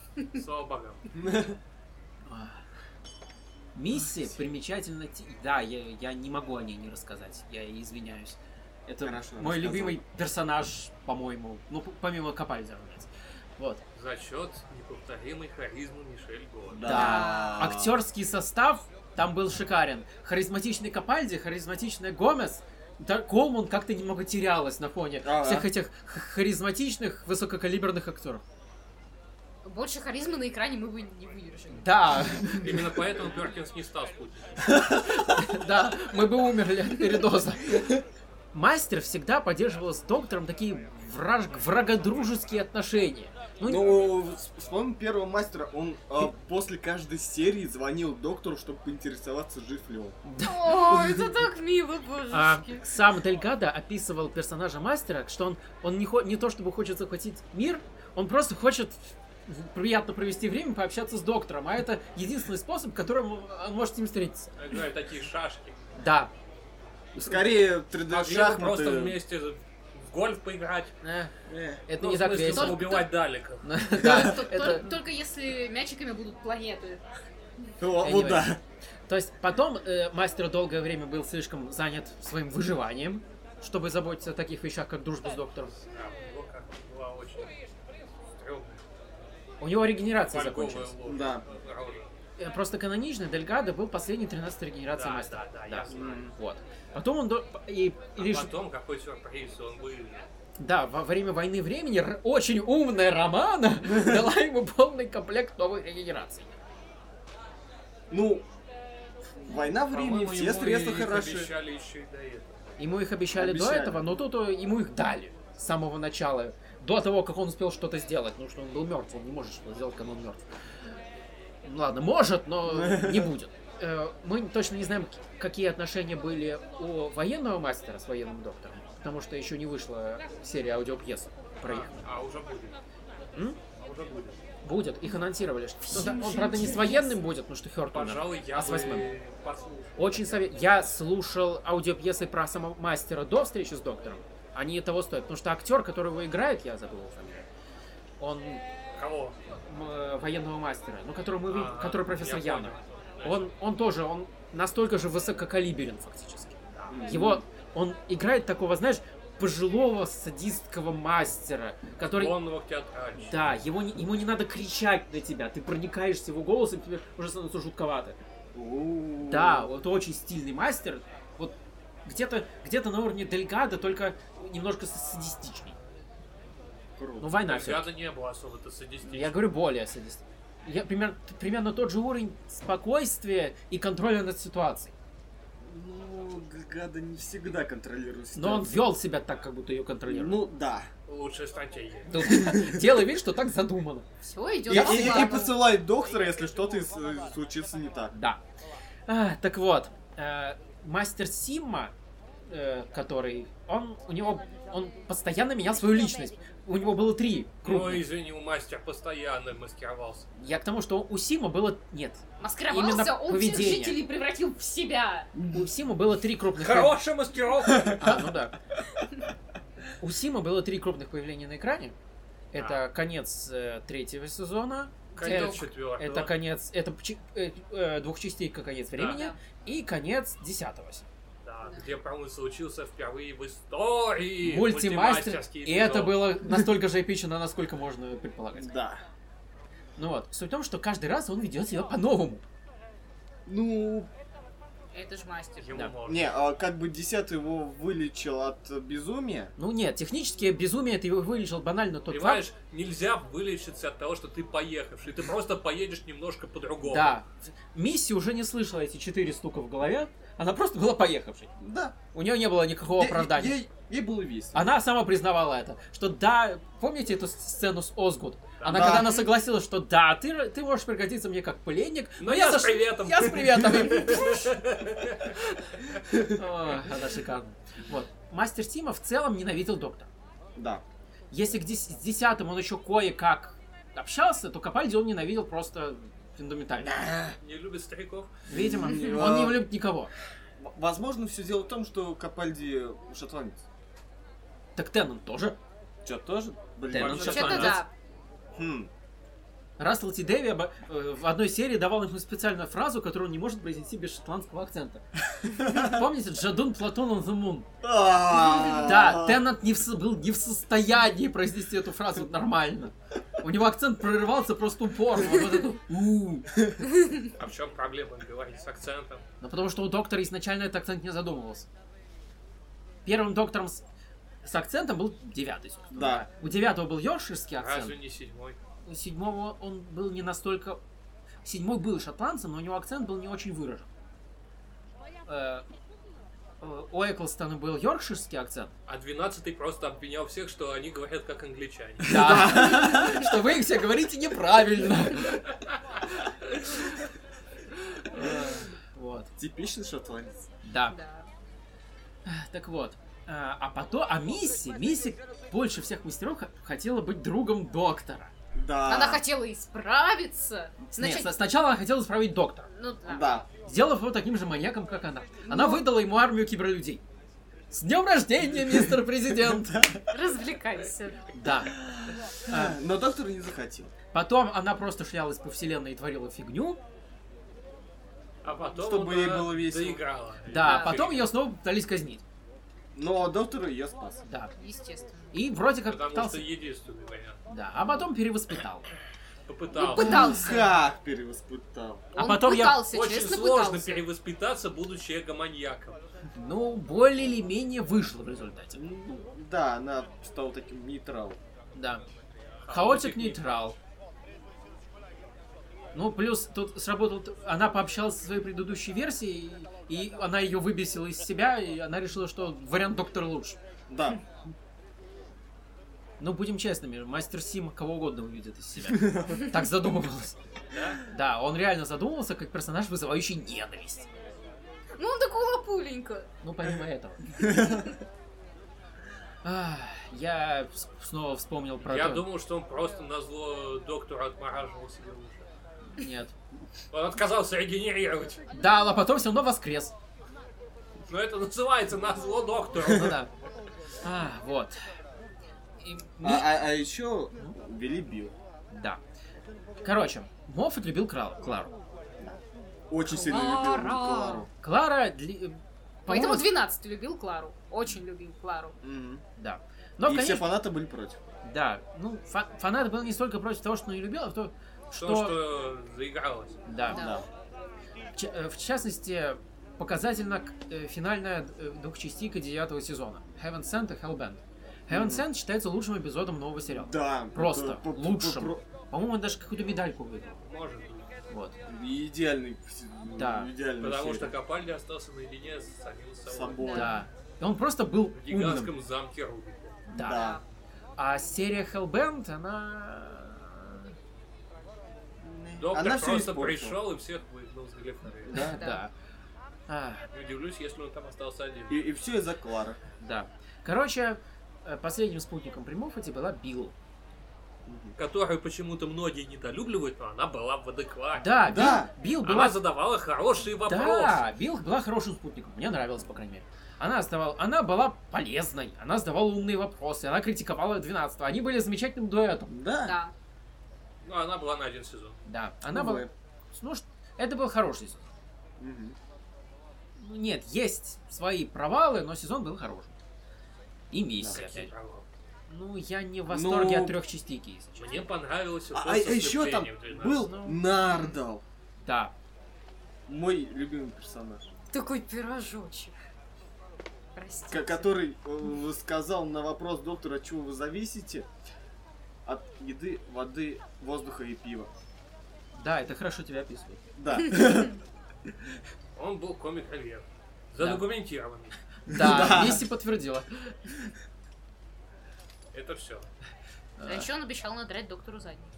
Speaker 3: Слава богам.
Speaker 1: Ах. Мисси примечательно... те- Да, я, я не могу о ней не рассказать, я извиняюсь. Это
Speaker 2: Хорошо,
Speaker 1: мой
Speaker 2: рассказывай.
Speaker 1: любимый персонаж, по-моему. Ну, п- помимо Капальди, разумеется. Вот.
Speaker 3: Зачет неповторимой харизмы Мишель Гор.
Speaker 1: Да. Актерский состав там был шикарен. Харизматичный Капальди, харизматичная Гомес. Да, Колман как-то немного терялась на фоне
Speaker 2: Ага.
Speaker 1: всех этих х- харизматичных, высококалиберных актеров.
Speaker 4: Больше харизмы на экране мы бы не выдержали.
Speaker 1: Да,
Speaker 3: Именно поэтому Перкинс не стал спутником.
Speaker 1: да, мы бы умерли от передоза. Мастер всегда поддерживал с доктором такие враж- врагодружеские отношения. Ну,
Speaker 2: Ну, вс- вспомним первого мастера, он э, после каждой серии звонил доктору, чтобы поинтересоваться, жив ли он.
Speaker 4: О, это так мило, божечки.
Speaker 1: А сам Дельгадо описывал персонажа мастера, что он, он не, хо- не то чтобы хочет захватить мир, он просто хочет в- приятно провести время, пообщаться с доктором, а это единственный способ, которым он может с ним встретиться.
Speaker 3: Я говорю, такие шашки.
Speaker 1: Да.
Speaker 2: Скорее,
Speaker 3: Могли бы А просто
Speaker 2: 3D-шахматы.
Speaker 3: вместе в гольф поиграть.
Speaker 1: Э,
Speaker 2: Э,
Speaker 1: Это
Speaker 3: Ну,
Speaker 1: не
Speaker 3: в
Speaker 1: так
Speaker 3: смысле,
Speaker 1: весело.
Speaker 3: убивать Даликов.
Speaker 1: Да,
Speaker 4: Т- тол-
Speaker 1: это-
Speaker 4: Только если мячиками будут планеты.
Speaker 2: о,
Speaker 1: Anyway.
Speaker 2: Вот да.
Speaker 1: То есть потом э, мастер долгое время был слишком занят своим выживанием, чтобы заботиться о таких вещах, как дружба с доктором.
Speaker 3: Да, у него как бы была очень стрёмная,
Speaker 1: У него регенерация
Speaker 3: фольговая
Speaker 1: закончилась.
Speaker 3: ложь.
Speaker 2: Да.
Speaker 3: Рожа.
Speaker 1: Э, Просто каноничный Дельгадо был последней 13 регенерацией
Speaker 3: Да,
Speaker 1: мастера.
Speaker 3: да, да, я знаю.
Speaker 2: М.
Speaker 1: Вот. Потом он до- и, и
Speaker 3: А
Speaker 1: лишь
Speaker 3: потом какой сюрприз он выиграл.
Speaker 1: да, во время войны времени р- очень умная Романа дала ему полный комплект новой регенерации.
Speaker 2: Ну,
Speaker 1: А
Speaker 2: война времени,
Speaker 3: По-моему,
Speaker 2: все
Speaker 3: ему
Speaker 2: средства
Speaker 3: и
Speaker 2: хороши.
Speaker 3: обещали еще и до этого.
Speaker 1: Ему их обещали,
Speaker 2: Обещали.
Speaker 1: до этого, но тут э, ему их дали с самого начала. До того, как он успел что-то сделать, потому что он был мертв, он не может что-то сделать, когда он мертв. Ну ладно, может, но не будет. Э, Мы точно не знаем, к- какие отношения были у военного мастера с военным доктором, потому что еще не вышла серия аудиопьес про их.
Speaker 3: А, а уже будет.
Speaker 1: М?
Speaker 3: А уже будет.
Speaker 1: Будет, их анонсировали. Что Ну да, он,
Speaker 4: Слушай,
Speaker 1: правда, не с
Speaker 4: интересно.
Speaker 1: военным будет, ну что Хёрт умер.
Speaker 3: Пожалуй, я
Speaker 1: А с восьмым?
Speaker 3: бы послушал.
Speaker 1: Очень совет. Я слушал аудиопьесы про самого мастера до встречи с доктором. Они того стоят, потому что актер, который его играет, я забыл его фамилию, он
Speaker 3: Кого?
Speaker 1: м, э, военного мастера, ну который мы видим,
Speaker 3: А,
Speaker 1: который профессор
Speaker 3: я
Speaker 1: Яна.
Speaker 3: понял.
Speaker 1: Он, он тоже, он настолько же высококалиберен фактически.
Speaker 3: Да.
Speaker 1: Его, он играет такого, знаешь, пожилого садистского мастера, который
Speaker 3: Конного театральщика.
Speaker 1: да, его не- ему не надо кричать на тебя, ты проникаешься в его голос, и тебе уже становится жутковато.
Speaker 2: О.
Speaker 1: Да, вот очень стильный мастер. Вот где-то где на уровне Дельгада, только немножко с- садистичней. Ну,
Speaker 2: Круто.
Speaker 1: война все.
Speaker 3: Взгляда не было особо-то садистичного.
Speaker 1: Я говорю, более садист. Я примерно, примерно тот же уровень спокойствия и контроля над ситуацией.
Speaker 2: Ну, гада не всегда контролирует
Speaker 1: Но он
Speaker 2: ситуацию.
Speaker 1: вел себя так, как будто ее контролирует.
Speaker 2: Ну, да.
Speaker 3: Лучшая стратегия.
Speaker 1: Тут Делай вид, что так задумано.
Speaker 4: Все
Speaker 2: И,
Speaker 4: идет
Speaker 2: и- и посылает доктора, если что-то из- э, случится не так.
Speaker 1: Да. А, так вот, э, мастер Симма, э, который, он у него, он постоянно менял свою личность. У него было три
Speaker 3: Ну,
Speaker 1: крупных.
Speaker 3: извини, у мастер постоянно маскировался.
Speaker 1: Я к тому, что у Сима было нет.
Speaker 4: Маскировался,
Speaker 1: именно
Speaker 4: он
Speaker 1: поведение.
Speaker 4: всех жителей превратил в себя.
Speaker 1: У Сима было три крупных.
Speaker 3: Хорошая маскировка!
Speaker 1: А, ну да. У Сима было три крупных появления на экране. Это конец э, третьего сезона.
Speaker 3: Конец
Speaker 1: Дедок.
Speaker 3: четвертого.
Speaker 1: Это конец, это пчи- э, э, двух частей, как конец времени, и конец десятого. сезона.
Speaker 3: Да, где, по-моему, случился впервые в истории
Speaker 1: Мультимастер.
Speaker 3: мультимастерский
Speaker 1: И это
Speaker 3: эпизод.
Speaker 1: было настолько же эпично, насколько можно предполагать.
Speaker 2: Да.
Speaker 1: Ну вот, суть в том, что каждый раз он ведет себя по-новому.
Speaker 2: Ну,
Speaker 4: Это же мастер.
Speaker 3: Ему
Speaker 1: Да.
Speaker 3: можно.
Speaker 2: Не, а как бы десятый его вылечил от э, безумия.
Speaker 1: Ну нет, технически безумие ты вылечил банально тот
Speaker 3: Понимаешь,
Speaker 1: факт.
Speaker 3: нельзя вылечиться от того, что ты поехавший. Ты просто поедешь немножко по-другому.
Speaker 1: Да. Мисси уже не слышала эти четыре стука в голове. Она просто была поехавшей.
Speaker 2: Да.
Speaker 1: У нее не было никакого
Speaker 2: Е-
Speaker 1: оправдания.
Speaker 2: Ей, ей было весело.
Speaker 1: Она сама признавала это, что да, помните эту сцену с Озгуд? Она
Speaker 2: Да.
Speaker 1: когда она согласилась, что да, ты, ты можешь пригодиться мне как пленник,
Speaker 3: Но Ну, я,
Speaker 1: со
Speaker 3: с приветом.
Speaker 1: Я с приветом. Ой, Она шикарна. Вот. Мастер Тима в целом ненавидел доктора.
Speaker 2: Да.
Speaker 1: Если к дес- с десятым он еще кое-как общался, то Капальди он ненавидел просто фундаментально.
Speaker 3: Не любит стариков.
Speaker 1: Видимо, он
Speaker 2: Да.
Speaker 1: не любит никого.
Speaker 2: В- Возможно, все дело в том, что Капальди шотландец.
Speaker 1: Так Теннон тоже.
Speaker 2: Че, тоже?
Speaker 1: Да,
Speaker 2: Блин,
Speaker 1: ну,
Speaker 2: вообще-
Speaker 1: чё-
Speaker 4: Вообще-то да.
Speaker 2: Хм.
Speaker 1: Рассел Ти Дэви обо- э, в одной серии давал ему специальную фразу, которую он не может произнести без шотландского акцента. Помните, Джадун Платон on the Moon?
Speaker 2: А-а-а.
Speaker 1: Да, Теннант не в со- был не в состоянии произнести эту фразу нормально. У него акцент прорывался просто упорно. вот это
Speaker 2: Хм.
Speaker 1: «у».
Speaker 3: А в чем проблема говорить с акцентом?
Speaker 1: Ну, потому что у доктора изначально этот акцент не задумывался. Первым доктором с, с акцентом был девятый, собственно.
Speaker 2: Да.
Speaker 1: У девятого был йоркширский акцент.
Speaker 3: Разве не седьмой?
Speaker 1: У седьмого он был не настолько... Седьмой был шотландцем, но у него акцент был не очень выражен. Э, э, У Эклстона был йоркширский акцент.
Speaker 3: А двенадцатый просто обвинял всех, что они говорят как англичане.
Speaker 1: Да. Что вы их все говорите неправильно. Э, Вот.
Speaker 2: Типичный шотландец.
Speaker 1: Да.
Speaker 4: Да.
Speaker 1: Так вот. э, А потом... А Мисси, Мисси больше всех мастеров х- хотела быть другом доктора.
Speaker 2: Да.
Speaker 4: Она хотела исправиться.
Speaker 1: Нет,
Speaker 4: Значит,
Speaker 1: с- сначала она хотела исправить доктора,
Speaker 4: ну да.
Speaker 2: Да.
Speaker 1: сделав его таким же маньяком, как она. Она выдала ему армию киберлюдей. С днем рождения, мистер президент!
Speaker 4: Развлекайся.
Speaker 1: Да. Э,
Speaker 2: Но доктор не захотел.
Speaker 1: Потом она просто шлялась по вселенной и творила фигню.
Speaker 3: А потом
Speaker 2: Чтобы
Speaker 3: она
Speaker 2: ей было весело.
Speaker 3: доиграла.
Speaker 1: Да,
Speaker 4: Да.
Speaker 1: потом ее снова пытались казнить.
Speaker 2: Но доктор ее спас.
Speaker 1: Да.
Speaker 4: Естественно.
Speaker 1: И вроде как
Speaker 3: Потому
Speaker 1: пытался...
Speaker 3: что единственный вариант.
Speaker 1: Да, а потом перевоспитал. Ну,
Speaker 3: Попытался.
Speaker 4: Пытался.
Speaker 2: Как перевоспитал.
Speaker 1: А
Speaker 4: Он
Speaker 1: потом я
Speaker 4: пытался,
Speaker 3: Очень
Speaker 4: честно
Speaker 3: сложно
Speaker 4: пытался.
Speaker 3: перевоспитаться, будучи эго-маньяком.
Speaker 1: Ну, более или менее вышло в результате.
Speaker 2: Ну, Да, она стала таким нейтралом.
Speaker 1: Да. Хаотик нейтрал. Ну, плюс тут сработал... т- Она пообщалась со своей предыдущей версией, и она ее выбесила из себя, и она решила, что вариант доктора лучше.
Speaker 2: Да.
Speaker 1: Ну, будем честными, мастер Сим кого угодно увидит из себя. Так задумывалось. Да, он реально задумывался как персонаж, вызывающий ненависть.
Speaker 4: Ну он такой лапуленько.
Speaker 1: Ну, помимо этого. Ах, Я вс- снова вспомнил про...
Speaker 3: Я
Speaker 1: то-
Speaker 3: думал, что он просто на зло доктора отмораживал себе уши.
Speaker 1: Нет.
Speaker 3: Он отказался регенерировать.
Speaker 1: Да, но потом все равно воскрес.
Speaker 3: Но это называется на зло доктору.
Speaker 1: Ну да. А, вот. И ми-
Speaker 2: А, а- а еще вели Билл.
Speaker 1: Да. Короче, Моффат любил Кра- Клару.
Speaker 2: Очень сильно любил
Speaker 4: Клара.
Speaker 2: Клару.
Speaker 1: Клара... дли- по-моему,
Speaker 4: Поэтому 12 любил Клару. Очень любил Клару.
Speaker 2: Мгм.
Speaker 1: Да.
Speaker 2: И
Speaker 1: Но,
Speaker 2: все
Speaker 1: конечно,
Speaker 2: фанаты были против.
Speaker 1: да. Ну, фа- фанат был не столько против того, что он ее любил, а то,
Speaker 3: То, что заигралось.
Speaker 1: Да.
Speaker 4: Да.
Speaker 1: Ч- э, в частности, показательна к- э, финальная э, двухчастика девятого сезона. Heaven Sent и Hellbent. Heaven
Speaker 2: Мгм.
Speaker 1: Sent считается лучшим эпизодом нового сериала.
Speaker 2: Да.
Speaker 1: Просто
Speaker 2: П- п- п-
Speaker 1: лучшим.
Speaker 2: про-
Speaker 1: По-моему, он даже какую-то медальку выиграл.
Speaker 3: Может быть.
Speaker 1: Вот.
Speaker 2: Идеальный.
Speaker 1: Да.
Speaker 2: Идеальный.
Speaker 3: Потому
Speaker 2: сериал.
Speaker 3: что Капальди остался наедине с самим собой.
Speaker 2: С собой.
Speaker 1: Да. И он просто был
Speaker 3: В гигантском
Speaker 1: умным.
Speaker 3: замке Руби.
Speaker 1: Да.
Speaker 2: Да.
Speaker 1: А серия Hellbent, она...
Speaker 3: Доктор
Speaker 2: Она всё
Speaker 3: просто
Speaker 2: испортила.
Speaker 3: пришел и всех выгнал с Глифнери.
Speaker 2: Да.
Speaker 1: Да.
Speaker 4: Да.
Speaker 1: А,
Speaker 3: Не удивлюсь, если он там остался один.
Speaker 2: И, все из-за Клары.
Speaker 1: да. Короче, э, последним спутником при Моффате была Билл.
Speaker 3: Которую почему-то многие недолюбливают, но она была в адеквате.
Speaker 1: Да,
Speaker 2: Да.
Speaker 1: Билл, Билл была
Speaker 3: Она задавала хорошие вопросы.
Speaker 1: Да, Билл была хорошим спутником, мне нравилась, по крайней мере. Она, оставала, она была полезной, она задавала умные вопросы, она критиковала 12 Они были замечательным дуэтом.
Speaker 2: Да.
Speaker 4: Да.
Speaker 3: Ну, она была на один сезон.
Speaker 1: Да, она была... Ну, ш- это был хороший сезон. Ну, нет, есть свои провалы, но сезон был хорошим. И миссия,
Speaker 3: Какие
Speaker 1: опять.
Speaker 3: провалы?
Speaker 1: Ну, я не в восторге
Speaker 2: Ну,
Speaker 1: от трех частики, если честно.
Speaker 3: Мне понравился
Speaker 2: А,
Speaker 3: ход со
Speaker 2: еще там
Speaker 3: слеплением 12.
Speaker 2: был
Speaker 1: Ну.
Speaker 2: Нардал.
Speaker 1: Да.
Speaker 2: Мой любимый персонаж.
Speaker 4: Такой пирожочек. Простите.
Speaker 2: К- который э, сказал на вопрос доктора, от чего вы зависите, от еды, воды, воздуха и пива.
Speaker 1: Да, это хорошо тебя описывает.
Speaker 2: Да.
Speaker 3: Он был комик Ривьер.
Speaker 1: Да.
Speaker 3: Задокументированный.
Speaker 1: Да,
Speaker 2: Да.
Speaker 1: Мисси подтвердила.
Speaker 3: Это все.
Speaker 4: А еще он обещал надрать доктору задницу.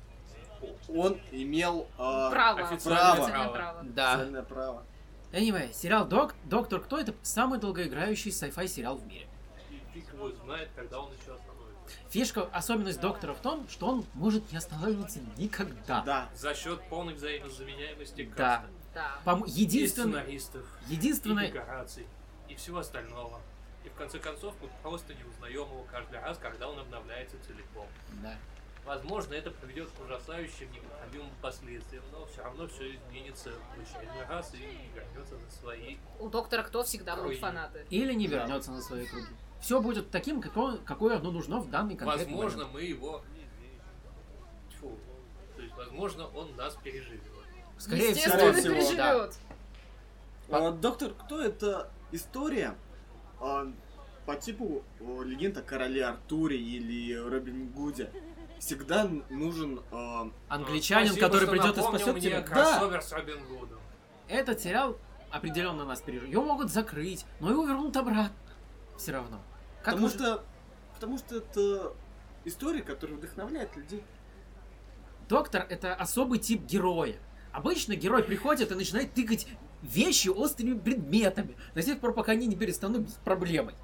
Speaker 2: Он имел э,
Speaker 4: Право.
Speaker 3: официальное
Speaker 4: официальное
Speaker 3: право.
Speaker 4: право.
Speaker 1: Да.
Speaker 2: официальное право.
Speaker 1: Anyway, сериал Док- Доктор Кто это самый долгоиграющий sci-fi сериал в мире.
Speaker 3: И фиг его знает, когда он еще остановится.
Speaker 1: Фишка, особенность Доктора в том, что он может не останавливаться никогда.
Speaker 2: Да.
Speaker 3: За счет полной взаимозаменяемости
Speaker 1: Да.
Speaker 3: каста.
Speaker 4: Да.
Speaker 1: Пом-
Speaker 3: И
Speaker 1: единственное,
Speaker 3: сценаристов, и
Speaker 1: единственное,
Speaker 3: декораций, и всего остального. И в конце концов мы просто не узнаем его каждый раз, когда он обновляется целиком.
Speaker 1: Да.
Speaker 3: Возможно, это приведет к ужасающим непоправимым последствиям, но все равно все изменится в очередной раз и вернется на свои.
Speaker 4: У доктора кто всегда
Speaker 3: Ой.
Speaker 4: будут фанаты.
Speaker 1: или не вернется на свои круги. Все будет таким, какое, какое оно нужно в данный конкретный
Speaker 3: возможно,
Speaker 1: момент.
Speaker 3: мы его. Тьфу. То есть, возможно, он нас переживет.
Speaker 1: Скорее всего,
Speaker 4: Естественно,
Speaker 2: всего,
Speaker 4: переживет.
Speaker 1: да. А,
Speaker 2: Э, доктор, кто это история э, по типу э, легенд о короле Артуре или Робин Гуде? Всегда н- нужен э,
Speaker 1: Англичанин,
Speaker 3: Спасибо,
Speaker 1: который
Speaker 3: что
Speaker 1: придет и
Speaker 3: напомнил
Speaker 1: спасет
Speaker 3: мне
Speaker 1: тебя.
Speaker 3: кроссовер с Робин Гудом.
Speaker 1: Этот сериал определенно нас переживет. Его могут закрыть, но его вернут обратно. Все равно. Как
Speaker 2: потому
Speaker 1: мы-
Speaker 2: что потому что это история, которая вдохновляет людей.
Speaker 1: Доктор — это особый тип героя. Обычно герой приходит и начинает тыкать вещи острыми предметами до тех пор, пока они не перестанут быть проблемой.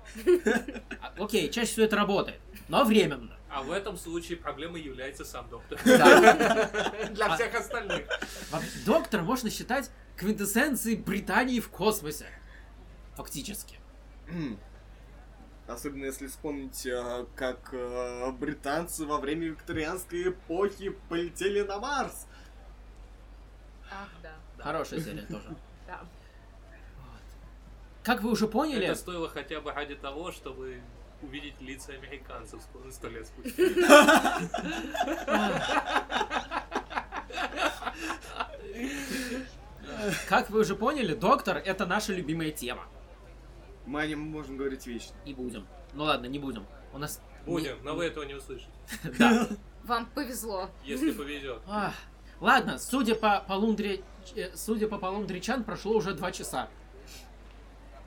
Speaker 1: А, Окей, чаще всего это работает, но временно.
Speaker 3: А в этом случае проблемой является сам доктор. А
Speaker 1: Да.
Speaker 3: Для всех остальных.
Speaker 1: Во- Доктор можно считать квинтэссенцией Британии в космосе. Фактически.
Speaker 2: М. Особенно если вспомнить, э, как э, британцы во время викторианской эпохи полетели на Марс.
Speaker 4: Ах, да.
Speaker 1: Хорошая серия тоже.
Speaker 4: Да.
Speaker 1: Вот. Как вы уже поняли,
Speaker 3: Это стоило хотя бы ради того, чтобы увидеть лица американцев сто- сто лет спустя.
Speaker 1: как вы уже поняли, доктор это наша любимая тема.
Speaker 2: Мы о нем можем говорить вечно.
Speaker 1: И будем. Ну ладно, не будем. У нас...
Speaker 3: Будем, но вы этого не услышите.
Speaker 1: Да.
Speaker 4: Вам повезло.
Speaker 3: Если повезет.
Speaker 1: Ах. Ладно, судя по полундре... э, Судя по полундричан, прошло уже два часа.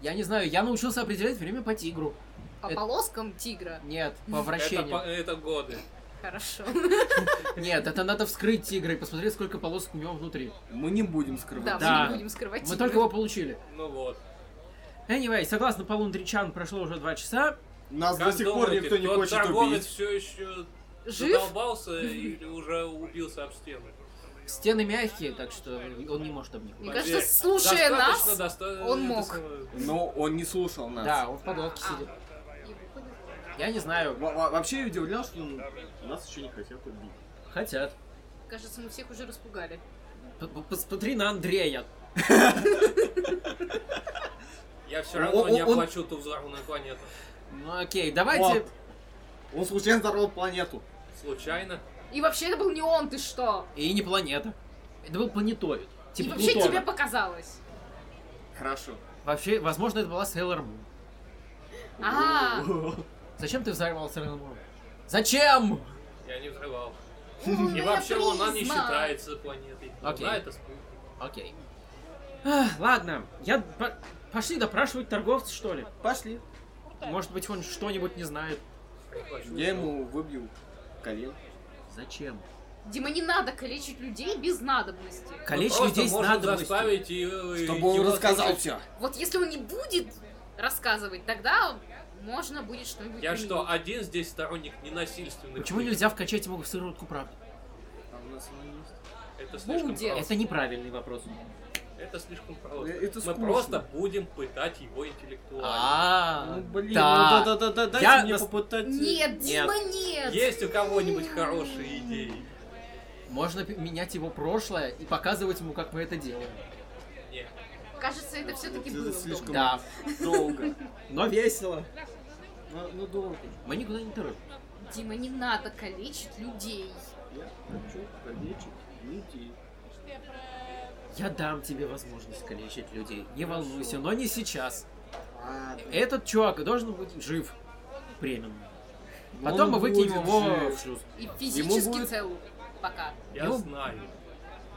Speaker 1: Я не знаю, я научился определять время по тигру.
Speaker 4: По
Speaker 1: Это-
Speaker 4: полоскам тигра.
Speaker 1: Нет, по
Speaker 3: Это, по-
Speaker 1: вращению.
Speaker 3: это годы.
Speaker 4: Хорошо.
Speaker 1: Нет, это надо вскрыть тигра и посмотреть, сколько полосок у него внутри.
Speaker 2: Мы не будем скрывать.
Speaker 4: Да,
Speaker 1: Да.
Speaker 4: мы не будем скрывать
Speaker 1: Мы
Speaker 4: тигра.
Speaker 1: только его получили.
Speaker 3: Ну вот.
Speaker 1: Anyway, согласно полундричан, прошло уже два часа.
Speaker 2: Нас
Speaker 3: Как
Speaker 2: до сих пор
Speaker 3: думаете,
Speaker 2: никто не
Speaker 3: тот
Speaker 2: хочет
Speaker 3: торговец
Speaker 2: убить.
Speaker 3: все еще
Speaker 4: Жив?
Speaker 3: задолбался или уже убился об стены?
Speaker 1: Стены мягкие, так что он не может об них
Speaker 4: Мне
Speaker 1: упасть.
Speaker 4: кажется,
Speaker 3: Поверь,
Speaker 4: слушая
Speaker 3: достаточно,
Speaker 4: нас,
Speaker 3: доста-
Speaker 4: он
Speaker 3: это
Speaker 4: мог.
Speaker 3: самое-
Speaker 2: Но он не слушал нас.
Speaker 1: Да, он в подвалке
Speaker 4: А.
Speaker 1: сидит. Я не знаю,
Speaker 2: Во- во- Вообще я удивлен, что он- нас еще не хотят убить.
Speaker 1: хотят.
Speaker 4: кажется, мы всех уже распугали.
Speaker 1: П- п- Посмотри на Андрея.
Speaker 3: Я все
Speaker 2: О,
Speaker 3: равно
Speaker 2: о,
Speaker 3: не
Speaker 2: он-
Speaker 3: оплачу ту взорванную планету.
Speaker 1: Ну окей, давайте.
Speaker 2: Вот. Он случайно взорвал планету.
Speaker 3: Случайно.
Speaker 4: И вообще это был не он, ты что?
Speaker 1: И не планета. Это был планетоид.
Speaker 4: И
Speaker 1: Типа
Speaker 4: вообще
Speaker 1: Плутона.
Speaker 4: тебе показалось.
Speaker 2: Хорошо.
Speaker 1: Вообще, возможно, это была Sailor Moon.
Speaker 4: А,
Speaker 1: Зачем ты взорвал Sailor Moon? Зачем?
Speaker 3: Я не взрывал.
Speaker 4: лунная
Speaker 3: И вообще Луна не
Speaker 4: ну, призма.
Speaker 3: считается планетой.
Speaker 1: Окей.
Speaker 3: Луна это спутник.
Speaker 1: Окей. Ах, ладно, я... по- Пошли допрашивать торговца, что ли?
Speaker 2: Пошли.
Speaker 1: Может быть, он что-нибудь не знает.
Speaker 3: Прихвачу.
Speaker 2: Я ему выбью колен.
Speaker 1: Зачем?
Speaker 4: Дима, не надо калечить людей без надобности.
Speaker 1: Количество
Speaker 3: Просто
Speaker 1: Ну, людей с
Speaker 3: можно
Speaker 1: надобностью.
Speaker 3: заставить ее...
Speaker 2: Чтобы он
Speaker 3: его
Speaker 2: рассказал
Speaker 3: слушать.
Speaker 2: все.
Speaker 4: Вот если он не будет рассказывать, тогда можно будет что-нибудь
Speaker 3: Я
Speaker 4: применить.
Speaker 3: что, а- один здесь сторонник ненасильственных?
Speaker 1: Почему
Speaker 3: книг?
Speaker 1: нельзя вкачать ему в сыворотку правды?
Speaker 2: А
Speaker 3: Это слишком
Speaker 4: Будет.
Speaker 3: просто.
Speaker 1: Это неправильный вопрос.
Speaker 3: Это слишком просто.
Speaker 2: Э, это
Speaker 3: Мы
Speaker 2: скучно.
Speaker 3: просто будем пытать его интеллектуально.
Speaker 1: А,
Speaker 2: Ну блин,
Speaker 1: да.
Speaker 2: ну да да да дайте
Speaker 1: Я
Speaker 2: мне
Speaker 1: нас-
Speaker 2: попытать.
Speaker 4: Нет, Дима,
Speaker 2: А.
Speaker 4: нет!
Speaker 3: Есть у кого-нибудь хорошие идеи?
Speaker 1: Можно пи- менять его прошлое и показывать ему, как мы это делаем.
Speaker 3: Нет.
Speaker 4: Кажется, это все-таки
Speaker 2: Это
Speaker 4: было.
Speaker 2: слишком-
Speaker 4: дома.
Speaker 1: Да,
Speaker 2: Долго.
Speaker 1: но весело.
Speaker 2: Ну ну, долго.
Speaker 1: Мы никуда не торопим.
Speaker 4: Дима, не надо калечить людей.
Speaker 2: Я хочу колечек людей.
Speaker 1: Я дам тебе возможность калечить людей. Не волнуйся, но не сейчас.
Speaker 2: Ладно.
Speaker 1: Этот чувак должен быть жив. Временно.
Speaker 2: Ну,
Speaker 1: Потом
Speaker 2: он
Speaker 1: мы выкинем
Speaker 2: будет
Speaker 1: его
Speaker 2: жив.
Speaker 1: в шлюз.
Speaker 4: И физически
Speaker 2: будет-
Speaker 4: цел пока.
Speaker 3: Я
Speaker 1: Ну.
Speaker 3: знаю.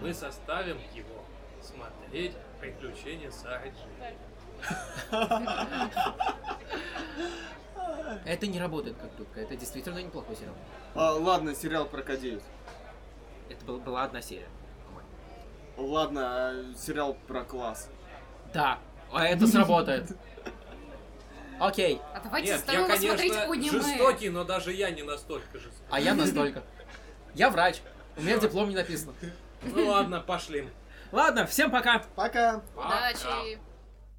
Speaker 3: Мы составим его смотреть приключения Сары Джи.
Speaker 1: Это не работает как только. Это действительно неплохой сериал.
Speaker 2: А, ладно, сериал про Кадеев.
Speaker 1: Это был- была одна серия. по-моему.
Speaker 2: Ладно, э, сериал про класс.
Speaker 1: Да. А это сработает. Окей.
Speaker 4: А давайте
Speaker 3: Нет, я,
Speaker 4: второго смотреть
Speaker 3: конечно,
Speaker 4: аниме.
Speaker 3: жестокий, но даже я не настолько жестокий.
Speaker 1: А я настолько. Я врач. У меня диплом не написано.
Speaker 3: Ну ладно, пошли.
Speaker 1: Ладно, всем пока.
Speaker 2: Пока!
Speaker 3: Пока.
Speaker 4: Удачи.